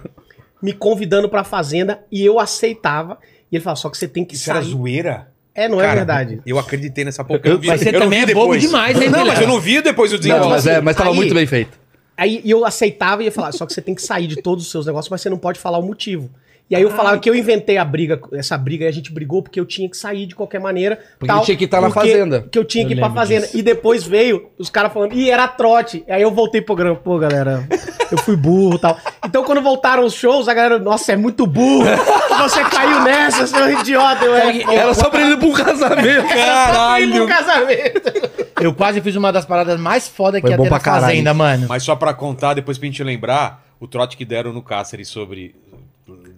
me convidando pra Fazenda, e eu aceitava. E ele falava, só que você tem que Isso era sair. zoeira? É, não é Cara, verdade. Eu acreditei nessa porra. Eu não vi- mas você eu não também vi é bobo depois. demais, hein, Não, Vilela? mas eu não vi depois o não, desenrolar. mas, é, mas tava Aí- muito bem feito. Aí e eu aceitava e ia falar, só que você tem que sair de todos os seus negócios, mas você não pode falar o motivo. E aí Ah. eu falava que eu inventei a briga, essa briga, e a gente brigou porque eu tinha que sair de qualquer maneira. Porque tinha que estar na fazenda. Que eu tinha que ir pra fazenda. E depois veio os caras falando, e era trote. Aí eu voltei pro programa, pô, galera, eu fui burro e tal. Então quando voltaram os shows, a galera, nossa, é muito burro. Você caiu nessa, seu idiota. Eu era, Era só pra ele ir pra um casamento. caralho. casamento. Eu quase fiz uma das paradas mais foda que Foi ia bom ter pra na fazenda, caralho. mano. Mas só pra contar, depois pra gente lembrar, o trote que deram no Cáceres sobre.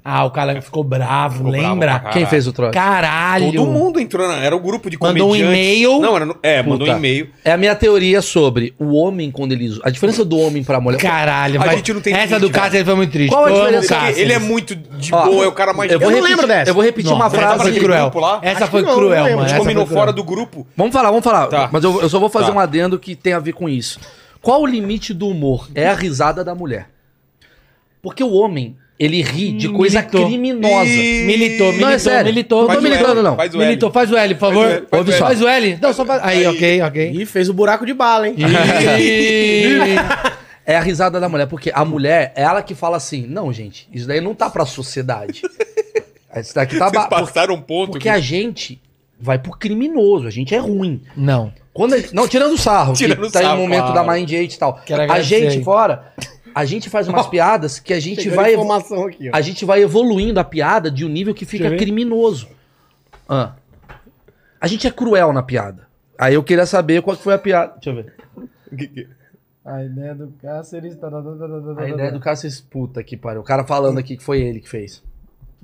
Ah, o cara ficou bravo, Ficou bravo lembra? pra Quem fez o trote? Caralho. Todo mundo entrou na. Era o grupo de Mandou um e-mail. Não, era. no- É, mandou um Puta. e-mail. É a minha teoria sobre o homem quando ele. zo- A diferença do homem pra mulher. Caralho, A mas gente não tem essa limite, do velho. Cáceres foi muito triste. Qual a Eu amo diferença? o Cáceres. Ele é muito de Ó, boa, é o cara mais. eu vou Eu não repetir- lembro dessa. Eu vou repetir uma Nossa, essa frase foi aquele cruel. grupo lá? Essa Acho foi que não, não cruel, lembro. mano. A gente essa combinou foi cruel. fora do grupo. Vamos falar, vamos falar. Tá. Mas eu, eu só vou fazer Tá. um adendo que tem a ver com isso. Qual o limite do humor? É a risada da mulher. Porque o homem, ele ri de coisa Militou. criminosa. Hum, Ih, Militou, Não, é militou, sério. militou. Não tô Faz o militando, L, não. faz o L. Militou, faz o L, por favor. Faz o L, faz Ouve o só. L. Faz o L. Não, só faz... Aí, ok, ok. E fez o buraco de bala, hein? Ih. é a risada da mulher, porque a mulher é ela que fala assim: não, gente, isso daí não tá pra sociedade. Isso daqui tá Vocês ba- passaram um ponto. Porque a gente vai pro criminoso, a gente é ruim. Não. Quando a- não, tirando o sarro, Tirando que o tá sarro, em um momento claro. da Mind Eight e tal. Quero a agradecer gente aí. fora, a gente faz umas piadas que a gente Chegou vai. informação aqui, ó. A gente vai evoluindo a piada de um nível que fica criminoso. Ah. A gente é cruel na piada. Aí eu queria saber qual que foi a piada. Deixa eu ver. A ideia do Cáceres. tararara, A ideia é do Cássio puta que pariu. O cara falando aqui que foi ele que fez.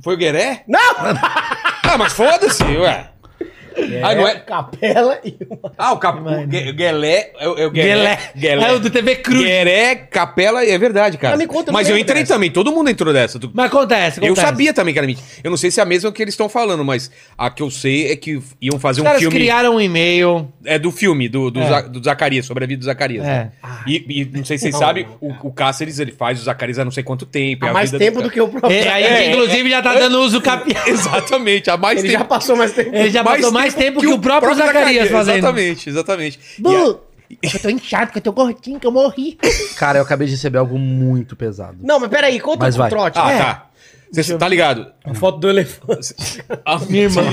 Foi o Gueré? Não! ah, mas foda-se, ué. Ah, não é? Capela e Ah, o, cap... o Gue- o Guelé. É o, é o Guelé. Guelé. Guelé. É o do TV Cruz. Gueré, Capela, é verdade, cara. Mas me conta, eu não mas eu lembro entrei dessa. também, todo mundo entrou dessa. do- Mas acontece, acontece. Eu sabia também que era mentira. Eu não sei se é a mesma que eles estão falando, mas a que eu sei é que iam fazer um Os caras filme. criaram um e-mail. É do filme, do, do, É. Za- do Zacarias, sobre a vida do Zacarias. É. né? E, e não sei se vocês sabem, o, o Cáceres ele faz o Zacarias há não sei quanto tempo. é Há a mais vida tempo do cara. que o próprio. E aí, É, inclusive, já tá dando uso capial. Exatamente, há mais Ele tempo. já passou mais é tempo. É. Ele já passou mais tempo que, o próprio, Zacarias, fazendo. Exatamente, exatamente. E a- Bu! Eu tô inchado, que eu tô gordinho, que eu morri. Cara, eu acabei de receber algo muito pesado. Não, mas peraí, conta Mas o vai. trote. Ah, É. tá. Você tá ligado? a foto do elefante. Ah, Minha irmã.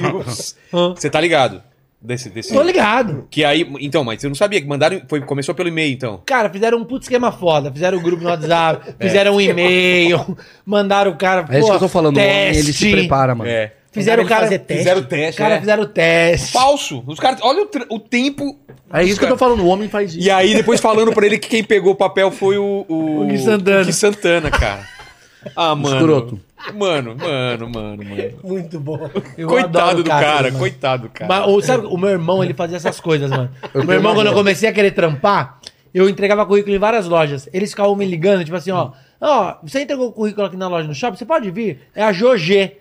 Você tá ligado? Desse, desse. Tô ligado. Que aí. Então, mas eu não sabia que mandaram. Foi, começou pelo e-mail, então. Cara, fizeram um puto esquema foda. Fizeram o grupo no WhatsApp, fizeram um e-mail, mandaram o cara. É isso pô, que eu tô falando. O homem, ele se teste. prepara, mano. É. Fizeram o cara. Fazer teste. Fizeram teste, Cara, é. fizeram o teste. Falso. Os caras. Olha o, tr- o tempo. É isso que eu tô falando. O homem faz isso. E aí, depois falando pra ele que quem pegou o papel foi o. O, O Gui Santana. o Gui Santana, cara. Ah, mano. Escroto. Mano, mano, mano, mano. Muito bom. Eu adoro coitado o né? do cara, mano. coitado do cara. Mas, ou, sabe, o meu irmão, ele fazia essas coisas, mano. Eu o meu irmão, tenho quando eu uma- comecei a querer trampar, eu entregava currículo em várias lojas. Eles ficavam me ligando, tipo assim, ó. Ó, você entregou o currículo aqui na loja no shopping? Você pode vir? É a Jogê.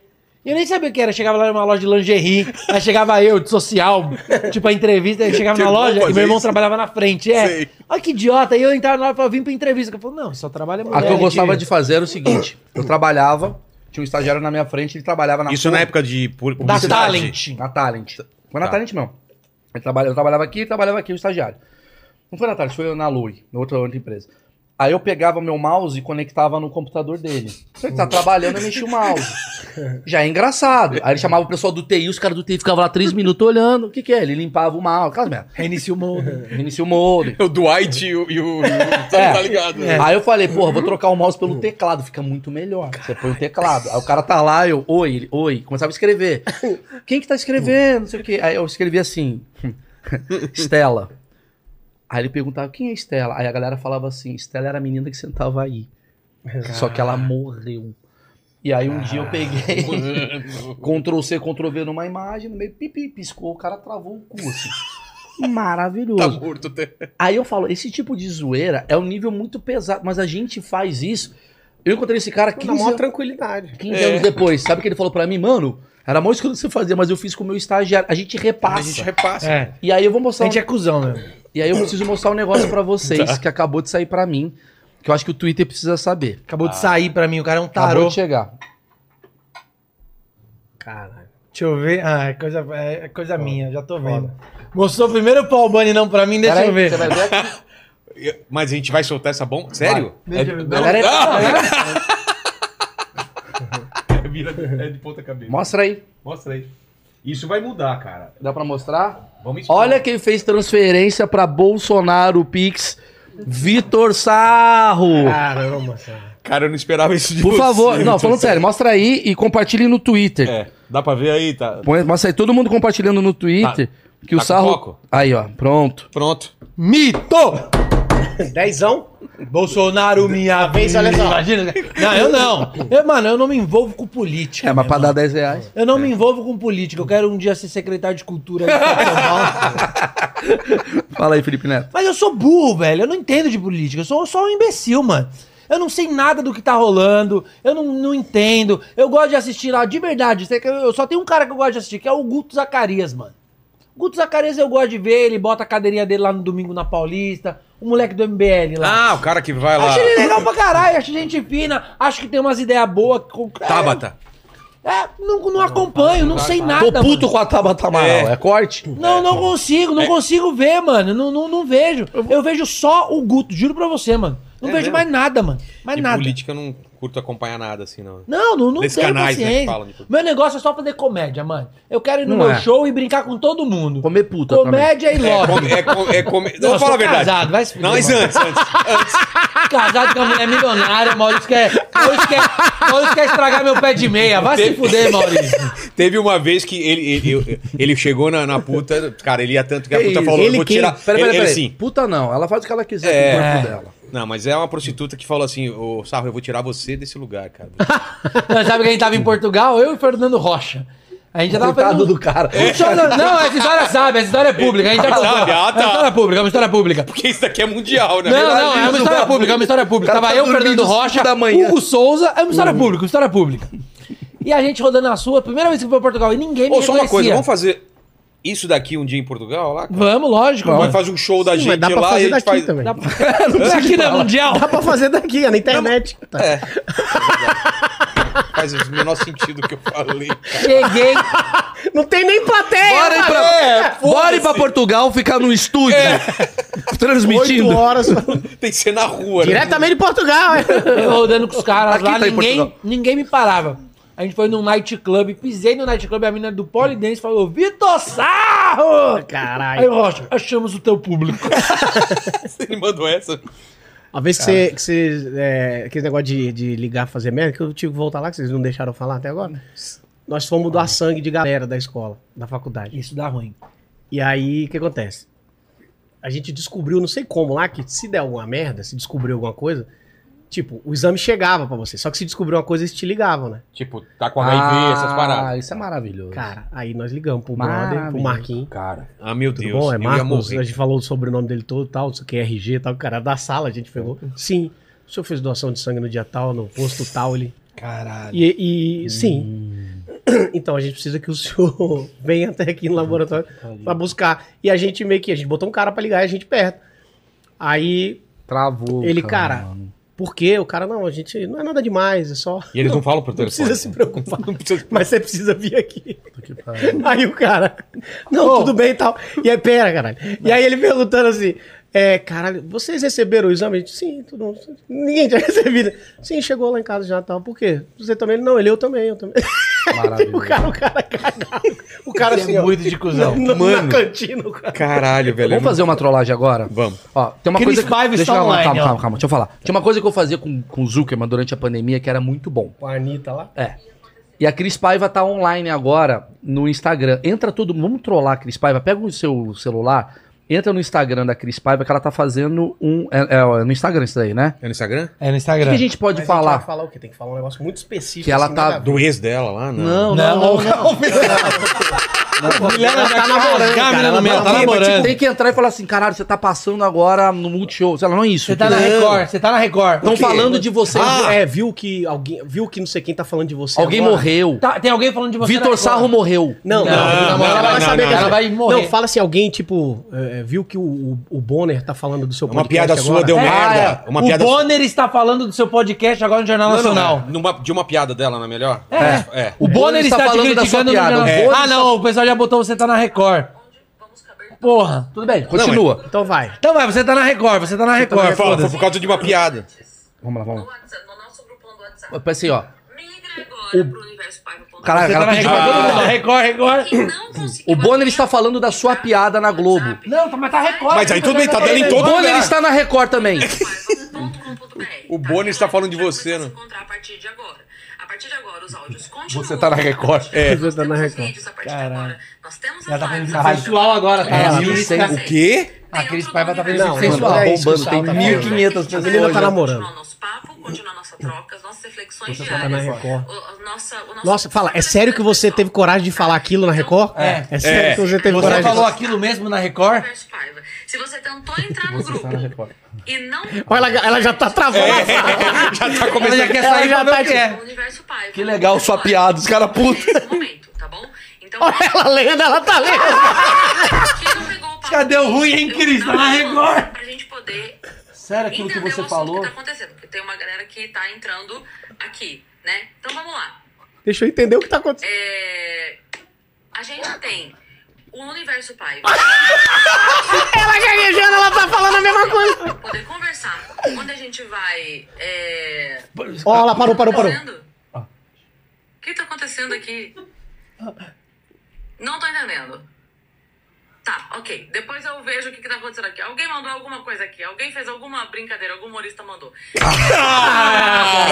E eu nem sabia o que era. Chegava lá numa loja de lingerie, aí chegava eu, de social, tipo, a entrevista, aí chegava Teu na um irmão loja e fazia meu irmão isso? trabalhava na frente. É. Sei. Olha que idiota. Aí eu entrava na loja pra vir pra entrevista. Eu falei, não, só trabalha mulher. A que eu gente. gostava de fazer era o seguinte: eu trabalhava, tinha um estagiário na minha frente, ele trabalhava na Isso é na época de. pu- Da publicidade. Talent. Na Talent. Foi na Tá. Talent mesmo. Eu trabalhava, eu trabalhava aqui, trabalhava aqui, o estagiário. Não foi na Talent, foi na Lui, na outra, outra empresa. Aí eu pegava meu mouse e conectava no computador dele. Se ele tá Hum. trabalhando, eu mexia o mouse. Já é engraçado. Aí ele chamava o pessoal do TI, os caras do TI ficavam lá três minutos olhando. O que que é? Ele limpava o mouse, aquelas merda. Reinicia o mundo. Reinicia o modem. O Dwight e o. E o, e o- É. tá ligado? Aí eu falei, porra, vou trocar o mouse pelo teclado, fica muito melhor. Você põe o teclado. Aí o cara tá lá, eu, oi, ele, oi, começava a escrever. Quem que tá escrevendo? Não sei o quê. Aí eu escrevi assim, Estela. Aí ele perguntava, quem é Estela? Aí a galera falava assim, Estela era a menina que sentava aí. Só que ela morreu. E aí um dia eu peguei, Ctrl C, Ctrl V numa imagem, no meio, pipi, piscou, o cara travou o cu, assim. Maravilhoso. Tá morto até. Aí eu falo, esse tipo de zoeira é um nível muito pesado, mas a gente faz isso. Eu encontrei esse cara Na 15, maior anos- tranquilidade. É. 15 anos depois. Sabe o que ele falou pra mim? Mano, era mais que você fazia, mas eu fiz com o meu estagiário. A gente repassa. A gente repassa. É. E aí eu vou A mostrar. um- gente Tá. é cuzão, né? E aí eu preciso mostrar um negócio pra vocês que acabou de sair pra mim, que eu acho que o Twitter precisa saber. Acabou de sair pra mim, o cara é um Ah. Acabou tarô. de chegar. Caralho. Deixa eu ver. Ah, é coisa, é coisa minha, já tô vendo. Mostrou primeiro o Paul Bunny não pra mim, deixa Peraí, eu ver. Você vai ver aqui. Mas a gente vai soltar essa bomba? Sério? Deixa eu ver. Galera, é- Ah! Ah! Vira é de ponta cabeça. Mostra aí. Mostra aí. Isso vai mudar, cara. Dá pra mostrar? Vamos expor. Olha quem fez transferência pra Bolsonaro Pix. Vitor Sarro. Caramba, cara. Cara, eu não esperava isso de Por você. favor, não, falando sério, mostra aí e compartilhe no Twitter. É, dá pra ver aí, tá? Põe- mostra aí todo mundo compartilhando no Twitter que o tá com sarro. foco? Aí, ó, pronto. Pronto. Mito! Dezão? Bolsonaro, minha vez, olha só. Imagina. Não, eu não. Eu, mano, eu não me envolvo com política. É, mas meu pra dar irmão. 10 reais. Eu não me envolvo com política. Eu quero um dia ser secretário de cultura de São Paulo. Fala aí, Felipe Neto. Mas eu sou burro, velho. Eu não entendo de política. Eu sou só um imbecil, mano. Eu não sei nada do que tá rolando. Eu não, não entendo. Eu gosto de assistir lá, de verdade. sei que Eu eu só tenho um cara que eu gosto de assistir, que é o Guto Zacarias, mano. O Guto Zacarias eu gosto de ver. Ele bota a cadeirinha dele lá no domingo na Paulista. O moleque do MBL lá. Ah, o cara que vai lá. Tá. Acho ele legal pra caralho, acho gente fina, acho que tem umas ideias boas. Com... Tabata. É, é, não, não acompanho, não sei nada. Tô puto mano. com a Tabata Amaral. É, corte? Não, não consigo, não consigo ver, mano. Não, não, não vejo. Eu vejo só o Guto, juro pra você, mano. Não É vejo mesmo? mais nada, mano. Mais De é nada. política eu não curto acompanhar nada assim, não. Não, não, não Desses tenho canais, né, que paciência. falam de tudo. Meu negócio é só fazer comédia, mano. Eu quero ir no Não meu é. show e brincar com todo mundo. Comer puta também. Comédia e É, lobby. com- é, com- é com- Não, Não, fala eu sou a verdade. casado, vai se fuder, não, mas mano. antes, antes. Casado com uma mulher milionária, Maurício quer, Maurício quer. Maurício quer estragar meu pé de meia. Vai se fuder, Maurício. Teve uma vez que ele, ele, eu- ele chegou na, na puta, cara, ele ia tanto É que a puta falou, eu ele vou quem? tirar. Peraí, ele, peraí, ele peraí. sim. Puta não, ela faz o que ela quiser É. com o corpo dela. Não, mas é uma prostituta que falou assim, ô Sarro, eu vou tirar você desse lugar, cara. Não, sabe que a gente tava em Portugal? Eu e o Fernando Rocha. A gente já tava Coitado fazendo- do cara. Um show na- Não, essa história sabe, essa história é pública. A gente já contou. Sabe, ah, tá. É uma história pública, é uma história pública. Porque isso daqui é mundial, né? Não, não, é isso, uma história bagulho. pública, é uma história pública. O cara Tava tá eu, dormindo Fernando cinco Rocha, da manhã. Hugo Souza, é uma história pública, uma história pública. E a gente rodando na sua, primeira vez que eu fui pra Portugal e ninguém me Ô, só uma coisa, é assim, reconhecia. vamos fazer isso daqui um dia em Portugal lá? cara? Vamos, lógico. Vai fazer um show da Sim, mas gente dá pra lá fazer e a gente daqui faz. também. Dá, Isso aqui não é mundial. pra fazer daqui, ó, na internet. Tá. É. Faz o menor sentido que eu falei. cara. Cheguei, Não tem nem plateia. Bora ir pra, bora ir pra Portugal ficar no estúdio transmitindo. Oito horas. Tem que ser na rua, né? Diretamente de Portugal. é. eu rodando com os caras Aqui lá, tá em ninguém, Portugal. ninguém me parava. A gente foi num nightclub, pisei no nightclub, a menina do Polidense falou, Vitor Sarro! Aí, Caralho. Rocha, achamos o teu público. Ele mandou essa. Uma vez que você. Que você é, aquele negócio de, de ligar fazer merda, que eu tive que voltar lá, que vocês não deixaram eu falar até agora. Nós fomos doar sangue de galera da escola, da faculdade. Isso dá ruim. E aí, o que acontece? A gente descobriu, não sei como lá, que se der alguma merda, se descobriu alguma coisa, tipo, o exame chegava pra você. Só que se descobriu uma coisa, eles te ligavam, né? Tipo, tá com HIV, Ah, essas paradas. isso é maravilhoso. Cara, aí nós ligamos pro brother, pro Maravilhoso, Marquinhos. Cara. Ah, meu Tudo Deus. bom? É eu ia Marcos? A morrer. gente falou sobre o sobrenome dele todo tal, isso aqui é RG e tal. O cara da sala a gente pegou. É. Sim, o senhor fez doação de sangue no dia tal, no posto tal, ele. Caralho. E, e- sim. Então a gente precisa que o senhor venha até aqui no laboratório Hum. pra buscar. E a gente meio que. A gente botou um cara pra ligar e a gente perto. Aí, Travou. Ele, cara, por quê? O cara, não, a gente. Não é nada demais, é só. E eles não falam pro Não telefone. precisa se preocupar, mas você precisa vir aqui. Aí o cara, não, tudo bem e tal. E aí, pera, caralho. E aí ele perguntando assim, é, caralho, vocês receberam o exame? A gente, sim, tudo bom. Ninguém tinha recebido. Sim, chegou lá em casa já e tal. Por quê? Você também? Ele, Não, ele, eu também, eu também. Tipo, o Maravilhoso. cara, o cara cagado. O cara assim, é ó, Muito de cuzão. na, na Mano. cantina, o cara. Caralho, velho. é Vamos fazer uma trollagem agora? Vamos. Ó, tem uma Chris coisa. Five deixa está eu falar, online, calma, ó. calma, calma. Deixa eu falar. Tinha uma coisa que eu fazia com, com o Zuckerman durante a pandemia que era muito bom. Com a Anitta lá. É. E a Cris Paiva tá online agora no Instagram. Entra todo mundo, vamos trollar a Cris Paiva. Pega o seu celular, entra no Instagram da Cris Paiva que ela tá fazendo um. É, é, ó, é no Instagram isso daí, né? É no Instagram? Tá É O no que Instagram. a gente pode Mas A gente vai falar? falar o quê? Tem que falar um negócio muito específico. assim, Que ela tá nada a ver. Do um ex dela lá? Não, Não, não, não. não. Mulher ela tá namorando, cara. cara, ela Ela tá tá namorando. tipo, Tem que entrar e falar assim, caralho, você tá passando agora no Multishow. Sei lá, não é isso. Você tá na Record, você tá na Record. Estão falando de você. Ah, é, viu que alguém, viu que não sei quem tá falando de você. Alguém agora? morreu. Tá, tem alguém falando de você. Vitor Sarro morreu. Não, não, Não, não, não, não, ela não, vai não, saber não, que ela vai morrer. Não, fala se alguém, tipo, é, viu que o, o, o Bonner tá falando do seu Uma piada sua deu um É, merda. é. Uma o piada sua- Bonner está falando do seu podcast agora no Jornal Não, não, Nacional. numa- de uma piada dela, não é melhor? É. O Bonner está, te criticando no Jornal É. Ah, não, o pessoal já botou você tá na Record. Porra. Tudo bem, continua. Então vai. Então vai, você tá na Record, você tá na Record. Foi, foi foda-se. por causa de uma piada. Vamos lá, vamos lá. WhatsApp, no nosso grupão do WhatsApp. Eu pensei, ó. Migra agora pro Universo Pai. Caralho, Você tá cara, na pediu- Record, todo mundo na Record, Record. O Bonner está falando da sua piada na Globo. Não, mas tá Record. Mas aí tudo bem, tá dando em O todo Bonner lugar. está na Record também. O Então, Bonner está falando de você, né? Encontrar a partir de agora. A partir de agora, os áudios continuam. Você tá na Record. É. Você tá na Record. Vídeos, a partir de agora. Nós temos as tá lives. Sensual agora, tá? Ela lá. tá sem- O quê? Tem A Cris outro Paiva tá nome, fazendo né? isso sensual. Mano, tá É isso, bombando, pessoal, tem tá Então, 1.500 gente, pessoas. menina tá vamos namorando. Continuar nosso papo, continuar nossa troca, as nossas reflexões Você tá na diárias. Record. o- o nossa- o nosso- tá Nossa, fala, é sério que você teve coragem de falar aquilo na Record? É. É sério É. que você teve Você coragem falou de... aquilo mesmo na Record? Universo Paiva. Se você tá tentou entrar no grupo e não. é Olha, ela, ela já tá travando. É. Já tá Ela já começando. quer sair pra já ver tá o que é. Universo Paiva. Que legal sua piada, os caras putos. Nesse momento, tá bom? Então, Olha ela lendo, ela tá lendo. quem não pegou o papo Cadê o ruim, hein, eu Cris? Tá na vou dar um Record. Pra gente poder Sério entender É o Então, assunto que tá acontecendo. Porque tem uma galera que tá entrando aqui, né? Então vamos lá. Deixa eu entender o que tá acontecendo. É, A gente tem o universo pai. Ela gaguejando, ela tá falando a mesma coisa. Poder conversar. Onde a gente vai. É... Ó, ela parou, parou, parou. Fazendo? Ah. O que tá acontecendo aqui? Não tô entendendo. Tá, ok. Depois eu vejo o que, que tá acontecendo aqui. Alguém mandou alguma coisa aqui. Alguém fez alguma brincadeira. Algum humorista mandou.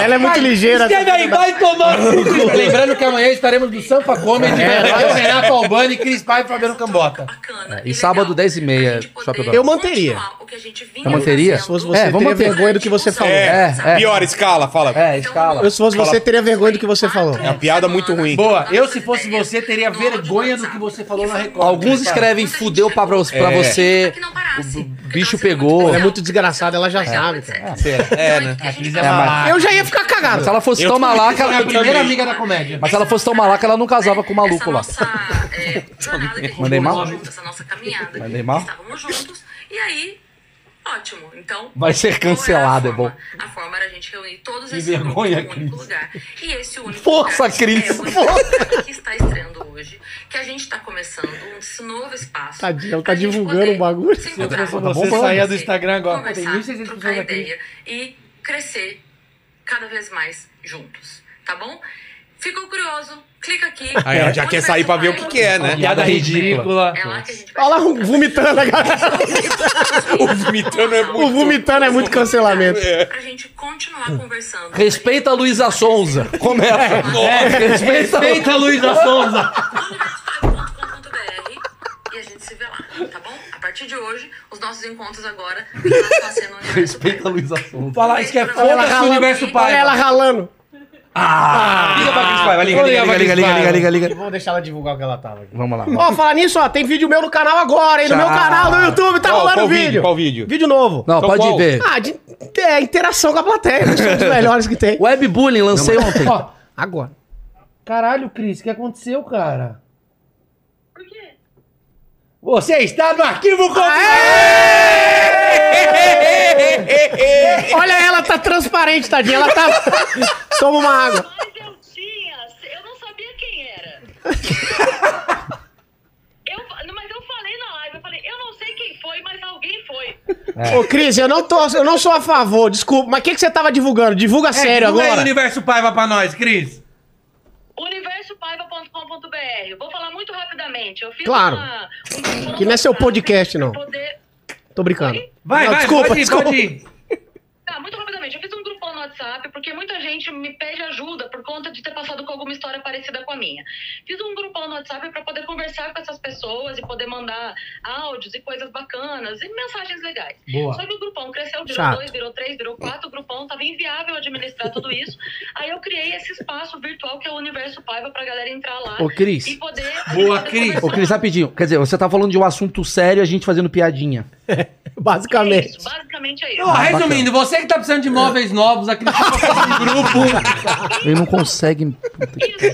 Ela é muito ligeira. Escreve aí, vai tomar no cu. Lembrando que amanhã estaremos no Sampa Comedy. eu, Renato Albani, Cris Pai e Fabiano Cambota. Bacana. É, e sábado, 10h30, Shopping Dourado. Eu manteria. continuar O que a gente vinha Eu manteria? fazendo. Então, Se fosse você, É, vamos teria manter. vergonha do que você falou. É, é. Pior, escala, fala. É, escala. Eu, se fosse você, teteria vergonha do que você falou. É uma piada muito ruim. Boa, eu se fosse você, teria vergonha do que você falou na Record. Alguns escrevem fudeu pra, pra você, Que não parasse. o bicho pegou. Ela é muito desgraçada, ela já sabe. cara. É, né? A gente vai- Eu já ia ficar cagado. Se ela fosse tão malaca, ela... Minha É primeira amiga da comédia. mas se ela fosse tão malaca, ela não casava com o maluco essa lá. Nossa, é, jornada que a gente Mandei mal? começou juntos, essa nossa caminhada. Mandei mal? Estávamos juntos e aí, ótimo. Então. Vai ser qual era a cancelado, é forma? bom. A forma era a gente reunir todos esses vergonha, grupos num único lugar. E esse único Força, lugar Cris, é o único lugar que está estreando hoje, que a gente está começando um esse novo espaço. Tadinho, ela tá pra gente divulgando poder um bagulho. se Tá encontrar, Se eu fosse você, conversar, saía do Instagram agora. Pô, tem Conversar, 1.600 trocar pessoas aqui. ideia e crescer cada vez mais juntos, tá bom? Ficou curioso? Clica aqui. Aí ela já quer sair pra ver o que que é, né? Piada ridícula. É lá que a gente vai. Olha lá, um vomitando, galera. O vomitando é O muito... vomitando é muito cancelamento. Pra gente continuar conversando. Respeita a Luísa Sonza. Começa. É. respeita Eita, Luísa Souza! www.universopai.com.br e a gente se vê lá, tá bom? A partir de hoje, os nossos encontros agora estão sendo no Universo Pai. a Luísa Sonza. Falar, é esquece, Olha ela foda-se o ralando. universo Olha pai. ela ralando. Liga pra Cris Paiva, Ah, liga, liga, liga, liga, liga, liga, liga, liga. Vou deixar ela divulgar o que ela tava aqui. Vamos lá. Ó, falar nisso, ó, tem vídeo meu no canal agora, hein? No meu Tchau. canal, no YouTube, tá Qual- rolando qual vídeo. vídeo? Qual vídeo? Vídeo novo. Não, Então pode qual? ver. Ah, de, é interação com a plateia. Acho que é um dos melhores que tem. Webbullying, lancei ontem. Ó, Agora. caralho, Cris, o que aconteceu, cara? Por quê? Você está no arquivo Olha, ela tá transparente, tadinha. Ela tá. Toma uma água. Mas eu tinha, eu não sabia quem era. Eu, mas eu falei na live, eu falei, eu não sei quem foi, mas alguém foi. É. Ô, Cris, eu não, tô, eu não sou a favor, desculpa. Mas o que, que você tava divulgando? É, Divulga sério o agora. universo pai vai pra nós, Cris. universopaiva.com.br. Vou falar muito rapidamente. Eu fiz Claro. uma, um- Que não é seu podcast, não. pra poder- Tô brincando. Vai, Não, vai, desculpa, pode ir, desculpa. pode ir. Tá, muito rapidamente. Eu fiz um grupão no WhatsApp porque muita gente me pede ajuda por conta de ter passado com alguma história parecida com a minha. Fiz um grupão no WhatsApp para poder conversar com essas pessoas e poder mandar áudios e coisas bacanas e mensagens legais. Boa. Só que o grupão cresceu, virou Chato. dois, virou três, virou quatro. O grupão tava inviável administrar tudo isso. Aí eu criei esse espaço virtual que é o Universo Paiva pra galera entrar lá Ô, Cris. e poder. Boa, e poder Cris. conversar. Ô, Cris, rapidinho. Quer dizer, você tá falando de um assunto sério e a gente fazendo piadinha. É Basicamente. isso, basicamente é isso. Ah, Ó, resumindo, você que tá precisando de móveis novos, a Cris tá fazendo um grupo. Ele não consegue.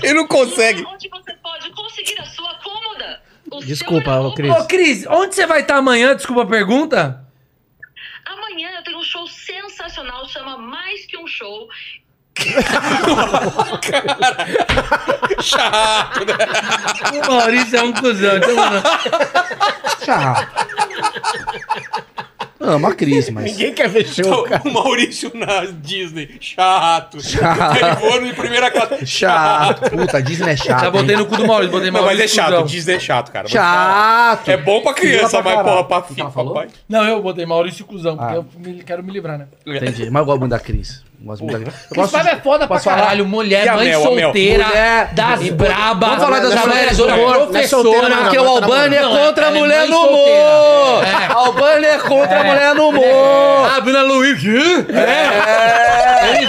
Ele não consegue. Onde você pode conseguir a sua cômoda. O seu Desculpa, arroba. ô, Cris. Ô, Cris, onde você vai estar amanhã? Desculpa a pergunta. Amanhã eu tenho um show sensacional, chama Mais Que Um Show. né? O Maurício é um cuzão. Então, mano, Tchau. Ama a Cris, mas. Ninguém quer ver show, cara. Então, O Maurício na Disney. Chato. Telefone de primeira classe. Chato. Puta, Disney é chato. já botei hein? no cu do Maurício, botei Não, Maurício. mas é chato. cuzão. Disney é chato, cara. Chato. É bom pra criança, Fila pra mas porra, caralho. pra Ela filho, falou? papai. Não, eu botei Maurício Cusão, porque Ah. eu me- quero me livrar, né? Entendi. Mas eu gosto muito da Cris. Gosto muito da Cris. Eu Cris gosto Paiva é foda pra posso falar? caralho. Mulher, E a mãe Mel, a Mel? solteira, Mulher- das brabas. Vamos falar das mulheres do humor, professora. não é solteira, não, Porque o não, Albani é não, não, contra a ela é mulher mãe no solteira. humor. É. Albani é contra a mulher no humor. Ah, Bruna Luiz. Ele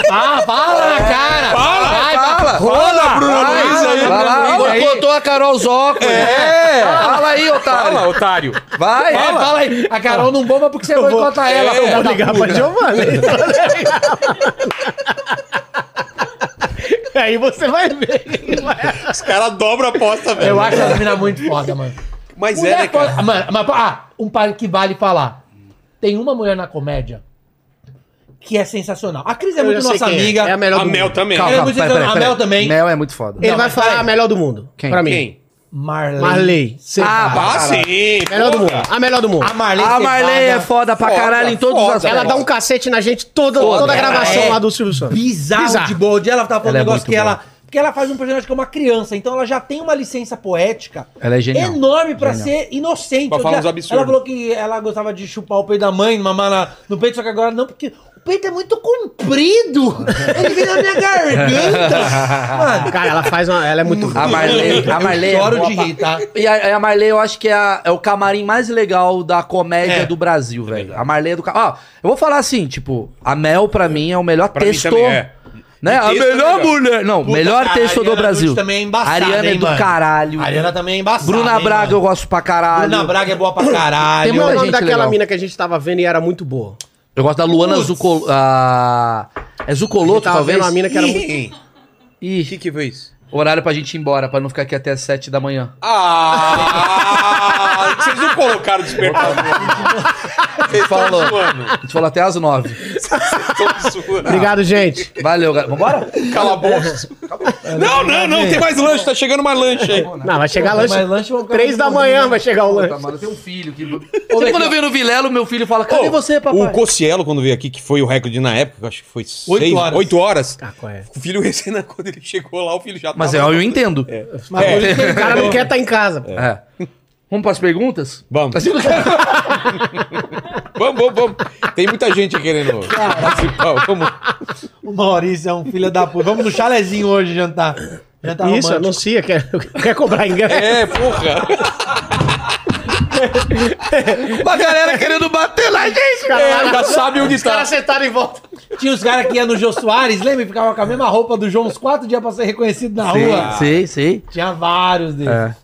fala, fala, cara. Fala, Ah, Vai, É. Fala. Fala, Bruno Vai, Luiz aí. vai lá. Bruno Luiz aí. Botou a Carol Zóco. É. Fala tá aí, otário. Fala, otário. Vai. É, fala aí. A Carol não bomba porque você boicota ela. É, filha Vou da ligar puta. pra Giovanna. Aí você vai ver. Os caras dobram a aposta, velho. Eu acho essa mina muito foda, mano. Mas é, Mulher né, cara? foda- Mano, mas, ah, um par que vale falar. Tem uma mulher na comédia que é sensacional. A Cris é Eu já muito sei nossa quem é. amiga. É a melhor A do mundo. Mel tá- também. Calma. Eu vou dizer, a Mel também. Mel é muito foda. Ele Não, vai mas peraí. falar a melhor do mundo. Quem? Pra mim. Quem? Marley. Marley. Ah, pra Ah, caralho. sim! Melhor do mundo. A melhor do mundo. A Marley, A Marley é foda pra caralho em todos os foda. aspectos. Ela dá um cacete na gente toda, Toda. toda a Ela gravação é lá do Silvio Santos. bizarro, Bizarro. de boa. De ela tava falando Ela é um negócio muito que boa. ela. Porque ela faz um personagem que é uma criança, então ela já tem uma licença poética Ela é genial. enorme pra ser inocente. Pra Eu falar já- uns absurdos. Ela falou que ela gostava de chupar o peito da mãe, mamar na- no peito, só que agora não, porque o peito é muito comprido. Ele vem na minha garganta. Mano, Cara, ela faz uma. Ela é muito. A Marley, a Marley é choro boa de pra- rir, tá? E a, a Marley, eu acho que é, a- é o camarim mais legal da comédia do Brasil, velho. a Marley é do. ca- Ó, eu vou falar assim, tipo, a Mel, pra mim, é o melhor mim texto. também é. Né? A texto é melhor melhor. mulher. Não, Puta, melhor cara, texto do Ariana Brasil. Nutti também é embaçada, Ariana é hein, do mano? caralho. A Ariana também é embaçada. Bruna hein, Braga, eu mano? gosto pra caralho. Bruna Braga é boa pra caralho. Tem Como é o muita nome gente daquela legal. mina que a gente tava vendo e era muito boa? Eu gosto da Luana Zucoloto. é Eu Zucoloto, tava talvez? vendo uma mina que era muito. Ih, Ih, que que foi isso? horário pra gente ir embora, pra não ficar aqui até as 7 da manhã. Ah! vocês não colocaram o despertador. Vocês tão Falou. zoando. A gente falou até as 9. Tão zoando. Obrigado, gente. Valeu, galera. Vambora? Calabouço. Não, não, não, tem mais lanche, tá chegando mais lanche aí. Não, vai chegar lanche. Mas lanche eu vou- Três da manhã vai chegar o Puta, É. lanche. mano, eu tenho um filho que. Sempre quando eu venho no Vilelo, meu filho fala: Cadê Ô, você, O papai? Cocielo, quando veio aqui, que foi o recorde na época, eu acho que foi seis, Oito horas. oito horas. Ah, qual é? O filho recém, na- quando ele chegou lá, o filho já Tá. Mas é, tava... eu entendo. Mas É. por isso que o cara não quer estar em casa. Tá pô. É. Vamos pras perguntas? Vamos. Tá sendo cara- Vamos, vamos, vamos. Tem muita gente querendo participar. Vamos. O Maurício é um filho da puta. Vamos no chalezinho hoje jantar. Jantar Isso, romântico. anuncia. Quer, quer cobrar ingresso? É, porra. Uma galera querendo bater na gente, Cara, tá É, já sabe onde Os caras tá. sentaram em volta. Tinha os caras que iam no Jô Soares, lembra? E Ficava com a mesma roupa do João uns quatro dias pra ser reconhecido na rua. Sei, sei. Tinha vários deles. É.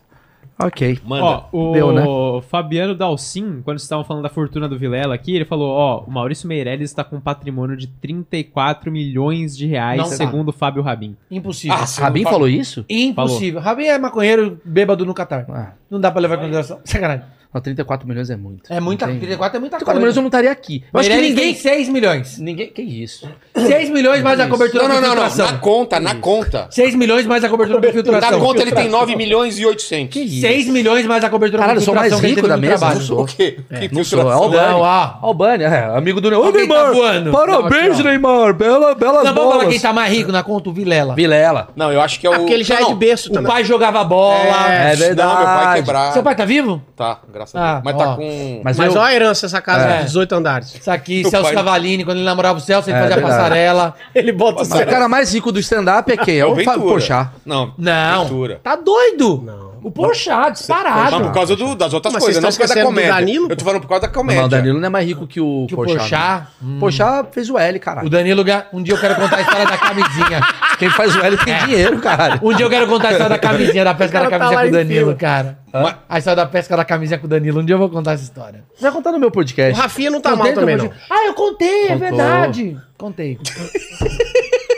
Ok. Ó, o Deu, né? Fabiano Dalcin, quando estavam falando da fortuna do Vilela aqui, ele falou, ó, o Maurício Meirelles está com um patrimônio de 34 milhões de reais, Não tá. segundo o Fábio Rabin. Impossível. tá. Rabin falou isso? Impossível. Rabin é maconheiro bêbado no Catar. Ah, Não dá pra levar em consideração. Sacanagem. não, 34 milhões é muito. É muita. Não tem- 34 é muita 34 milhões coisa. eu não estaria aqui. Eu acho que Meirelles ninguém. tem 6 milhões. Ninguém. Que isso? 6 milhões mais a cobertura Não, não, da não, não. infiltração. Na conta, na conta. 6 milhões mais a cobertura da Na infiltração. conta ele tem 9 milhões e 800. Que isso? 6 milhões mais a cobertura Caralho, eu sou mais que ele rico teve da no mesa. trabalho. Não sou. que? né? que Não sou. É o filtração. Albani. Não, ah. Albani, é. Amigo do Neymar. Ô, Alguém tá Neymar! voando. Parabéns, Não, aqui, ó. Neymar. Bela, belas Não, vamos falar quem bolas. tá mais rico na conta, o Vilela. Vilela. Não, eu acho que é o. Porque ele já é de berço O também. pai jogava bola. É Não, meu pai verdade. quebrado. Seu pai tá vivo? Tá, graças Ah, a Deus. Mas tá ó. com. Mas, Mas eu... olha a herança essa casa É. de 18 andares. Isso aqui, Meu Celso pai- Cavalini, quando ele namorava o Celso, ele É, fazia verdade. passarela. Ele bota o Mas o cara mais rico do stand-up é quem? É o Fábio Pochá. Não. Não. Ventura. Tá doido? Não. O Porchat, disparado. Mas por causa do- das outras Mas vocês coisas, não por estão causa da esquecendo do comédia. Danilo, eu tô falando por causa da Mas o comédia. Danilo não é mais rico que o Que o Porchat. Porchat- né? Porchat fez o L, O caralho. Danilo, Ga- um dia eu quero contar a história da camisinha. Quem faz o L tem É. dinheiro, caralho. Um dia eu quero contar a história da camisinha, da pesca O cara da tá camisinha lá com o em Danilo, fila. cara. Mas- A história da pesca da camisinha com o Danilo. Um dia eu vou contar essa história. Vai contar no meu O podcast. Rafinha não tá Contei mal no também, meu não. dia. Ah, eu contei, é Contou. verdade. Contei.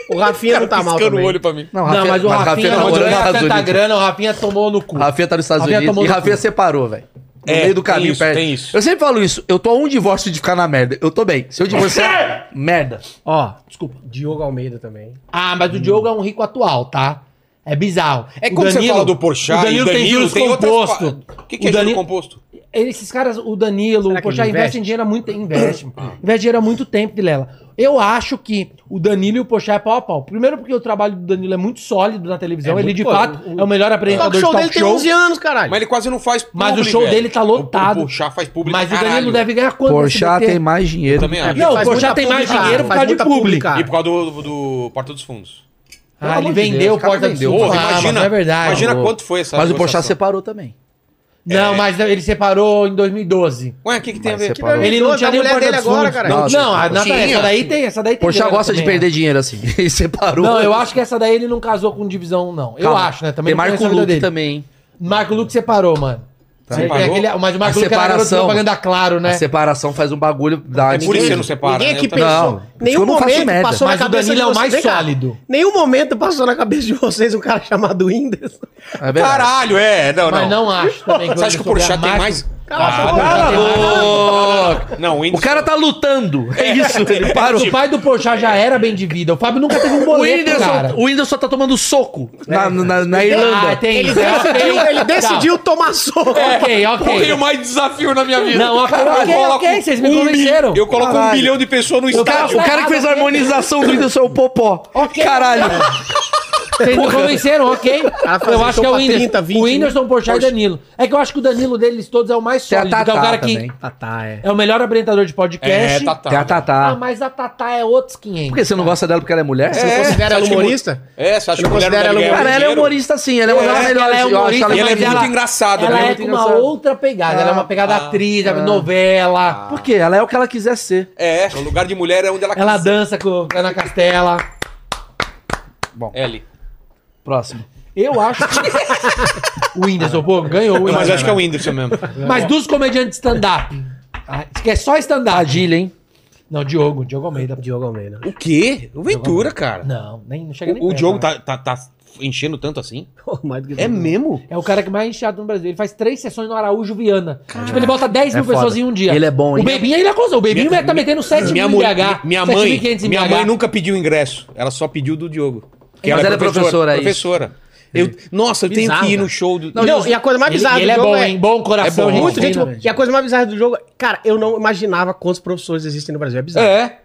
O Rafinha não tá mal Piscando o também. olho pra mim. Não, Não, mas o Rafinha tá não morando nos ganha Estados tanta Unidos. grana, o Rafinha tomou no cu. Rafinha tá nos Estados Rafinha Unidos tomou e no Rafinha cu. separou, velho. No É, meio do tem caminho, isso, tem isso. Eu sempre falo isso. Eu tô a um divórcio de ficar na merda. Eu tô bem. Se eu divorciar, merda. Ó, desculpa. Diogo Almeida também. Ah, Hum. mas o Diogo é um rico atual, tá? É bizarro. É O como você Danilo- fala do Porchat O Danilo, e tem juros outras composto. fa- O que, que é O Danilo- juro composto? Esses caras, o Será Danilo, o que ele Porchat investe? investem dinheiro há muito tempo. Investe. investe dinheiro há muito tempo, Vilela. Eu acho que o Danilo e o Porchat é pau a pau. Primeiro porque o trabalho do Danilo é muito sólido na televisão. É ele, muito de bom. fato, é o melhor O talk apresentador show de dele talk tem show. 11 anos, caralho. Mas ele quase não faz publi, Mas o show velho. dele tá O- lotado. O Porchat faz público. Mas o Danilo caralho. deve ganhar quanto? no Porchat SBT? tem mais dinheiro. Também acho. Não, o Faz Porchat muita tem mais publi, dinheiro por faz causa de muita público. cara. E por causa do, do Porta dos Fundos. Ah, ele amor de Deus, vendeu o o cara Porta dos vendeu. Fundos. Porra, Ah, mas imagina. não é verdade. Imagina Ô. quanto É. foi essa Mas o negociação. Porchat separou também. Não, mas ele separou em 2012. Ué, o que, que tem a ver? separou. Ele Pô, não tá tinha a nem mulher dele dos agora, fundos. cara. Não, Nossa, não a Natália, tinha. essa daí tem, essa daí tem. Porchat grana gosta de também, é. perder dinheiro assim. Ele separou. Não, eu acho que essa daí ele não casou com divisão, não. Eu Calma. acho, né? Também tem não Marco conheço a vida Luque dele. também. hein? Marco Luque separou, mano. Ele tem Separou? aquele- mas o Marco A Luque era garoto de separação. propaganda claro, A né? separação faz um bagulho da É por isso que você não separa. Ninguém né? aqui Eu também- pensou. Não, isso eu Nenhum não faço momento merda. passou Mas o na cabeça Danilo é o vocês- mais Vem cá, sólido. Nenhum momento passou na cabeça de vocês um cara chamado Whindersson. É verdade. Caralho, é. Não, Mas não. não acho também. Você acha que o eu soube a Porchat tem Marco- mais... Cala a boca! Não, o O Whindersson... cara tá lutando. É isso, ele parou. O pai do Porchat já era bem de vida. O Fábio nunca teve um O boleto, Whindersson, cara. É. o Whindersson tá tomando soco na, na, na Irlanda. Ah, tem Ele isso. É, decidiu, ele decidiu tomar soco. É, Ok, Eu tenho ok. mais desafio na minha vida. Não, ok, Eu ok, coloco ok, vocês me um convenceram. bi- Eu coloco um Caralho. bilhão de pessoas no O cara, estádio. o cara que fez a harmonização do Whindersson é o Popó. Caralho. Vocês me convenceram, ok. assim, Eu acho que é o pra Whindersson. 30, 20, o né?" Whindersson, Porchat e Danilo. É que eu acho que o Danilo deles todos é o mais Tem a sólido. que é o Tatá cara que também. Tatá, é. é o melhor apresentador de podcast. tá, tá. Tem a Ah, Tatá. mas a Tatá é outros 500. Por que você não gosta dela porque ela é mulher? É, considera você ela acha que mu- humorista? É, você acha Eu que mulher não não considero deve ela ganhar Cara, ela é dinheiro? humorista sim, ela é uma das ela melhores. é eu acho humorista, E ela é mais mas muito ela- engraçada, Ela né? é muito com uma engraçado. outra pegada. ela é Ah, uma pegada atriz, é novela. Por quê? Ela é o que ela quiser ser. É, o lugar de mulher é onde ela Ela quiser. dança com Ana Castela. L. Próximo. Eu acho que. o Whindersson, pô, ganhou o Não, mas eu Whindersson. acho que é o Whindersson mesmo. Mas dos comediantes stand-up. ah, Que é só stand-up. Agilha, hein? Não, Diogo, Diogo Almeida. Diogo Almeida. O quê? O Ventura, cara. Não, nem, não chega nem O, o perto, Diogo né? tá, tá, tá enchendo tanto assim? Pô, mais do que É tudo. mesmo? É o cara que mais encheado no Brasil. Ele faz três sessões no Araújo Viana. Tipo, ele bota 10 mil foda. pessoas em um dia. Ele é bom, hein? O Bebinho ainda acusou. O Bebinho Minha- tá metendo 7 Minha, mil mulher- em BH. minha mãe, 7.500 em minha BH. mãe nunca pediu ingresso. Ela só pediu do Diogo. Porque Mas ela é professora, é isso. Professora. Eu, nossa, eu tenho Bizarro, que ir no cara. show do... Não, e a coisa mais Ele, bizarra ele é do bom, jogo hein? Bom coração, é bom. Muito fina, gente boa. velho. E a coisa mais bizarra do jogo, cara, eu não imaginava quantas professores existem no Brasil. É bizarro. É.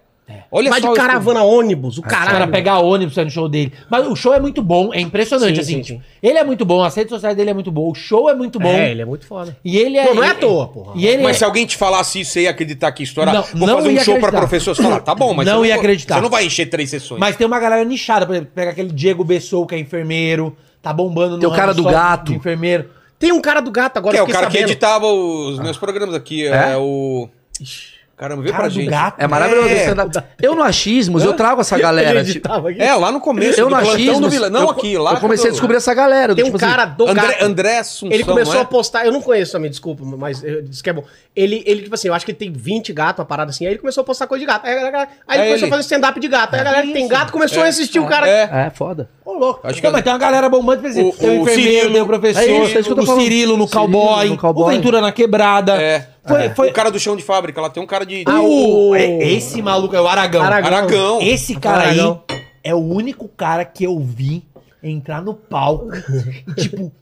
Olha Vai só Ah, de isso. caravana ônibus, o O cara caralho. pegar ônibus pra ir no show dele. Mas o show é muito bom, é impressionante, Sim, assim. sim, tipo, Ele é muito bom, as redes sociais dele é muito boa, o show é muito bom. É, ele é muito foda. E ele é. Pô, não é e- à toa, porra. E ele Mas se é... alguém te falasse isso, você ia acreditar que história. Não, Vou não fazer um ia show pra acreditar. professor. Você fala, tá bom, mas. Não eu ia vou- acreditar. Você não vai encher três sessões. Mas tem uma galera nichada, por exemplo, pega aquele Diego Bessou, que é enfermeiro, tá bombando no Tem o cara ramo do só gato. de Enfermeiro. Tem um cara do gato agora, que é eu o cara fiquei que sabendo. editava os meus programas aqui. É, o. Caramba, vê Cara pra do gente. gato. É maravilhoso. É. stand-up. Eu no achismos, eu trago essa galera. Ele tipo, um editava aqui. É, lá no começo. Eu do no plantão do achismos. Vila. Não, eu- aqui, lá. Eu comecei a quando- descobrir essa galera. do Tem um tipo assim, cara do André, gato. André Assunção, Ele começou não é? a postar, eu não conheço também, desculpa, mas eu disse que é bom. Ele, ele, tipo assim, eu acho que ele tem 20 gatos, uma parada assim, aí ele começou a postar coisa de gato. Aí, a galera- aí ele É começou ele. a fazer stand-up de gato. Aí a galera que tem gato começou a assistir um o cara. É. É, foda. Ô, louco. Acho Não, que- mas tem uma galera bombando, por exemplo, O- tem o o enfermeiro, Cirilo. tem o professor, É isso, é isso que eu tô o falando. Cirilo no Cirilo cowboy, no Cowboy. o Ventura na quebrada. É. Foi, foi... O cara do chão de fábrica, lá tem um cara de. Ah, o- tá o- é- Esse maluco é o Aragão. Aragão. Aragão. Esse cara Aragão. aí é o único cara que eu vi entrar no palco e, tipo,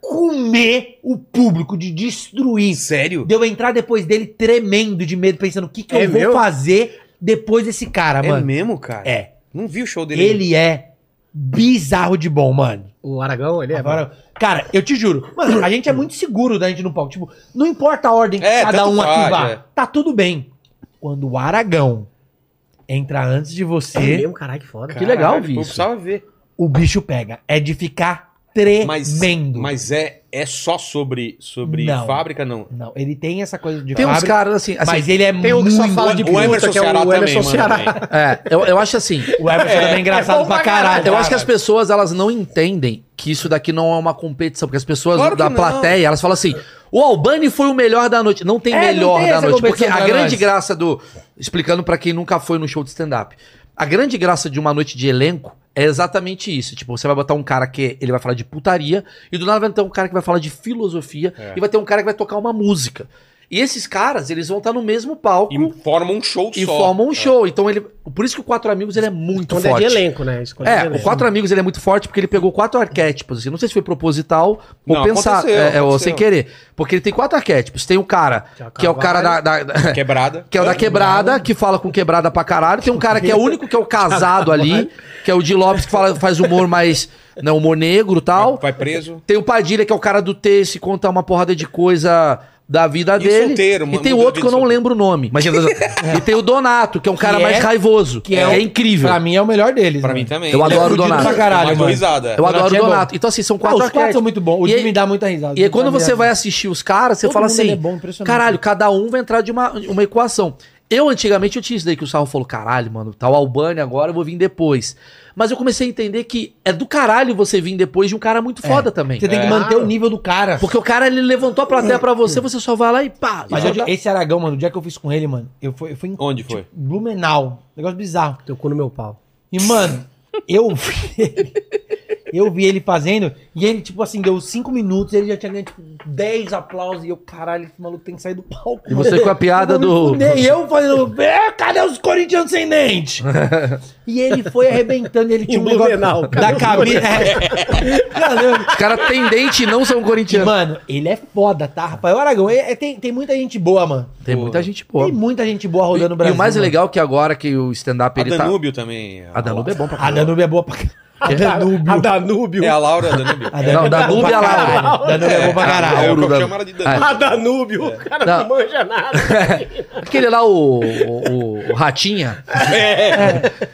comer o público, de destruir. Sério? Deu entrar depois dele tremendo de medo, pensando o que, que É eu vou meu? fazer depois desse cara, É mano. mesmo, cara? É. Não vi o show dele. Ele é bizarro de bom, mano. O Aragão, ele é. Agora, cara, eu te juro, mano, a gente é muito seguro da gente no palco. Tipo, não importa a ordem que É, cada tanto um aqui faz, vá. é. Tá tudo bem. Quando o Aragão entra antes de É você, mesmo, caralho, que foda. é Que legal, Eu Vinícius. precisava ver. o bicho pega. É de ficar Mas, tremendo. mas é, é só sobre, sobre Não. fábrica, não. Não, ele tem essa coisa de Tem uns fábrica, caras assim. assim mas ele é Tem o muito... que só fala de O Emerson que é Ceará o também, Emerson mano, Ceará. também. É, eu, eu acho assim. O Everson também é engraçado bom pra pra caralho. caralho. Eu acho que as pessoas elas não entendem que isso daqui não é uma competição, porque as pessoas Claro que da não. plateia elas falam assim: o Albani foi o melhor da noite. Não tem É, não melhor tem da essa noite, porque competição a pra grande nós. graça do explicando pra quem nunca foi no show de stand-up, a grande graça de uma noite de elenco é exatamente isso. Tipo, você vai botar um cara que ele vai falar de putaria e do nada vai ter um cara que vai falar de filosofia e vai ter um cara que vai tocar uma música. E esses caras, eles vão estar no mesmo palco E e, forma um show só. formam um show. Então ele, por isso que o Quatro Amigos ele é muito Quando é forte. de elenco, né? Isso, quando de É, elenco. o Quatro Amigos ele é muito forte porque ele pegou quatro arquétipos, assim. Não sei se foi proposital ou Não, pensar, aconteceu, é, é, ou aconteceu. sem querer. Porque ele tem quatro arquétipos. Tem o cara, que é o cara da. da- da- Quebrada. que é o da quebrada, que fala com quebrada pra caralho. Tem um cara que é o único que é o casado ali, que é o de Lopes, que fala, faz humor mais. Né, humor negro e tal. Vai preso. Tem o Padilha, que é o cara do texto, que conta uma porrada de coisa da vida dele. solteiro, mano, e tem muda a outro que vida eu não solteiro. lembro o nome. Imagina. E tem o Donato, que é um cara Que mais é- raivoso. Que é, o- incrível. Pra mim é o melhor deles. Pra né? mim também. Eu Ele adoro o fudido Donato. pra caralho, Eu mano. risada. Eu adoro é o bom. Donato. Então, assim, são Ah, quatro os quatro arquétipos. são muito bons. O E aí- Jimmy dá muita risada. E aí, quando você vai a assistir os caras, você Todo fala mundo, assim: ele é bom, impressionante. caralho, cada um vai entrar de uma, uma equação. Eu, antigamente, eu tinha isso daí que o Sarro falou: caralho, mano, tá o Albani agora, eu vou vir depois. Mas eu comecei a entender que é do caralho você vir depois de um cara muito foda também. Você tá- tem que É. manter o nível do cara. Porque o cara, ele levantou a plateia pra você, você só tá- vai lá e pá. É. Mas e eu- já- esse Aragão, mano, o dia que eu fiz com ele, mano, eu fui, eu fui em Onde foi? Tipo, Blumenau. Negócio bizarro. Teu cu no meu pau. E, mano, eu vi ele Eu vi ele fazendo e ele, tipo assim, deu cinco minutos e ele já tinha ganho, tipo, 10 aplausos. E eu, caralho, esse maluco tem que sair do palco. E você com a piada do. Nem eu fazendo, é, cadê os corintianos sem dente? e ele foi arrebentando, ele tinha um negócio Blumenau, cadê da cabeça. Caramba. Os caras têm dente e não são E, corintianos. mano, ele é foda, tá, Rafael Aragão? é- é- tem, tem muita gente boa, mano. Tem muita gente boa. Tem muita gente boa E, rodando no e Brasil. o mais mano. legal é que agora que o stand-up A ele tá. Danúbio também. A Danube é bom pra A Danube é boa pra caralho. A Danúbio. A Danúbio. É a Laura Danúbio. A Não, Danube é lá. A Danúbio é boa pra caralho. É, Lauro eu Dan- chamaram de Danúbio. A Danúbio. O cara não, Não. manja nada. Aquele lá, o, o, o Ratinha.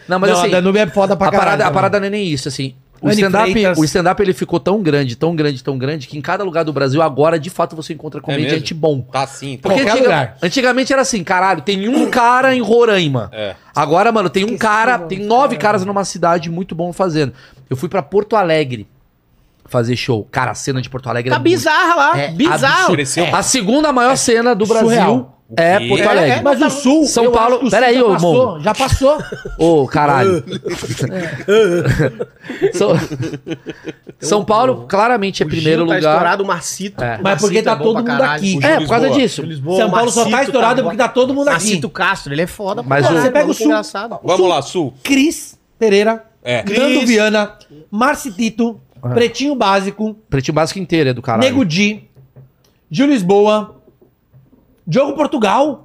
Não, mas Não, assim, a Danúbio é foda pra a caralho. parada, a também. parada não é nem isso, assim. O Anne stand-up Freitas. o stand-up, ele ficou tão grande, tão grande, tão grande, que em cada lugar do Brasil agora, de fato, você É encontra comediante bom. Tá assim, tá. Porque Qualquer antiga- lugar. antigamente era assim, caralho, tem um cara em Roraima. É. Agora, mano, tem um cara, tem nove é, caras numa cidade muito bom fazendo. Eu fui pra Porto Alegre fazer show. Cara, a cena de Porto Alegre Tá bizarra lá. É bizarro. absurdo. Cresceu. A segunda maior cena do Brasil É surreal. é quê? Porto É, Alegre. Mas o Sul. São eu Paulo- acho que o Pera aí, Sul já ô, passou, irmão. Já passou. Ô, caralho. São, São Paulo claramente é O Gil primeiro tá lugar. estourado, o Marcito. É. o Mas porque Marcito tá bom todo pra mundo caralho. aqui. O É, por causa Lisboa. disso. Lisboa, São Paulo só Marcito tá estourado bom. porque tá todo mundo aqui. Marcito Castro, ele é foda. pra Mas caralho, o- você pega o maluco Sul. engraçado. Vamos lá, Sul. Cris Pereira, É. Nando Viana, Marcitito, Pretinho Básico, Pretinho básico inteiro é do caralho. Nego Di, Gil Lisboa, Diogo Portugal.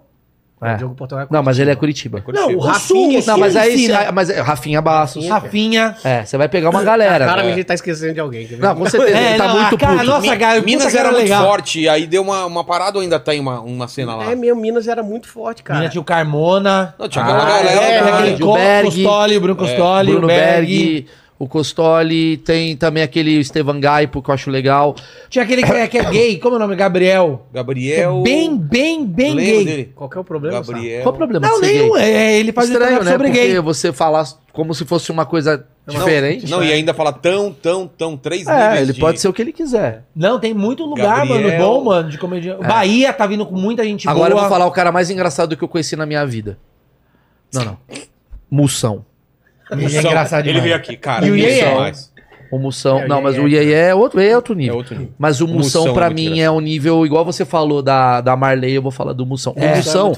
É. Diogo Portugal é Não, mas ele é Curitiba. Não, o o Sul, Rafinha. o Não, Sim, mas aí sim, você- né? mas é Rafinha Bastos. Rafinha. É, você vai pegar uma galera. Cara, né? a gente tá esquecendo de alguém. quer ver? Não, com certeza, ele tá É, não, muito a cara- puto. Nossa, cara, puta Minas cara era muito legal. forte, aí deu uma, uma parada ou ainda tem uma, uma cena lá? É, meu Minas era muito forte, cara. Minas tinha o Carmona. Não, tinha aquela Ah, galera. é, cara. aquele- Co- Berg, Costoli, Bruno Costoli, Bruno Berg. Berg, o Costoli, tem também aquele Estevan Gaipo, que eu acho legal. Tinha aquele que é, que é gay, como é o nome? Gabriel. é Gabriel. Bem, bem, bem É Lembro gay. dele. Qual que é o problema, Gabriel. Gabriel. Qual o problema Não, de ser nenhum. gay? É, ele faz Estranho, stand-up né? sobre Porque gay. você falar como se fosse uma coisa Não, diferente. né? Não, e ainda fala tão, tão, tão, três É, ele de- pode ser o que ele quiser. Não, tem muito lugar, Gabriel. mano, bom, mano, de comédia. Bahia tá vindo com muita gente Agora eu boa. vou falar o cara mais engraçado que eu conheci na minha vida. Não, não. Mussão. Ele é Só- engraçado Ele demais. veio aqui, cara. E o isso Iê, é. mais. O Mussão. É, o não, mas Iê o Iê é outro, é outro nível. É outro nível. Mas o O Mussão Mussão, é pra muito mim, engraçado. é um nível. Igual você falou da, da Marley, eu vou falar do Mussão. É. o Mussão,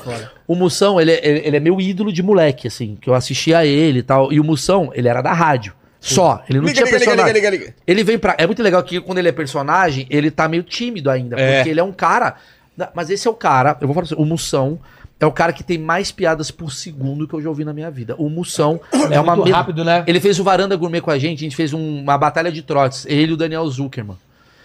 o Mussão ele, é- ele, ele é meu ídolo de moleque, assim, que eu assistia a ele e tal. E o Mussão, ele era da rádio. Só, ele não Liga, tinha liga, liga, personagem. liga, liga, liga. Ele vem pra. É muito legal que quando ele é personagem, ele tá meio tímido ainda. É. Porque ele é um cara. da- Mas esse é o cara, eu vou falar pra você, o Mussão é o cara que tem mais piadas por segundo que eu já ouvi na minha vida. O Mussão é, uma. Muito me- rápido, né? Ele fez o Varanda Gourmet com a gente, a gente fez um- uma batalha de trotes. Ele e o Daniel Zuckerman.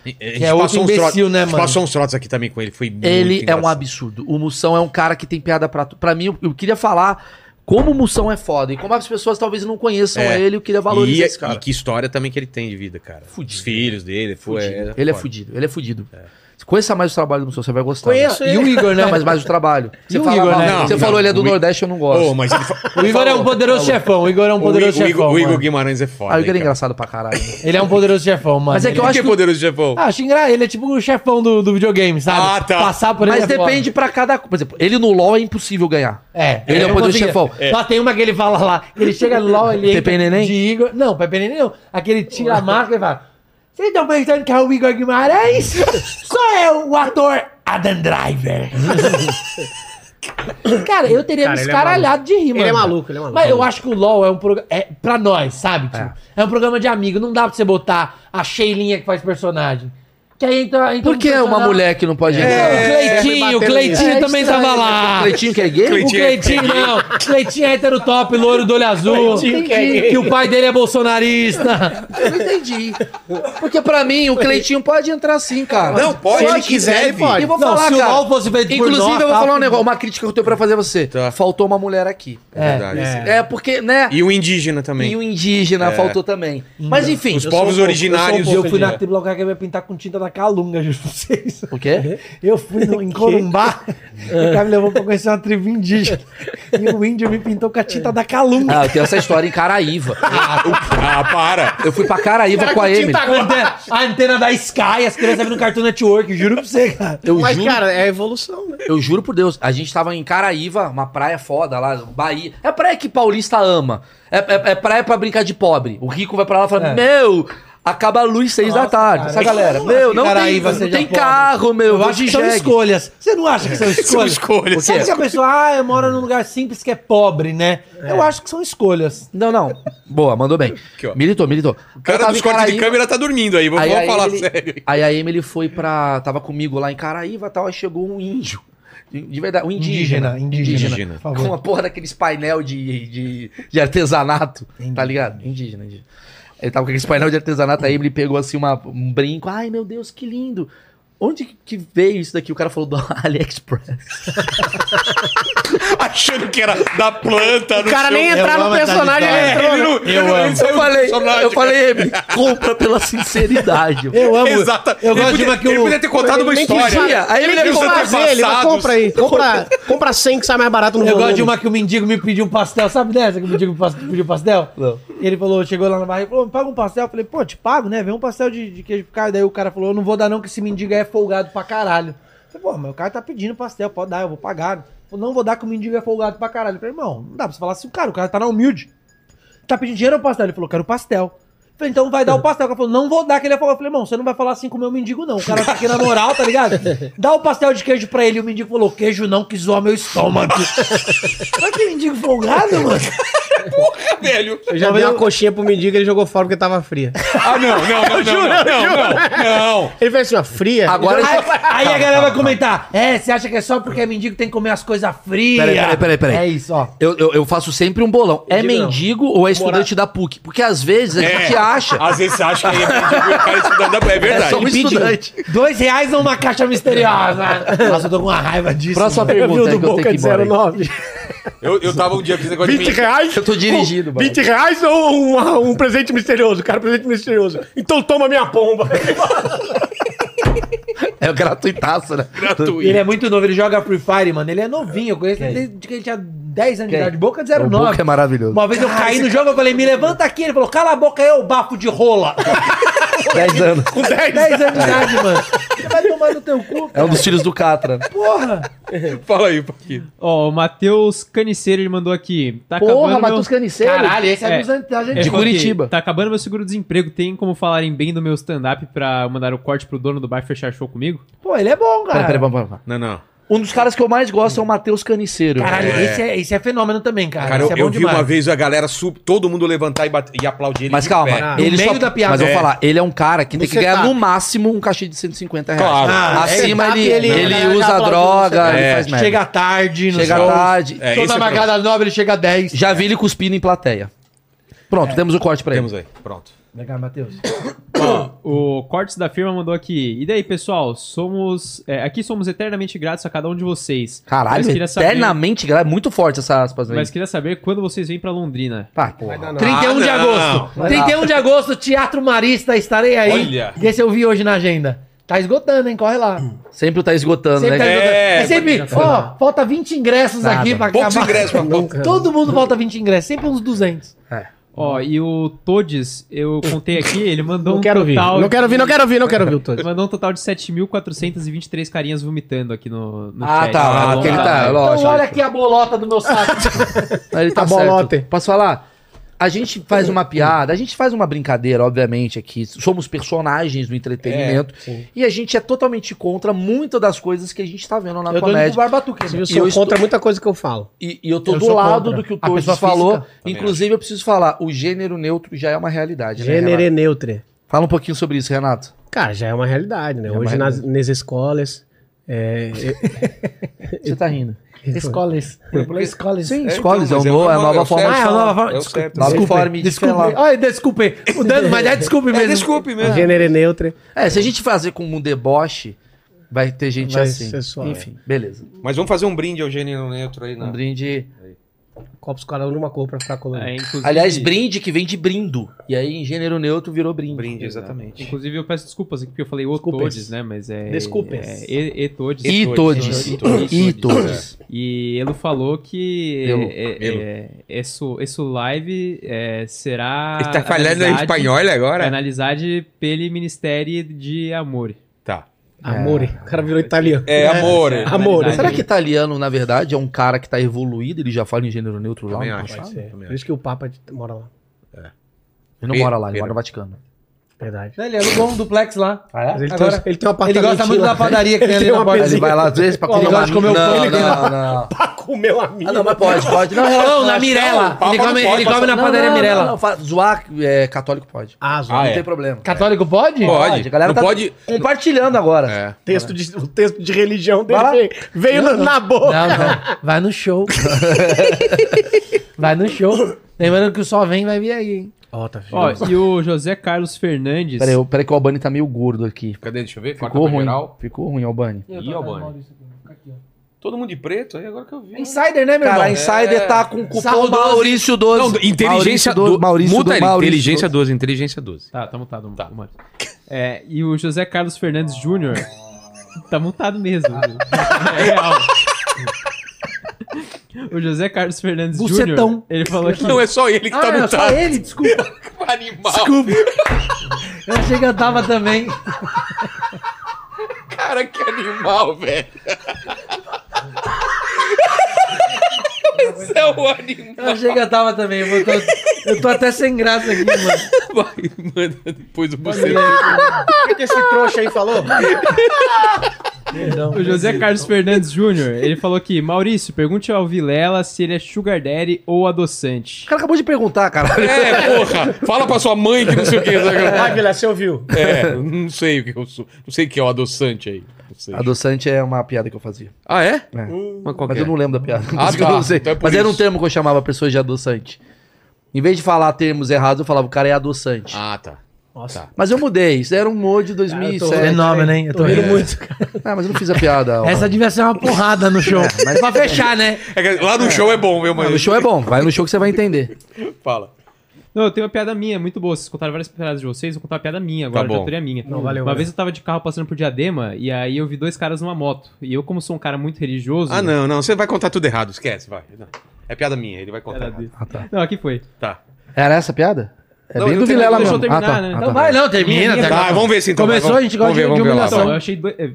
A gente Que é outro passou uns trotes- imbecil, né, a gente mano? Passou uns trotes aqui também com ele. Foi muito Ele é um engraçado. absurdo. O Mussão é um cara que tem piada pra. tu- Pra mim, eu, eu queria falar como o Mussão é foda e como as pessoas talvez não conheçam É. ele, eu queria e, valorizar esse cara. e que história também que ele tem de vida, cara. Os filhos dele. Foi, Fudido. ele é fudido, ele é fudido. Conheça mais o trabalho do Mussão, você vai gostar. Conheço né? ele. E o Igor, né? Não, mas mais o trabalho. Você, o fala, Igor, mal- né? você Não, falou, não, ele é do o I- Nordeste, eu não gosto. Ô, mas ele fa- O Igor é um poderoso chefão, o Igor é um o, poderoso Igor- o Igor, chefão. o Igor mano. Guimarães é foda. ah, o Igor é hein, cara. engraçado pra caralho. Ele é um poderoso chefão, mano. Mas é que eu Ele- Por acho que poderoso chefão? Ah, acho engraçado, ele é tipo o chefão do, do videogame, sabe? Ah, tá. Passar por ele Mas é foda. depende pra cada. Por exemplo, ele no LOL é impossível ganhar. É, Ele é o eu poderoso consigo. chefão. Só tem uma que ele fala lá, que ele chega lá, ele Pepe entra Neném? de Igor. Não, Pepe Neném não. Aquele tira a máscara e fala: Vocês estão pensando que é o Igor Guimarães? Só é o ator Adam Driver. Cara, eu teria Cara, me ele é escaralhado de rir, mano. é maluco, ele é maluco. Mas eu acho que o LOL é um programa. É pra nós, sabe? Tipo, é. um programa de amigo. Não dá pra você botar a Sheilinha que faz personagem. Que aí entra. entra Por um que uma personagem- mulher que não pode É, ganhar? o Cleitinho, o Cleitinho É também estranho. tava lá. Cleitinho que é gay? O Cleitinho não. Cleitinho é hétero top, loiro do olho azul. Cleitinho que é Entendi. gay. Que o pai dele é bolsonarista. Eu não entendi. Porque pra mim, o Cleitinho pode entrar sim, cara. Não, pode, Só ele que quiser, deve. ele pode. E vou Não, falar, se o cara. mal fosse feito por Inclusive, nós, eu vou tá, falar um tudo negócio, uma crítica que eu tenho pra fazer a você. Tá. Faltou uma mulher aqui. É, Verdade. É, porque, né? E o indígena também. E o indígena É. faltou também. Mas enfim. um Os povos originários. Eu fui na tribo local que eu ia pintar com tinta da Calunga, juro pra vocês. O quê? Eu fui no, em Corumbá, o cara me levou pra conhecer uma tribo indígena. E o índio me pintou com a tinta da Calunga. Ah, eu tenho essa história em Caraíva. Ah, para! Eu fui pra Caraíva com a Emily. A antena, a antena da Sky, as crianças viram no Cartoon Network, juro pra você, cara. Eu Mas, juro, cara, é a evolução, né? eu juro por Deus, a gente tava em Caraíva, uma praia foda lá, Bahia. É praia que paulista ama. É, é, é praia pra brincar de pobre. O rico vai pra lá e fala, meu, acaba a luz seis da tarde. Essa galera. Meu, não Cara, tem, aí não você já tem pode. carro, meu. Eu vou acho de que são jegue. escolhas. Você não acha que são é escolhas? escolhas. Sabe que a pessoa, ah, eu moro num lugar simples que é pobre, né? É. Eu acho que são escolhas. Não, não. Boa, mandou bem. ó. Militou, militou. O cara dos cortes de câmera tá dormindo aí, vamos Aí, vamos a falar Emily- sério. Aí a Emily foi pra. Tava comigo lá em Caraíva e tal, aí chegou um índio. De- De verdade, um indígena. Indígena, indígena. Por Com favor. uma porra daqueles painel de, de, de artesanato, tá ligado? Indígena, indígena. Ele tava com aqueles painel de artesanato, aí ele pegou assim uma, um brinco. Ai, meu Deus, que lindo. Onde que veio isso daqui? O cara falou do AliExpress. Achando que era da planta, O cara nem é entrar no personagem, ele entrou. Ele não, ele não- ele saiu Eu do falei, personagem, eu falei, Emily, compra pela sinceridade. Eu amo. Exata. Eu ele gosto de podia, uma que ele o... podia ter contado uma história. Podia. Aí ele Ele levou podia ter Fazer, ele vai, passado. compra aí. Compra, compra 100 que sai mais barato no Eu gosto volume. de uma que o mendigo me pediu um pastel. Sabe dessa que o mendigo pas- pediu um pastel? Não. Ele falou, chegou lá na barriga e falou, me paga um pastel. Eu falei, pô, te pago, né? Vem um pastel de, de queijo picado. Daí o cara falou, eu não vou dar não, que esse mendigo aí é folgado pra caralho. Eu falei, pô, mas o cara tá pedindo pastel, pode dar, eu vou pagar. Ele falou, não vou dar que o mendigo é folgado pra caralho. Eu falei, irmão, não dá pra você falar assim, cara, o cara tá na humilde. Tá pedindo dinheiro ou pastel? Ele falou, quero pastel. Eu Falei, então vai dar o pastel. O cara falou, não vou dar, que ele é folgado. Eu falei, irmão, você não vai falar assim com o meu mendigo, não. O cara tá aqui na moral, tá ligado? Dá o pastel de queijo pra ele. E o mendigo falou, queijo não, que zoa meu estômago. Mas que mendigo folgado, mano. É velho. Eu já dei uma coxinha pro mendigo, ele jogou fora porque tava fria. Ah, não, não, não, não, não, não, não. Ele fez assim, ó, fria. Agora Aí, aí a galera vai comentar, é, você acha que é só porque é mendigo que tem que comer as coisas frias? Peraí, peraí, peraí, peraí. É isso, ó. Eu, eu, eu faço sempre um bolão. É Mendigo não. mendigo ou é estudante da PUC? Porque às vezes a É. gente acha. Às vezes você acha que ele é mendigo e o cara estudando. É É verdade. só um estudante. Dois reais numa caixa misteriosa. Nossa, eu tô com uma raiva disso. Próxima mano. pergunta aí que eu tenho que ir embora. aí. Eu, eu tava um dia com esse negócio de 20 mendigo. reais? Eu tô dirigindo, mano. 20 reais ou um, um presente misterioso? Cara, presente misterioso. Então toma minha pomba. É gratuitaço, né? E Ele é muito novo, ele joga Free Fire, mano. Ele é novinho, eu conheço ele desde que ele tinha 10 anos de Quem? idade. Boca de O 09. Boca é maravilhoso. Uma vez eu caí no jogo, eu falei, me levanta aqui. Ele falou, cala a boca, eu bafo de rola. 10 anos. Com 10, anos de idade, mano. Você vai tomar no teu cu, É um dos filhos do Catra. Tá porra. Fala aí, um Paquito. Ó, o Matheus Caniceiro ele mandou aqui. Tá Porra, acabando meu- Matheus Caniceiro. Caralho, esse é, É. dos antigos. De É, porque Curitiba. Tá acabando meu seguro-desemprego. Tem como falarem bem do meu stand-up pra mandar o corte pro dono do bar fechar show comigo? Pô, ele é bom, cara. Peraí, peraí, vamos, vamos, vamos. Não, não. Um dos caras que eu mais gosto é o Matheus Caniceiro. Caralho, esse, é, esse é fenômeno também, cara. Cara, eu, esse é eu vi uma vez a galera sub, todo mundo levantar e, bater, e aplaudir ele. Mas de calma, pé. ele No meio só- da piada. Mas eu É. vou falar, ele é um cara que No tem que ganhar setup. no máximo um cachê de 150 reais. Claro. Ah, Acima setup, ele, ele, ele- já usa aplaudiu, droga, você- ele É. faz merda. Chega tarde, no Chega show. tarde. É, esse Toda é o marcada nova, ele chega a 10. Já vi ele cuspindo em plateia. Pronto, temos o corte pra ele. Temos é. aí, pronto. Vem cá, Matheus. Ah. O Cortes da Firma mandou aqui. E daí, pessoal? Somos. é, aqui somos eternamente gratos a cada um de vocês. Caralho, Mas queria saber- eternamente, galera. É muito forte essa aspas aí. Mas queria saber quando vocês vêm pra Londrina. Tá, porra. 31 de Ah, não. agosto. 31 de agosto, Teatro Marista, estarei É aí. Olha. Esse eu vi hoje na agenda. Tá esgotando, hein? Corre lá. Sempre tá esgotando, Sempre né? tá É, esgotando. É, mas sempre, ó, falta 20 ingressos Nada. aqui pra Poucos ingressos pra Todo mundo falta 20 ingressos, sempre uns 200. Ó, e o Todes, eu contei aqui, ele mandou Não quero um ouvir. total. Não quero ouvir, não quero ouvir, não quero ouvir o todo. Ele mandou um total de 7.423 carinhas vomitando aqui no, no Ah, chat. tá. Então, aquele tá, lógico. Então olha aqui a bolota do meu saco. Ele tá A bolota. certo. Posso falar? A gente faz uma piada, a gente faz uma brincadeira, obviamente, aqui. Somos personagens do entretenimento. e a gente é totalmente contra muitas das coisas que a gente tá vendo na Eu tô indo pro comédia. Barbatuque. Eu E eu sou estou- contra muita coisa que eu falo. E, e eu tô Eu do sou lado contra. do que o A pessoa Torres falou. física. Inclusive, eu preciso falar, o gênero neutro já é uma realidade, né, Gênero é Renato? neutre. Fala um pouquinho sobre isso, Renato. Cara, já é uma realidade, né? uma Hoje nas, nas escolas. É, Você tá rindo. Escolas. Escolas. Sim, É, escoles, então, é, mas um é no- uma nova- é uma é nova o forma certo. de Ah, é uma falar. nova forma. É o Desculpe. certo. Nova forma de Desculpe. falar. Ai, desculpe. O dano, mas é desculpe É, mesmo. desculpe mesmo. Gênero neutre. É, se a gente fazer com um deboche, vai ter gente Vai assim. ser suave. Enfim, beleza. Mas vamos fazer um brinde ao gênero neutro né? aí, Um não. brinde. Copos cada um de uma cor pra ficar colorido. é, inclusive- Aliás, brinde que vem de brindo. E aí, em gênero neutro, virou brinde. Brinde, exatamente. Inclusive, eu peço desculpas aqui, porque eu falei o Desculpes. Todes, né? Mas é. Desculpes. É, e, e Todes. E todos. E todes. E todos. É. E ele falou que Eu- é, é, esse, esse live é, será. Ah, Ele tá falando em analisado- espanhol é agora? analisado pelo Ministério de Amor. Tá. Amore. O cara virou italiano. É, amor. É. Amore. Verdade. Será que italiano, na verdade, é um cara que tá evoluído? Ele já fala em gênero neutro lá é? Ah, Também no acho. passado? Por isso que o Papa de- mora lá. Ele não Pe- mora lá, ele Pedro. mora no Vaticano. Verdade. Ele alugou um duplex lá. Ah, é? Mas Então ele, Agora, tem, ele tem uma Ele gosta muito da padaria que tem ali na porta. Ele vai lá às vezes pra comer Ele gosta de comer o pão, Não, ele não, não. Pra comer uma mina. Ah, não, mas pode, pode. Não, relaxa, Pão na relaxa. Mirella. Papa Ele não come, pode ele come na Não, padaria não, Mirella. não, não, fa- Zoar é, católico pode. Ah, não Ah, é. tem problema. Católico pode? Pode. A galera Não tá pode- compartilhando agora. É. texto de, o texto de religião dele Vai lá. veio, veio na, na boca. Não, não. Vai no show. vai no show. Lembrando que o Só Vem vai vir aí, hein? Ó, tá vendo? Ó, e o José Carlos Fernandes. Peraí, eu- peraí que o Albani tá meio gordo aqui. Cadê? Deixa eu ver. Corta Ficou pra ruim. geral. Ficou ruim, Albani. Ih, Albani. Todo mundo de preto aí, agora que eu É vi. Insider, né, meu Cara, a irmão? Insider tá com Sarro cupom 12. Maurício 12. É. Não, inteligência Maurício 12, 12. Maurício Muda 12, ele. Maurício Inteligência 12, inteligência 12. Tá, tá mutado. Tá. É, e o José Carlos Fernandes Júnior. Tá mutado mesmo. viu? É real. O José Carlos Fernandes Júnior. Bucetão. Ele falou aqui. Não é só ele que Ah, tá é só mutado. ele? Desculpa. Animal. Eu achei que eu tava também. Cara, que animal, velho. Esse é o animal. Eu achei que eu tava também. Eu tô, eu tô até sem graça aqui, mano. Vai, manda depois o bucetão. O que que esse trouxa aí falou? O José Carlos Fernandes Júnior, ele falou aqui, Maurício, pergunte ao Vilela se ele é sugar daddy ou O adoçante. cara acabou de perguntar, cara. É, porra. Fala pra sua mãe que não sei o que. Vai, Vila, você ouviu? É, não sei o que eu sou. Não sei o que é o adoçante aí. Não sei. Adoçante é uma piada que eu fazia. Ah, é? É. Mas qual Mas que é? eu não lembro da piada. Ah, Por isso que eu tá. não sei. Então é por Mas era um isso. termo que eu chamava pessoas de adoçante. Em vez de falar termos errados, eu falava o cara é adoçante. Ah, tá. Mas eu mudei. Isso era um humor de 2007. Fenômeno, hein? Eu tô rindo muito. Ah, mas eu não fiz a piada. ó. Essa devia ser uma porrada no show. Pra fechar, né? É que lá no show é bom, viu, Ah, mano? no show é bom. Vai no show que você vai entender. Fala. Não, eu tenho uma piada minha, muito boa. Vocês contaram várias piadas de vocês, eu vou contar uma piada minha agora, Tá de bom. autoria minha. Não, valeu, uma valeu. vez eu tava de carro passando por Diadema, e aí eu vi dois caras numa moto. E eu, como sou um cara muito religioso... Ah, não, não. Você vai contar tudo errado. Esquece, vai. Não. É piada minha, ele vai contar. Era errado. dele. Não, aqui foi. Tá. Ah, Era essa a piada? É Não, bem eu do tenho- Vilela deixa mesmo. eu terminar, tá. né? Ah, Então tá. Vai, não, termina. Minha- tá? Ah, vamos ver se então. Começou, vai, a gente gosta de- de lá. humilhação. Então, eu achei... dois- eh,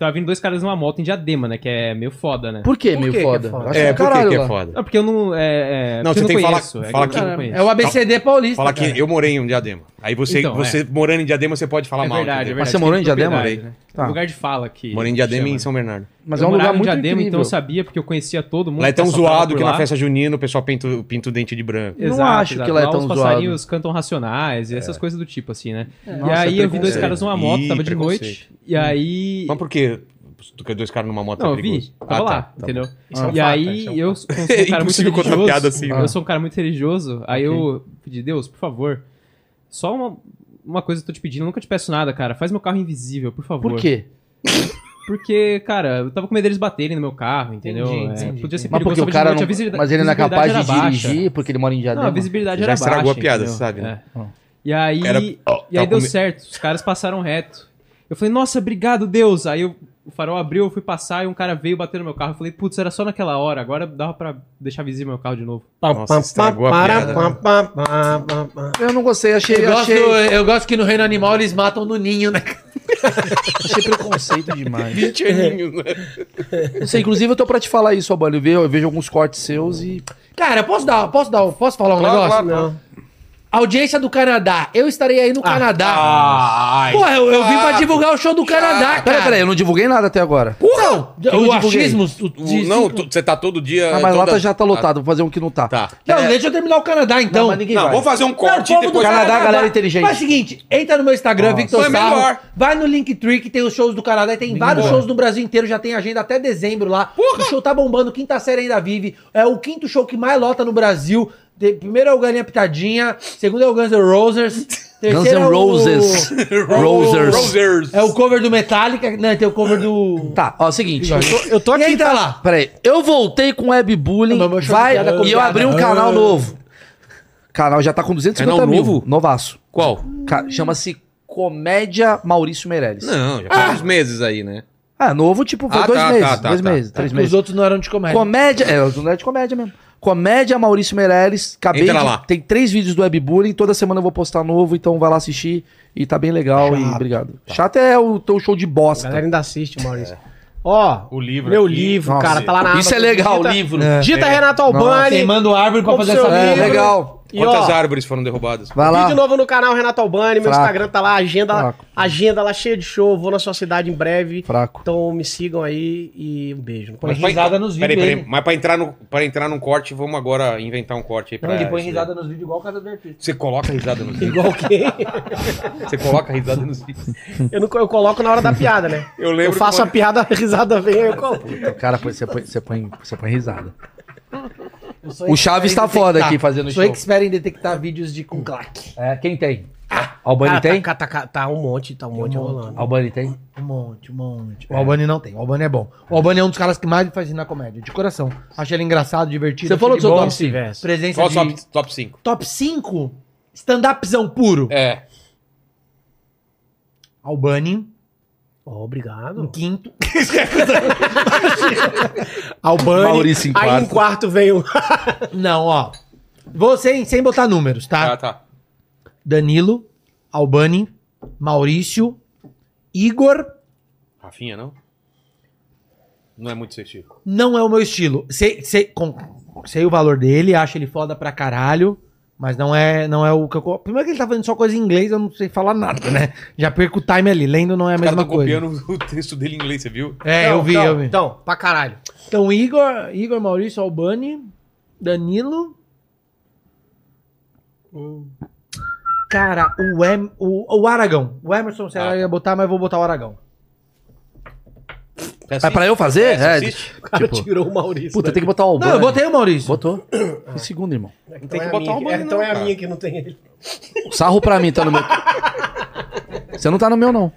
Tava vindo dois caras numa moto em Diadema, né, que é meio foda, né? Por que meio que que é foda? foda? Eu acho É, do por que caralho que é lá. foda? Não, porque eu não... É, é, Não, porque você eu tem que falar- conheço, é falar que eu não que- conheço. É o ABCD paulista. Fala que eu morei em um Diadema. Aí você, Então, você morando em Diadema, você pode falar É mal. verdade, é entendeu? verdade. você morou em Tem Diadema? propriedade, né? Tá. Lugar de fala aqui. Morei em Diadema e Chama. em São Bernardo. Mas eu é um lugar morava em muito Diadema, então incrível. eu sabia, porque eu conhecia todo mundo. Lá é tão que passava zoado por que lá. na festa junina o pessoal pinta, pinta o dente de branco. Não acho que lá é tão os zoado. passarinhos cantam racionais e essas coisas do tipo, assim, né? E Nossa, é aí eu vi dois preconceito. caras numa moto, Ih, tava de noite. E aí. Mas por que dois caras numa moto Não, é eu perigoso? vi, tava Ah, lá, tá, tá bom. entendeu? Isso é um e fato, aí isso é um eu sou um cara muito impossível contar religioso. piada assim, né? Eu sou um cara muito religioso. Aí eu pedi, Deus, por favor, só uma, uma coisa eu tô te pedindo, eu nunca te peço nada, cara. Faz meu carro invisível, por favor. Por quê? Porque, cara, eu tava com medo deles baterem no meu carro, entendeu? Entendi, É, entendi. Podia ser Mas perigoso, porque o de cara noite, não... a visibili- Mas ele não é capaz de visibilidade era baixa. dirigir porque ele mora Tá em Não, a Diadema? visibilidade Já era estragou baixa, a piada, entendeu? sabe, né? É. E aí, Era- Ó, e tava aí deu com me- certo, os caras passaram reto. Eu falei, nossa, obrigado, Deus. Aí eu- o farol abriu, eu fui passar e um cara veio bater no meu carro. Eu falei, putz, era só naquela hora, agora dava pra deixar visível meu carro de novo. Nossa, estragou a piada. Eu não gostei, achei, Eu gosto, achei, eu gosto que no reino animal eles matam no ninho, né? achei preconceito demais. 20 É. aninhos, né? Não sei, inclusive eu tô pra te falar isso, Albano. Eu vejo, eu vejo alguns cortes seus e. Cara, posso dar, posso dar, posso falar um negócio? né? Não. Audiência do Canadá. Eu estarei aí no Canadá. Ah. Pô, eu, eu vim pra divulgar o show do Canadá, cara. Peraí, peraí, eu não divulguei nada até agora. Porra! eu o divulguei. achismo... o- O- de- não, tu- você tá todo dia. Ah, mas toda- lata já tá lotado, vou fazer um que não tá. Tá. Não, deixa eu terminar o Canadá, então. Não, mas ninguém Não, vai. vamos fazer um corte e povo do depois. Canadá, galera inteligente. Faz o seguinte, entra no meu Instagram, Victor Foi Sarro, melhor. vai no Linktree que tem os shows do Canadá, e tem vários shows no Brasil inteiro, já tem agenda até dezembro lá. O show tá bombando, quinta série ainda vive, é o quinto show que mais lota no Brasil. De- primeiro é o Galinha Pitadinha, segundo é o Guns N' Roses, Guns terceiro N' é o... Roses. Rosers. Rosers. É o cover do Metallica, né, tem o cover do... Tá, ó, seguinte. Eu tô, Eu tô aqui, tá? entra lá. peraí, eu voltei com webbullying, Não, mas eu vai, chamo piada com e eu piada. abri um canal novo. Canal já tá com 250 Canal mil. novo? Novaço. Qual? Ca- Chama-se Comédia Maurício Meirelles. Não, já faz uns meses aí, né? Ah, novo, tipo, foi Ah, dois tá, meses, tá, tá, dois tá. meses, três Os meses. outros não eram de comédia. Comédia, é, os não é de comédia mesmo. Comédia Maurício Meirelles, acabei Entra de- lá. tem três vídeos do Webbullying, toda semana eu vou postar novo, então vai lá assistir e tá bem legal e obrigado. Chato é o teu show de A bosta. galera ainda assiste, Maurício. Ó, O livro meu aqui. É. livro, Nossa. cara, tá lá na Isso é Amazon. legal, Digita- livro. Digita Renato Albani. Queimando árvore pra Compre fazer seu essa... É, livro. legal. E, Quantas ó, árvores foram derrubadas? Vai lá. Vídeo novo no canal Renato Albani, meu Fraco. Instagram tá lá, agenda, Fraco. agenda lá cheia de show, vou na sua cidade em breve. Fraco. Então me sigam aí e um beijo. Põe risada nos Peraí, vídeos. peraí, hein? mas pra entrar, no, pra entrar num corte, vamos agora inventar um corte aí pra Não, ele põe isso risada nos vídeos igual o cara do artista. daí. Você coloca risada nos vídeos. Igual quem? Você coloca risada nos vídeos. Eu, não, eu coloco na hora da piada, né? Eu lembro Eu faço a quando- piada, a risada vem, aí eu coloco. Cara, põe- você põe, você põe, você põe risada. O Chaves tá foda aqui fazendo Sou show. expert em detectar vídeos de com claque. É, quem tem? Albani Ah, tem? Tá, tá, tá, tá um monte, tá um monte rolando. Albani tem? Um monte, um monte. O Albani não tem. O Albani é bom. O Albani é um dos caras que mais me faz rir na comédia, de coração. Achei ele engraçado, divertido. Você achei falou ele do seu bom. top cinco. Presença Qual o de... top, top 5? Top 5? Stand-upzão puro. É. Albani, Ó, obrigado. em um quinto. Albani. Maurício em Aí em quarto. quarto vem um- o. Não, ó. Vou sem, sem botar números, tá? Ah, tá. Danilo, Albani, Maurício, Igor. Rafinha, não? Não é muito seu estilo. Não é o meu estilo. Sei, sei, com- sei o valor dele, acho ele foda pra caralho. Mas não é, não é o que eu. co- Primeiro que ele tá fazendo só coisa em inglês, eu não sei falar nada, né? Já perco o time ali. Lendo não é a Os caras mesma estão coisa. copiando o texto dele em inglês, você viu? É, eu vi, então, eu vi. Então, pra caralho. Então, Igor, Igor Maurício Albani, Danilo. Cara, o, em, o, o Aragão. O Emerson, sei Ah, tá. lá, eu ia botar, mas vou botar o Aragão. É assim? É pra eu fazer? É, É. você assiste? O cara Tipo- tirou o Maurício. Puta, né? tem que botar o Albani. Não, eu botei o Maurício. Botou. Que segundo, irmão. Então tem que é a botar minha o Albani, é, Então não, é a cara. minha que não tem ele. Sarro pra mim, tá no meu. Você não tá no meu, não.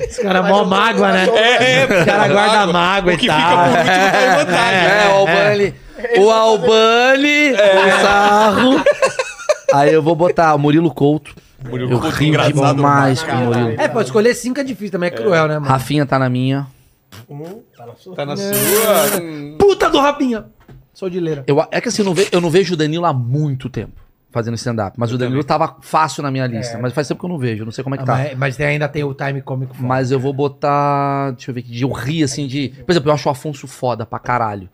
Esse cara é mó mágoa, né? É, O cara guarda mágoa O que e fica por tal. último tá em vantagem. É, o Albani. O Albani, o Sarro. Aí eu vou botar o Murilo Couto. Murilo eu Couto, ri engraçado demais com o Murilo. É, pô, escolher cinco é difícil também, é cruel, né, mano? Rafinha tá na minha. Tá na sua. hum. Puta do Rapinha! Sou de leira. Eu, é que assim, eu não, ve- eu não vejo o Danilo há muito tempo fazendo stand-up. Mas o Danilo tava fácil na minha lista. Mas faz tempo que eu não vejo, eu não sei como é que Ah, tá. Mas, mas tem- ainda tem o time cômico. foda. Mas eu vou botar. Deixa eu ver que dia. Eu ri assim de. Por exemplo, eu acho o Afonso foda pra caralho.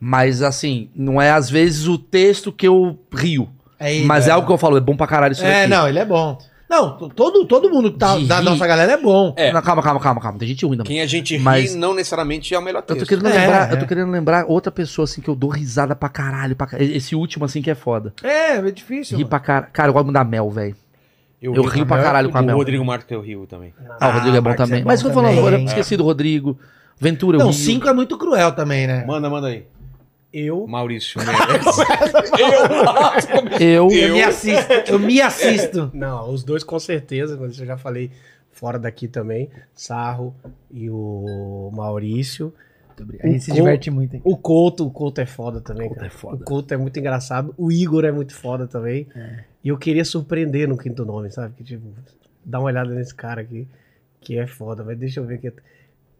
Mas assim, não é às vezes o texto que eu rio. É isso, mas é é. algo que eu falo, é bom pra caralho isso É, daqui. não, ele é bom. Não, t- todo, todo mundo que tá, De da rir. nossa galera é bom. É. Não, Calma, calma, calma, calma. Tem gente ruim também. Quem a gente ri Mas- não necessariamente é o melhor Eu tô, texto. querendo É, lembrar, é. eu tô querendo lembrar outra pessoa assim que eu dou risada pra caralho. Pra... ca- Esse último assim que é foda. É, é difícil. Ri pra caralho. Cara, eu gosto muito da Mel, velho. Eu rio rio pra caralho com a O Mel. Rodrigo Marques eu rio também. Ah, o Rodrigo é bom Marcos também. é bom mas eu tô falando, também. eu esqueci do Rodrigo. Ventura, eu Não, rio. cinco é muito cruel também, né? Manda, manda aí. Eu. Maurício. né? Eu. Eu me assisto, eu me assisto. Não, os dois com certeza, mas eu já falei fora daqui também. Sarro e o Maurício. A gente se diverte muito, hein? O Couto, o Couto é foda também, cara. é foda. O Couto é muito engraçado. O Igor é muito foda também. É. E eu queria surpreender no quinto nome, sabe? Que tipo, dá uma olhada nesse cara aqui, que é foda, mas deixa eu ver aqui.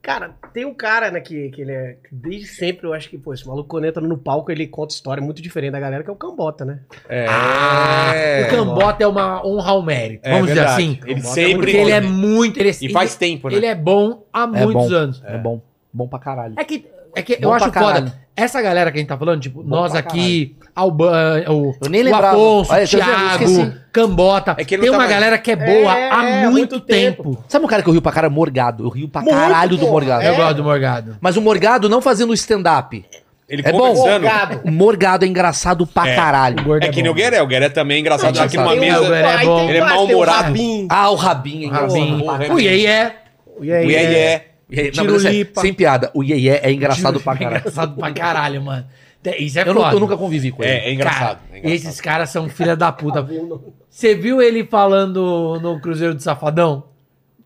Cara, tem um cara, né, que, que ele é. que Desde sempre eu acho que, pô, esse maluco quando entra no palco, ele conta história muito diferente da galera, que é o Cambota, né? É. o Cambota Ah, é uma honra ao mérito, vamos dizer assim. Ele Cambota sempre. Porque ele é muito... Ele, E faz tempo, né? ele é bom há É muitos bom. anos. É. bom. Bom pra caralho. É que, é que Bom eu acho pra caralho. foda. Essa galera que a gente tá falando, tipo, nós pra aqui, Alban, o, Eu nem o lembrava. Afonso, Olha, tá vendo? Eu esqueci. Thiago, Cambota. É que ele não tem tá uma mais- galera que é boa É, é, há há muito muito tempo. Sabe um cara que eu rio pra cara? Morgado. Eu rio pra Muito, caralho do pô. Morgado. É. Eu gosto do Morgado. Mas o Morgado não fazendo stand-up. Ele É bom. conversando. Morgado. O Morgado é engraçado pra caralho. É que nem o Gueré. O Gueré também é engraçado. Não, Só que numa engraçado. mesa. Tem o- Gueré é aí bom. tem Ele é vários, um tem o mal-humorado. Rabin. Ah, o Rabinho é engraçado. Porra, é O bem- Yei é E aí, O Iê é- Iê. E aí- Não, mas é sério, Tirulipa. sem piada. O Iê é engraçado pra caralho. engraçado pra caralho, mano. Te- Isso é Eu, foda. não- eu nunca convivi com ele. É, é engraçado. Cara, é engraçado. Esses caras são filha da puta. Você viu ele falando no Cruzeiro do Safadão?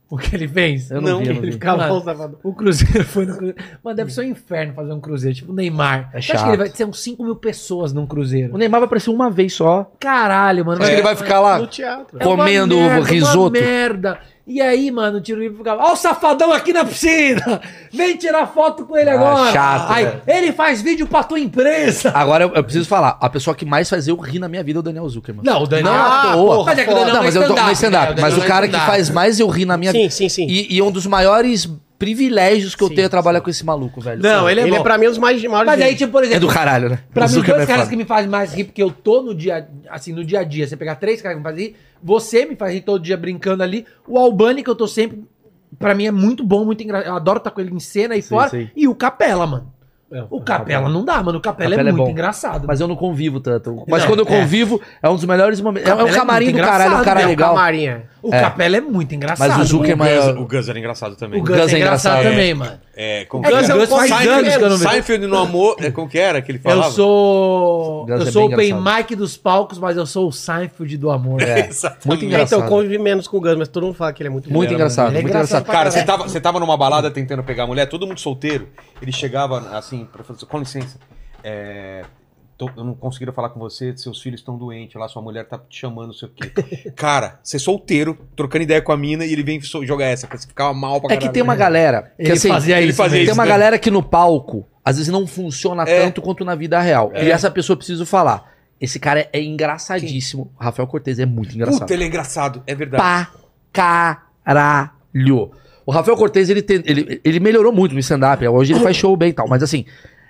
O que ele fez? Eu não, vi, eu não Ele vi. ficava Mano, mal safado. O Cruzeiro foi no Cruzeiro. Mano, deve ser um inferno fazer um Cruzeiro, tipo o Neymar. É Você acha que ele chato. vai ter uns 5 mil pessoas num Cruzeiro? O Neymar vai aparecer uma vez só. Caralho, mano. Acho que ele vai ficar lá No teatro. É uma comendo merda, uma risoto. merda. E aí, mano, o tiro livre ficava, ó o safadão aqui na piscina, vem tirar foto com ele Ah, agora. chato, aí, velho. ele faz vídeo pra tua imprensa. Agora eu, eu preciso falar. A pessoa que mais faz eu rir na minha vida é o Daniel Zuckerman. Não, o Daniel- Não, à Ah, toa. porra, Mas é que o Daniel não, não é mas eu tô stand-up, no né? O stand-up. Daniel Mas não o é cara que stand-up. faz mais eu rir na minha vida. Sim, sim, sim. E, e um dos maiores privilégios que eu tenho a trabalhar com esse maluco, velho. Não, ele é Ele bom. é pra mim os mais maiores. Mas aí, tá, gênios. tipo, por É exemplo, do caralho, né? pra O mim, Zuckerman dois caras fala. que me fazem mais rir, porque eu tô no dia, assim, no dia a dia. Você pegar três caras que me fazem rir, você me faz rir todo dia brincando ali. O Albani, que eu tô sempre, pra mim é muito bom, muito engraçado. Eu adoro estar com ele em cena e fora. sim. E o Capela, mano. É, O Capela não dá, mano. O Capela, Capela é é muito bom. engraçado. Mas eu não convivo tanto. Mas Não, quando eu é. convivo, é, um dos melhores momentos. É, é um Capela é camarim muito do caralho, é um engraçado, cara né? Um legal. Camarinha. O Capela é muito engraçado. Mas o Zucker é maior. O Gus era engraçado também. O Gus é engraçado também, mano. É, como É que que era? o Gus faz Seinfeld- anos que eu não vejo. Seinfeld no amor, é, como que era que ele falava? Eu sou. Gus eu é sou bem o Ben engraçado. Mike dos palcos, mas eu sou o Seinfeld do amor. É. É, Muito então, engraçado. eu convivi menos com o Gus, mas todo mundo fala que ele é muito Muito bom. engraçado, muito engraçado. Cara, você tava, você tava numa balada tentando pegar a mulher, todo mundo solteiro. Ele chegava assim, pra falar assim, com licença, é, tô- eu não conseguiram falar com você, seus filhos estão doentes, lá sua mulher tá te chamando, não sei o quê. Cara, você é solteiro, trocando ideia com a mina, e ele vem so- jogar essa, porque você ficava mal pra É que caralho. né? tem uma galera. Que, Ele assim, fazia Ele isso fazia tem isso, uma né? galera que no palco, às vezes não funciona É. tanto quanto na vida real. E essa pessoa eu preciso falar. Esse cara é engraçadíssimo. Rafael Cortez é muito engraçado. Puta, ele é engraçado, é verdade. pra caralho. O Rafael Cortez, ele, tem- ele, ele melhorou muito no stand-up. é, Hoje ele faz show bem e tal. Mas assim,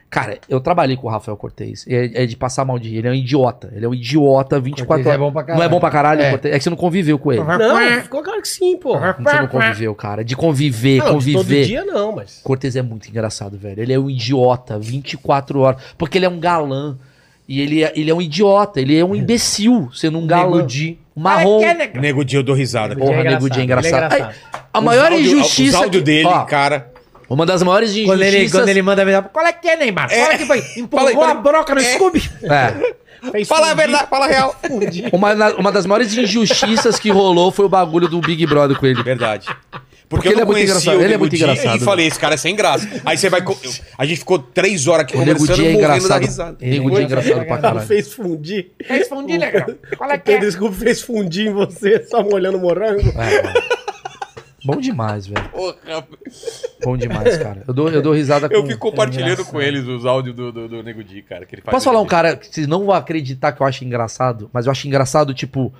cara, eu trabalhei com o Rafael Cortez. É, é de passar mal de rir. Ele é um idiota. Ele é um idiota 24 Cortez é horas. bom pra caralho. Não é bom pra caralho, é. Cortez? É que você não conviveu com ele. Não, ficou claro que sim, pô. é Você não conviveu, cara. De conviver, Não, de todo conviver. dia não, mas. Cortez é muito engraçado, velho. Ele é um idiota 24 horas. Porque ele é um galã. E ele é, ele é um idiota. Ele é um imbecil sendo um galã. Marrom. Nego Di, eu dou risada. cara. Porra, Ele é nego Di é engraçado, ele é engraçado. Ai, a Os maior áudio- injustiça. Os áudios que- dele, ó, cara. Uma das maiores injustiças. Quando ele, quando ele manda mensagem, qual é que é, Neymar? Qual é que foi? Empurrou Fala aí, fala a aí. broca no Scooby. É. Fala a verdade, fala a real. Uma, na- uma das maiores injustiças que rolou foi o bagulho do Big Brother com ele. Verdade. Porque Porque, eu ele é não muito conhecia engraçado, o ele é Nego muito Di engraçado, e falei, esse cara é sem graça. Aí você vai... co- eu- A gente ficou três horas aqui O Nego conversando, Di é morrendo da engraçado. risada. O Nego Di é engraçado pra Ela caralho. fez fundir. Fez fundir, legal. Qual é O que é? Pedro Scooby fez fundir em você, só molhando morango. É, mano. Bom demais, velho. Bom demais, cara. Eu dou, eu dou risada com Eu fico compartilhando com eles os áudios do, do, do Nego Di, cara. Que ele faz Posso falar um vídeo. cara que vocês não vão acreditar que eu acho engraçado, mas eu acho engraçado, tipo,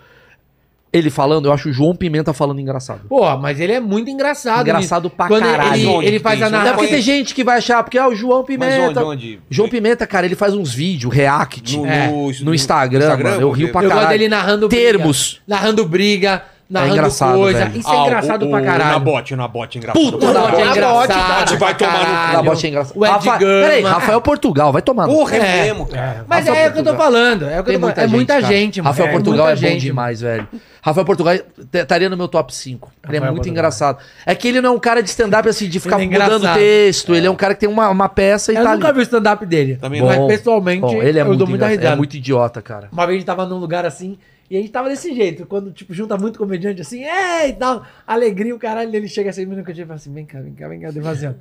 ele falando, eu acho o João Pimenta falando engraçado. Pô, mas ele é muito engraçado. Engraçado pra Quando ele- caralho. ele- Onde ele que faz tem a isso? Não, é narrativa. porque tem gente que vai achar, porque é o João Mas onde, Pimenta. onde? João Pimenta, cara, ele faz uns vídeos, react, é, No- no, no- no Instagram, Instagram, mano, eu porque- rio pra Eu caralho. gosto dele narrando Termos. É briga. Narrando briga, narrando engraçado, coisa. velho. Ah, Ah, Isso é engraçado pra Na caralho. bote, na bote, engraçado. Puta, Pra O Nabote Nabote é engraçado. Nabote vai pra tomar no cu. caralho. Na bote é engraçado. O Ed Rafa... Gurman. Peraí, Rafael Portugal, vai tomar. no cu. Porra, é, mesmo, cara. Mas Rafael é o que eu tô Portugal. falando. É, o que eu Tem tô falando. é muita cara. gente, mano. Rafael Portugal é, muita bom gente, demais, velho. Rafael Portugal t- estaria no meu top 5. Ele é Rafael muito Portugal. engraçado. É que ele não é um cara de stand-up assim, de ficar Ele é mudando engraçado. texto. Ele é um cara que tem uma, uma peça e Eu tá nunca ali. vi o stand-up dele. Também mas Bom, pessoalmente, bom, ele é eu muito dou muita engraçado, É risada. muito idiota, cara. Uma vez a gente tava num lugar assim, e a gente tava desse jeito, quando, tipo, junta muito comediante assim, é, e tal, alegria, o caralho, ele chega assim, menino que eu tinha e fala assim, vem cá, vem cá, vem cá, ele fala assim, ó,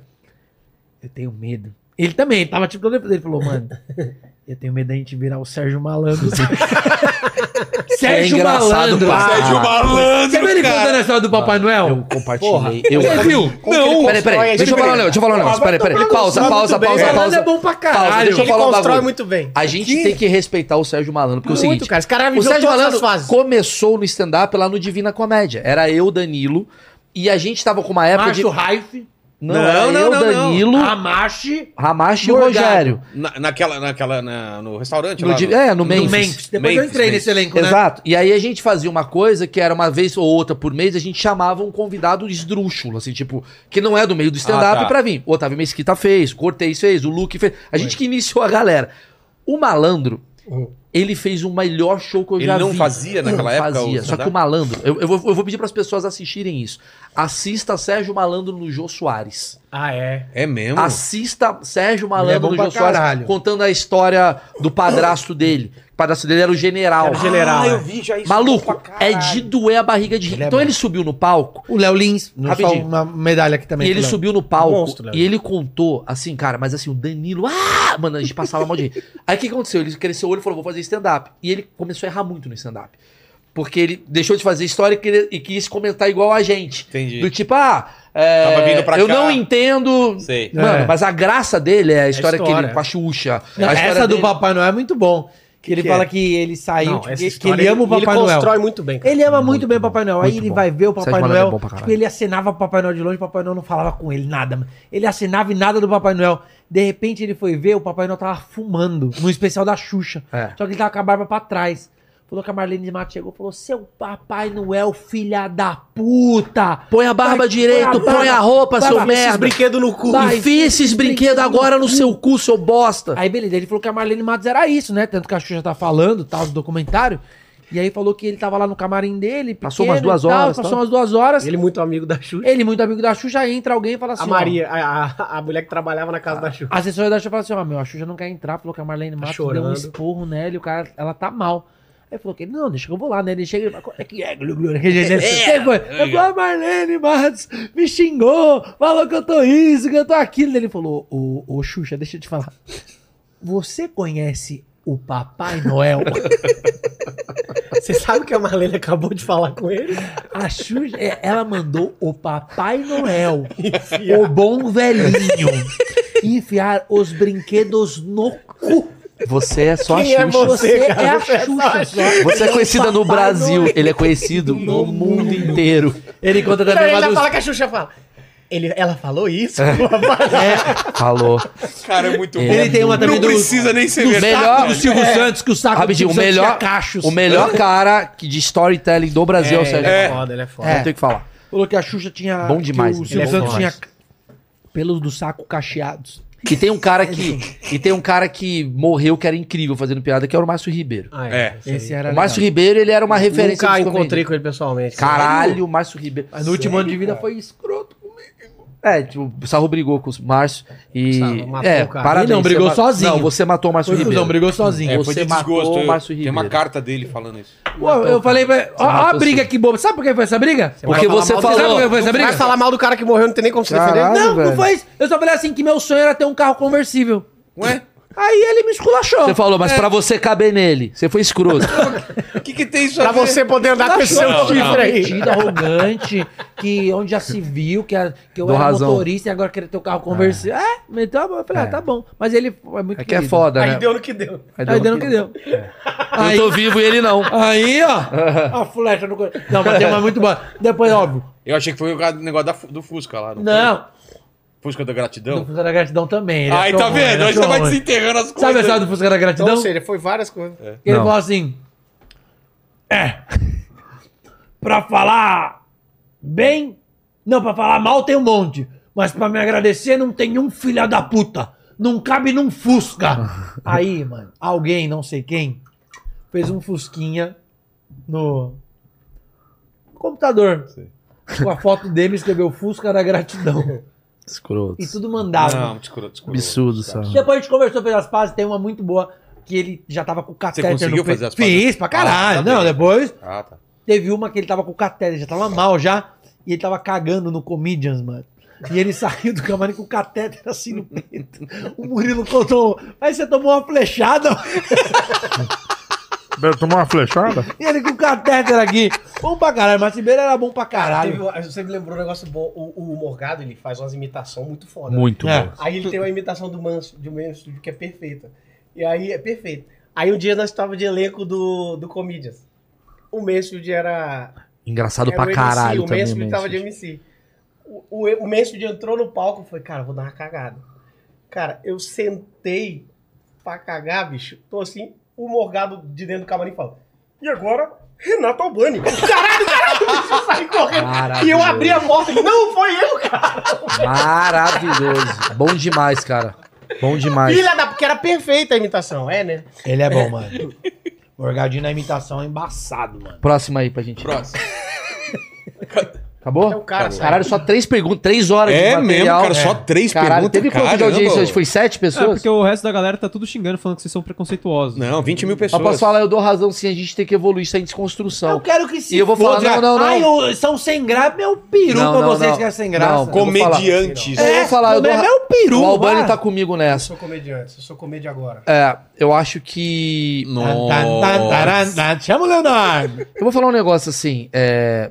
eu tenho medo. Ele também, ele tava tipo todo ele falou, mano, eu tenho medo da gente virar o Sérgio Malandro. Sérgio É engraçado Malandro. pra Sérgio Sérgio Malandro. Você um Malandro, viu ele cara. contando a história do Papai Eu Noel? compartilhei. Eu... Você viu? Não, Peraí, é peraí. Deixa eu falar um negócio. Deixa eu falar um negócio. Peraí, peraí. Pausa, pausa, pausa, O Malandro é pausa. bom pra Pausa, caralho. Deixa eu falar um constrói bagulho. muito bem. A gente tem que respeitar o Sérgio Malandro, porque é o seguinte. cara. Esse cara O viveu Sérgio todas Malandro as fases. começou no stand-up lá no Divina Comédia. Era eu, Danilo, e a gente tava com uma época de... Márcio Raif, Não, Não, era não, não, eu, não. Danilo, Hamashi, Ramache e o Morgado. Rogério. Na- naquela, naquela, na- no restaurante No lá. Di- no- É, no do Memphis. Memphis. Depois eu Memphis, entrei Memphis. nesse elenco, né? Exato. E aí a gente fazia uma coisa que era uma vez ou outra por mês, a gente chamava um convidado esdrúxulo, assim, tipo, que não é do meio do stand-up Ah, tá. pra vir. O Otávio Mesquita fez, o Cortez fez, o Luke fez. A gente que iniciou a galera. O malandro, ele fez o melhor show que eu Ele já vi. não fazia naquela Não época o Fazia. Só que o stand-up? malandro, eu, eu vou, eu vou pedir pras pessoas assistirem isso. Assista Sérgio Malandro no Jô Soares. Ah, é. É mesmo? Assim, Assista Sérgio Ele é Malandro bom do pra Jô Soares caralho. contando a história do padrasto dele. O padrasto dele era o general. Era o general, Ah, eu né? vi já isso. Maluco, pra é caralho. de doer a barriga de rir. é então bom. ele subiu no palco. O Léo Lins, não só uma medalha aqui também. E ele subiu no palco Monstro, Léo. e ele contou, assim, cara, mas assim, o Danilo, ah, mano, a gente passava mal de rir. Aí o que aconteceu? Ele cresceu o olho e falou, vou fazer stand-up. E ele começou a errar muito no stand-up. Porque ele deixou de fazer história e, queria- e quis comentar igual a gente. Entendi. Do tipo, ah, é, Tava vindo pra eu cá. não entendo. Sei. Mano, É. mas a graça dele é a história, história. que ele, com a Xuxa. a Não, história essa do dele- Papai Noel é muito bom. Que ele que fala é? que ele saiu, Não, tipo, essa que, que história ele é ama o ele- ele Papai Noel. constrói muito bem, cara. Ele é ama muito, bem o Papai Noel. Aí muito ele bom. vai ver o Sérgio Papai Malandro é Noel. bom pra caralho. tipo, ele acenava pro Papai Noel de longe, o Papai Noel não falava com ele nada. mano. Ele acenava e nada do Papai Noel. De repente ele foi ver, o Papai Noel tava fumando no especial da Xuxa. É. Só que ele tava com a barba pra trás. Falou que a Marlene de Mato chegou e falou: Seu Papai Noel, filha da puta! Põe a barba direito, põe a roupa, seu merda. brinquedos um no cu. Enfia esses brinquedos agora no seu cu, seu bosta. Aí, beleza, ele falou que a Marlene Matos era isso, né? Tanto que a Xuxa tá falando, tal, do documentário. E aí falou que ele tava lá no camarim dele, Passou umas pequeno e duas tal, horas, Passou tal. umas duas horas. Ele é muito amigo da Xuxa. Ele, muito amigo da Xuxa, entra alguém e fala assim, A Maria, a, a, a mulher que trabalhava na casa da Xuxa. Ó, a assessora da Xuxa fala assim, ó, meu, a Xuxa não quer entrar, falou que a Marlene Matos deu um chorando. esporro nela e o cara, ela tá mal. Aí falou que, não, deixa que eu vou lá, né? Ele chega e fala, "Qual é que é, Glu Glu? Que jeito é? Ele foi, "É, a Marlene Matos me xingou, falou que eu tô isso, que eu tô aquilo. Ele falou, ô, ô Xuxa, deixa eu te falar. Você conhece o Papai Noel? Você sabe que a Marlene acabou de falar com ele? A Xuxa, é, ela mandou o Papai Noel, o bom velhinho, enfiar os brinquedos no cu. Você é só Quem é a Xuxa. você? Você é cara, a Xuxa. só. Você é conhecida no Papai Brasil, Noel. ele é conhecido no mundo inteiro. Ele conta Não, também ele lá já dos... fala que a Xuxa fala. Ele, ela falou isso? É, falou. Cara, é muito Ele bom. Ele tem uma também Não do... precisa nem ser do verdade. É. saco do Silvio Santos, que o saco é. Rapidinho, do o Silvio Santos melhor, tinha cachos. o melhor cara que- de storytelling do Brasil é o Sérgio. ele é É. foda, ele é foda. Não tem o que falar. Falou que a Xuxa tinha... Bom que demais, O né? Silvio Ele é Santos bom tinha pelos do saco cacheados. E tem um cara que e tem um cara que morreu que era incrível fazendo piada, que era o Márcio Ribeiro. Ah, É. isso aí. Esse era o Márcio Ribeiro, ele era uma referência Nunca dos comediantes. encontrei com ele pessoalmente. Caralho, o Márcio Ribeiro. Mas no último ano de vida foi escroto. É, tipo, o Sarro brigou com o Márcio e Sarro matou é, o cara. parabéns. Ele não você brigou ma- sozinho. Não, você matou o Márcio Foi Ribeiro. cuzão, brigou sozinho. É, foi Você de matou desgosto. o Márcio Tem Ribeiro. uma carta dele falando isso. Pô, eu falei pra... Ó, ó a matou briga sim. que boba. Sabe por que foi essa briga? Porque Vai falar você mal do- falou- Sabe por que foi essa Você briga? vai falar mal do cara que morreu, não tem nem como se defender. Caralho. Não, Não, não velho. foi isso. Eu só falei assim que meu sonho era ter um carro conversível. Ué? Aí ele me esculachou. Você falou, mas pra você caber nele, você foi escroto. O que, que tem isso pra a ver? você poder andar com esse seu Não, chifre não. aí. Metido, arrogante, que onde já se viu, que, a- que eu Dou era razão. motorista e agora queria ter o carro conversível. É, meteu a mão. Eu falei, ah, tá bom. Mas ele é muito É que é querido. foda, né? Aí deu no que deu. Aí deu no que deu. Eu tô vivo e ele não. Aí, ó, a flecha no... co- Não, mas tem uma muito boa. Depois, óbvio. Eu achei que foi o cara do negócio da fu- do Fusca lá. não foi? Não, Fusca da do gratidão. Fusca da Gratidão também. ele Aí achou tá ruim, ele vendo? Aí achou você vai ruim. desenterrando as coisas. Sabe a história do Fusca da Então, Gratidão? ou seja, foi várias coisas. Que ele Não. falou assim: É. Pra falar bem. Não, pra falar mal tem um monte. Mas pra me agradecer não tem um filha da puta. Não cabe num Fusca. Aí, mano, alguém, não sei quem, fez um Fusquinha no computador. Com a foto dele escreveu Fusca da gratidão. Escroto. E tudo mandado. Não, desculpa, desculpa. Absurdo, sabe? Depois a gente conversou pelas fases, tem uma muito boa que ele já tava com catéter conseguiu no peito. fazer as pazes? Fiz pra caralho. Ah, tá não, bem. depois Ah, tá. teve uma que ele tava com catéter, já tava mal já, e ele tava cagando no Comedians, mano. E ele saiu do camarim com o catéter assim no peito. O Murilo contou, mas você tomou uma flechada? Tomou uma flechada? E ele com o catéter aqui. Bom pra caralho, mas Ribeiro era bom pra caralho. Teve- Você me lembrou um negócio bom. O, o Morgado, ele faz umas imitações muito foda. Muito É. bom. Aí ele tem uma imitação do Manso, de um Manso que é perfeita. E aí é perfeito. Aí um dia nós estávamos de elenco do, do Comedians. O Mansfield era. Engraçado era É o pra MC, caralho o também, Mansfield tava de Mansfield. MC. O, o, o Mansfield entrou no palco e falou, cara, vou dar uma cagada. Cara, eu sentei pra cagar, bicho. Tô assim, o Morgado de dentro do camarim fala. E agora, Renato Albani. Caralho, caralho, bicho, saí correndo. Maravilhoso. E eu abri a porta e não foi eu, cara. Maravilhoso. Bom demais, cara. Bom demais. Filha da... Porque era perfeita a imitação, é, né? Ele é bom, mano. O Orgadinho na imitação é embaçado, mano. Próximo aí pra gente. Próximo. Acabou? É o cara, Acabou. sai. Caralho, só três perguntas, três horas É mesmo, cara, só três Caralho, perguntas. teve quanto de caramba. Ah, audiência hoje? Foi sete É, pessoas? porque o resto da galera tá tudo xingando, falando que vocês são preconceituosos. Não, 20 mil pessoas. Mas posso falar, eu dou razão sim, a gente tem que evoluir isso aí em desconstrução. Eu quero que se E eu vou foda. falar, não, não, não. Ai, eu- são sem graça, meu peru Não, pra não, vocês não. que é sem graça. Não, Comediantes. Eu vou falar, eu dou é ra- meu peru. o Albani vai. tá comigo Eu nessa. sou comediante, eu sou comédia agora. É, eu acho que. Tan, tan, tan, taran, tan. Chama o Leonardo. Eu vou falar um negócio assim. é,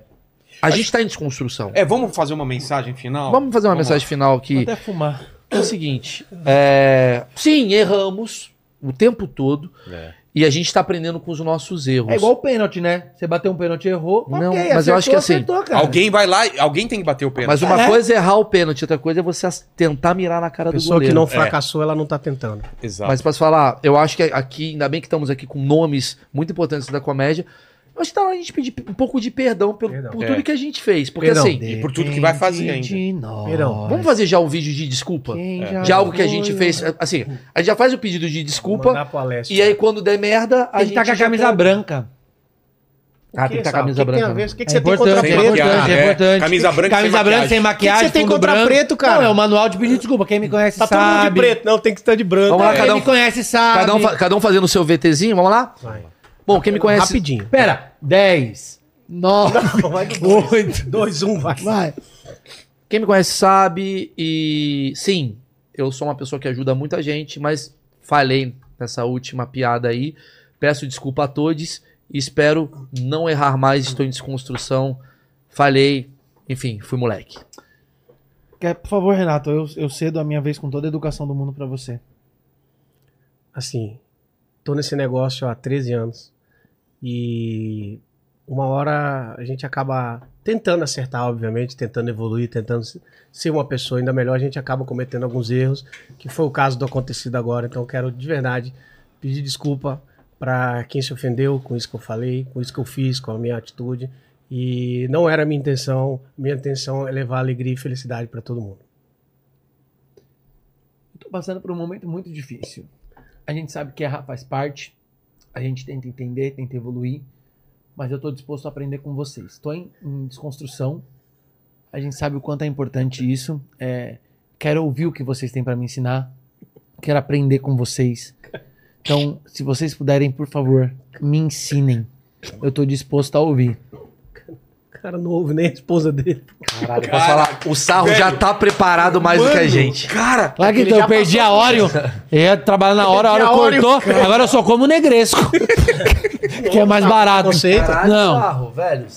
A gente tá em desconstrução. É, vamos fazer uma mensagem final? Vamos fazer uma Vamos lá. mensagem final aqui. Até fumar. É o seguinte. é, Sim, erramos o tempo todo. E a gente tá aprendendo com os nossos erros. É igual o pênalti, né? Você bateu um pênalti e errou. Não, mas eu acho que assim, cara. Alguém vai lá, e- alguém tem que bater o pênalti. Mas uma É. coisa é errar o pênalti, outra coisa é você as- tentar mirar na cara A pessoa do que é goleiro. não fracassou, ela não tá tentando. Exato. Mas posso falar, eu acho que aqui, ainda bem que estamos aqui com nomes muito importantes da comédia, eu acho que tá na hora de gente pedir um pouco de perdão, pelo, por tudo É. que a gente fez. Porque Perdão. assim, E por tudo que vai fazer ainda. Perdão. vamos fazer já um vídeo de desculpa? De algo que a gente fez, assim, a gente já faz o pedido de desculpa, Mandar pro Alessio. e aí quando der merda, a Tem que gente tá com a já camisa pega- branca. Ah, tem que tá com a camisa O que que tem a branca. ver? O que, que É você tem contra importante, Sem é preto? Tá maquiagem, importante, é é. importante. Camisa branca sem Camisa branca sem maquiagem. O que que você tem fundo contra branco. preto, cara? Não, é o manual de pedir desculpa. Quem me conhece Tá todo mundo de sabe. preto, não, tem que estar de branco. Vamos lá, É. Quem Cada um- me conhece sabe. Cada um, fa- cada um fazendo o seu VTzinho, vamos lá? Bom, quem me conhece... Rapidinho. Pera, 10, 9, Vai do dois. 8. Dois, um, vai. Vai. Quem me conhece sabe e sim, eu sou uma pessoa que ajuda muita gente, mas falhei nessa última piada aí. Peço desculpa a todos e espero não errar mais. Estou em desconstrução. Falhei, enfim, fui moleque. Quer- por favor, Renato, eu, eu cedo a minha vez com toda a educação do mundo pra você. assim, tô nesse negócio há 13 anos e uma hora a gente acaba tentando acertar, obviamente, tentando evoluir, tentando se- ser uma pessoa ainda melhor, a gente acaba cometendo alguns erros, que foi o caso do acontecido agora, então eu quero de verdade pedir desculpa para quem se ofendeu com isso que eu falei, com isso que eu fiz, com a minha atitude. E não era a minha intenção. Minha intenção é levar alegria e felicidade para todo mundo. Tô passando por um momento muito difícil. A gente sabe que errar faz parte. A gente tenta entender, tenta evoluir. Mas eu tô disposto a aprender com vocês. Tô em, em desconstrução. A gente sabe o quanto é importante isso. É, quero ouvir o que vocês têm pra me ensinar. Quero aprender com vocês. Então, se vocês puderem, por favor, me ensinem. Eu tô disposto a ouvir. O cara não ouve nem a esposa dele. Caralho, posso falar? O sarro já tá preparado mais do que a gente. Cara, Claro que então, eu perdi a Oreo. Eu ia trabalhar na hora, a hora cortou. Agora eu só como negresco. que é mais barato. Conceito. Não, sarro, velho.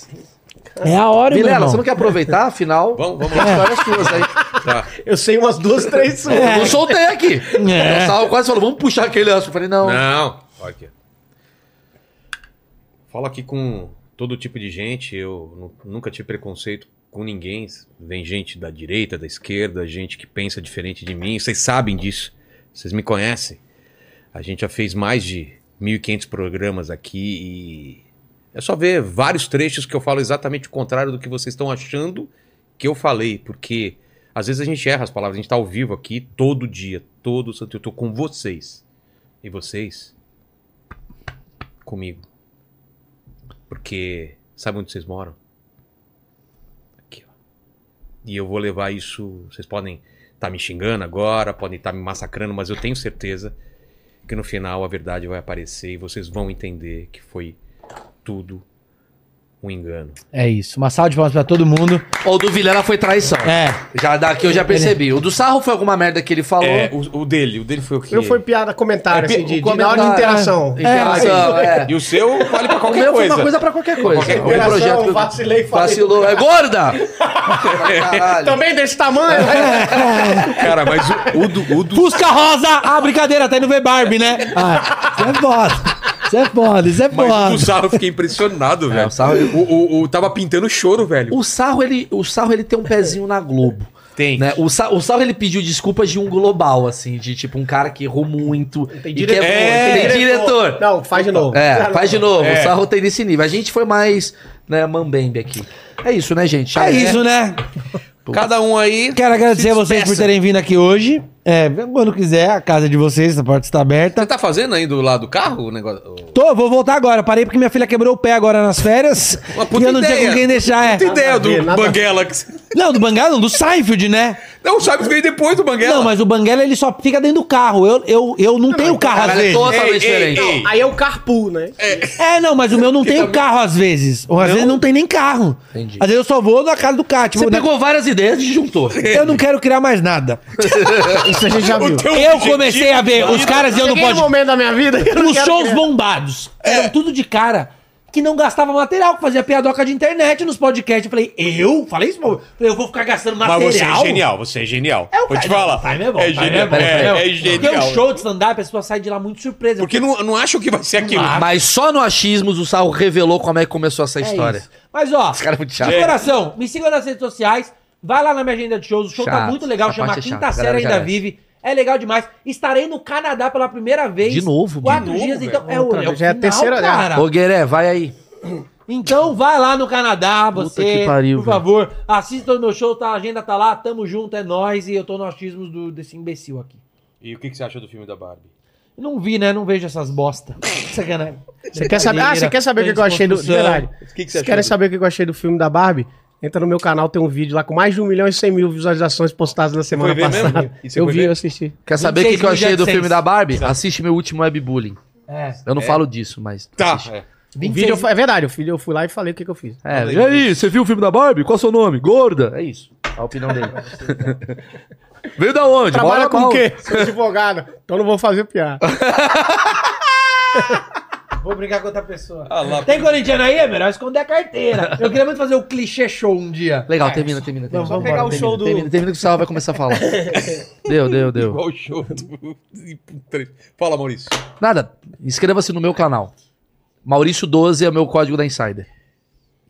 é a Oreo, meu Vilela, irmão. você não quer aproveitar, afinal? vamos, vamos Tem lá. histórias suas aí. Eu sei umas duas, três suas. Eu não soltei aqui. É. O sarro quase falou, vamos puxar aquele assunto. Eu falei, não. Não, olha aqui. Fala aqui com todo tipo de gente. Eu nu- nunca tive preconceito com ninguém. Vem gente da direita, da esquerda, gente que pensa diferente de mim. Vocês sabem disso. Vocês me conhecem. A gente já fez mais de 1.500 programas aqui e é só ver vários trechos que eu falo exatamente o contrário do que vocês estão achando que eu falei, porque às vezes a gente erra as palavras. A gente tá ao vivo aqui todo dia, todo santo. Eu tô com vocês. E vocês? Comigo. Porque sabe onde vocês moram? Aqui, ó. E eu vou levar isso. Vocês podem estar me xingando agora, podem estar me massacrando, mas eu tenho certeza que no final a verdade vai aparecer e vocês vão entender que foi tudo um engano. É isso. Uma salva de palmas pra todo mundo. O do Vilela foi traição. É. Já daqui eu já percebi. O do Sarro foi alguma merda que ele falou. É, o, o dele, o dele foi o quê? Eu fui piada, comentário, assim, de, de- na hora de comentário, interação. Interação, é. E o seu vale pra O qualquer meu foi coisa. uma coisa pra qualquer coisa. Qualquer O Interação, projeto que eu- vacilei, falei. vacilou. É gorda! Caralho. Também desse tamanho? Cara, mas o, o do, o do Fusca Rosa! Ah, brincadeira, tá indo ver Barbie, né? Ah, isso é foda. Isso é foda, isso é Mas o foda. Sarro eu fiquei impressionado, velho. o Sarro- É, O, o, o- tava pintando choro, velho. O Sarro, ele, o Sarro, ele tem um pezinho na Globo. Tem. Né? O, Sa- o Sarro, ele pediu desculpas de um global, assim, de tipo um cara que errou muito. Tem É, diretor, tem diretor. Não, faz de novo. É, faz de novo. O Sarro tem nesse nível. A gente foi mais, né, mambembe aqui. É isso, né, gente? É isso, né? Cada um aí. Quero agradecer a Se vocês por despeça. terem vindo aqui hoje. É, quando quiser, a casa é de vocês, a porta está aberta. Você tá fazendo aí do lado do carro o negócio? O- Tô, vou voltar agora. Parei porque minha filha quebrou o pé agora nas férias. Uma E puta eu não tinha ideia. com quem deixar, é. Tem ideia do a ver, nada a ver. Banguela. que você- Não, do Banguela, não, do Seinfeld, né? Não, sabe que veio depois do Banguela. Não, mas o Banguela ele só fica dentro do carro. Eu, eu, eu não tenho carro às Cara, é vezes. totalmente diferente. ei. Aí é o carpool, né? É, não, mas o meu não tem o carro às vezes. Ou às vezes não tem nem carro. Entendi. Às vezes eu só vou na casa do cara. Tipo, Você né? pegou várias ideias e juntou. Eu não quero criar mais nada. Isso a gente já viu. teu Eu objetivo- comecei a ver os caras e eu não Cheguei num posso. momento da minha vida que eu não Os quero shows criar. bombados. Eram tudo de cara. que não gastava material, que fazia piadoca de internet nos podcasts. Eu falei, eu? Falei isso, meu? Eu falei, eu vou ficar gastando material? Mas você é genial, você é genial. É o Vou te cara- falar. Time é bom, time genial. é bom, time é bom. é Tem genial. um show de stand-up, as pessoas saem de lá muito surpresas. Porque não, não acham que vai ser aquilo. Mas só no achismos o Sarro revelou como é que começou essa É história. isso. Mas ó, Esse cara é muito chato. de coração, me siga nas redes sociais, vai lá na minha agenda de shows, o show tá Chato, muito legal, essa chama parte é chata, Quinta a Série galera já Ainda é. Vive, é legal demais. Estarei no Canadá pela primeira vez. De novo, Quatro Guilherme. dias, então, é o, Outra é o vez, já é a terceira, né? cara. Ô, Gueré, vai aí. Então vai lá no Canadá, Puta você, que pariu, por velho. favor, assista o meu show, tá, a agenda tá lá, tamo junto, é nóis, e eu tô no achismos do, desse imbecil aqui. E o que, que você achou do filme da Barbie? Não vi, né? Não vejo essas bosta. Sacanagem. Você quer saber, ah, você quer saber o que, que eu achei do. de Verdade. que que você Vocês achou querem do- saber o que que eu achei do filme da Barbie? Entra no meu canal, tem um vídeo lá com mais de 1 milhão e 100 mil visualizações postadas na semana foi ver mesmo? passada. E você Eu foi vi, ver? eu assisti. Quer saber o que, que eu achei do 26.700. filme da Barbie? Assiste meu último webbullying. É. Eu não falo disso, mas. Tá. assiste. É. O vídeo eu fa- é verdade, eu fui, eu fui lá e falei o que, que eu fiz. É, e aí, você viu o filme da Barbie? Qual é o seu nome? Gorda. É isso. A opinião dele. Veio da onde? Trabalha Mora com qual? o quê? Sou advogado. Então não vou fazer piada. Vou brincar com outra pessoa. Ah lá, Tem corintiano aí? É melhor esconder a carteira. Eu queria muito fazer o clichê show um dia. Legal, termina, termina, termina. vamos pegar o termina, show do- Termina, termina que o Sal vai começar a falar. deu, deu, deu. Igual o show do... Fala, Maurício. Nada, inscreva-se no meu canal. Maurício12 é o meu código da Insider.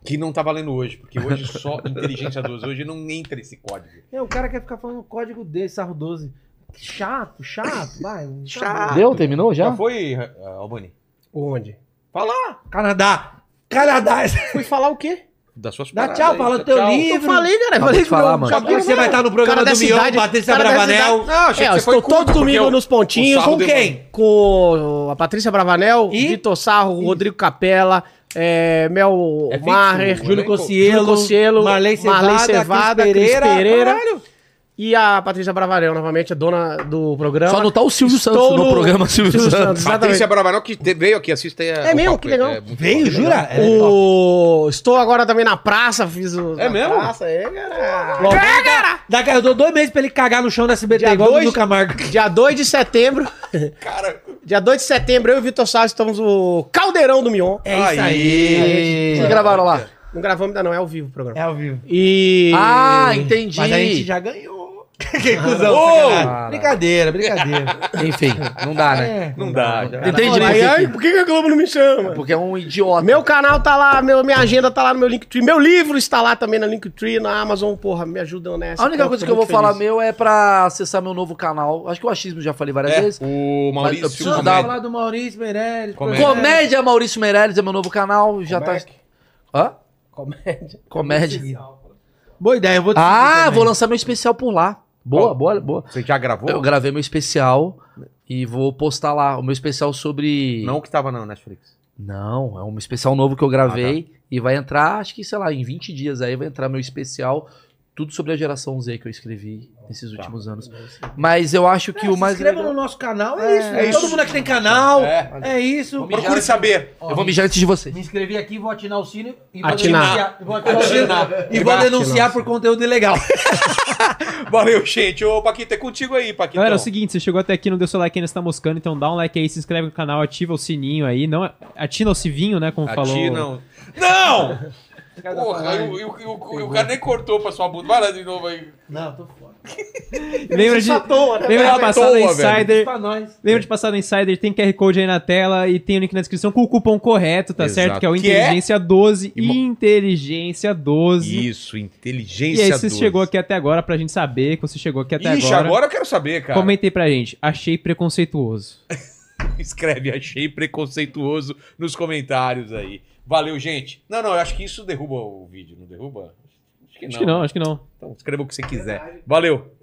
Que não tá valendo hoje, porque hoje só Inteligência 12. Hoje não entra esse código. É, o cara quer ficar falando o código dele, sarro 12. Chato, chato, vai. Ah. Chato. Deu? Terminou Já, já? foi, ah, Albani? Onde? Canadá. Canadá. Fui falar o quê? Das suas Dá tchau, fala o teu Eu livro. falei, cara. Eu Acabou falei de falar, meu- mano. Acabou de Você vai falar. estar no programa Cara do da Mion, cidade, Patrícia cara da Bravanel. cidade. É, eu estou todo domingo nos pontinhos. Com Com, quem? com a Patrícia Bravanel, E? Vitor Sarro, Rodrigo Capella, é, Mel É fixo, Maher, né? Júlio Júlio Cossielo, Cossielo, Marley Cevada, Marley Cevada Cevada, Cris Cris Pereira. Pereira. Caralho. e a Patrícia Bravanel, novamente, a dona do programa. Só não tá o Silvio Santos no, programa Silvio, Santos. Patrícia exatamente. Bravanel que te- veio aqui, assista aí. É mesmo? Que legal. Veio, jura? É, O... Estou agora também na praça, fiz o... É na mesmo? Praça, é, cara. Logo, daqui, eu dou dois meses pra ele cagar no chão da SBT, Dia igual o dois- Dudu Camargo. Dia 2 de setembro. Cara, Dia 2 de setembro, eu e o Vitor Sá estamos no Caldeirão do Mion. É isso aí. E... Vocês gravaram lá? Não gravamos ainda, não, é ao vivo o programa. É ao vivo. E. Ah, entendi. Mas a gente já ganhou. que cuzão. sacanagem. Brincadeira, brincadeira. Enfim, não dá, né? É. não dá. já. Entende? Aí, né, aí, Fique? por que, que a Globo não me chama? Porque é um idiota. Meu canal tá lá, meu, minha agenda tá lá no meu Linktree. Meu livro está lá também na Linktree, na Amazon, porra, me ajudam nessa. A única Pô, coisa que tô eu vou muito falar feliz. meu é pra acessar meu novo canal. Acho que o achismo já falei várias vezes. É, O Maurício. eu preciso Comédia. dar- do Maurício é? Meirelles. Como é? Comédia Maurício Meirelles é meu novo canal. Já tá. Hã? Comédia. Comédia. Boa ideia, eu vou te Ah, seguir vou lançar meu especial por lá. Boa, Qual? boa, boa. Você já gravou? Eu gravei meu especial e vou postar lá. O meu especial sobre. Não o que tava na Netflix. Não, é um especial novo que eu gravei e vai entrar, acho que, sei lá, em 20 dias aí vai entrar meu especial, tudo sobre a geração Z que eu escrevi nesses últimos anos. Mas eu acho que também. o mais. Se inscreva legal- no nosso canal, é, isso. é Todo isso. mundo aqui tem canal, é, É. isso. Procure saber. Eu vou mijar antes de você. Me inscrevi aqui, vou atinar o sino e vou Atinar. denunciar, vou atinar o sino e vou denunciar por conteúdo ilegal. Valeu, gente. Ô, Paquito, é contigo aí, Paquito. Galera, é o seguinte, você chegou até aqui, não deu seu like ainda, você tá moscando, então dá um like aí, se inscreve no canal, ativa o sininho aí, não, é- atina o civinho, né, como falou. Ati, não. Não! Porra, e o- e o- e o e o cara nem cortou pra sua bunda. Vai lá de novo aí. Não, tô fora. Lembra de, lembra velho? de passar no Toa, Insider, Pra nós. lembra de passar no Insider, tem QR Code aí na tela e tem o link na descrição com o cupom correto, tá Exato. certo? Que é o Que é? Inteligência 12, E mo- Inteligência 12. Isso, E inteligência aí, você 12. chegou aqui até agora, pra gente saber que você chegou aqui até Ixi, agora... agora. é eu quero saber, cara. Comenta aí pra gente, achei preconceituoso. Escreve, achei preconceituoso nos comentários aí. Valeu, gente. Não, não, eu acho que isso derruba o vídeo, não derruba? Acho que não, acho que não. Então escreva o que você quiser. Valeu.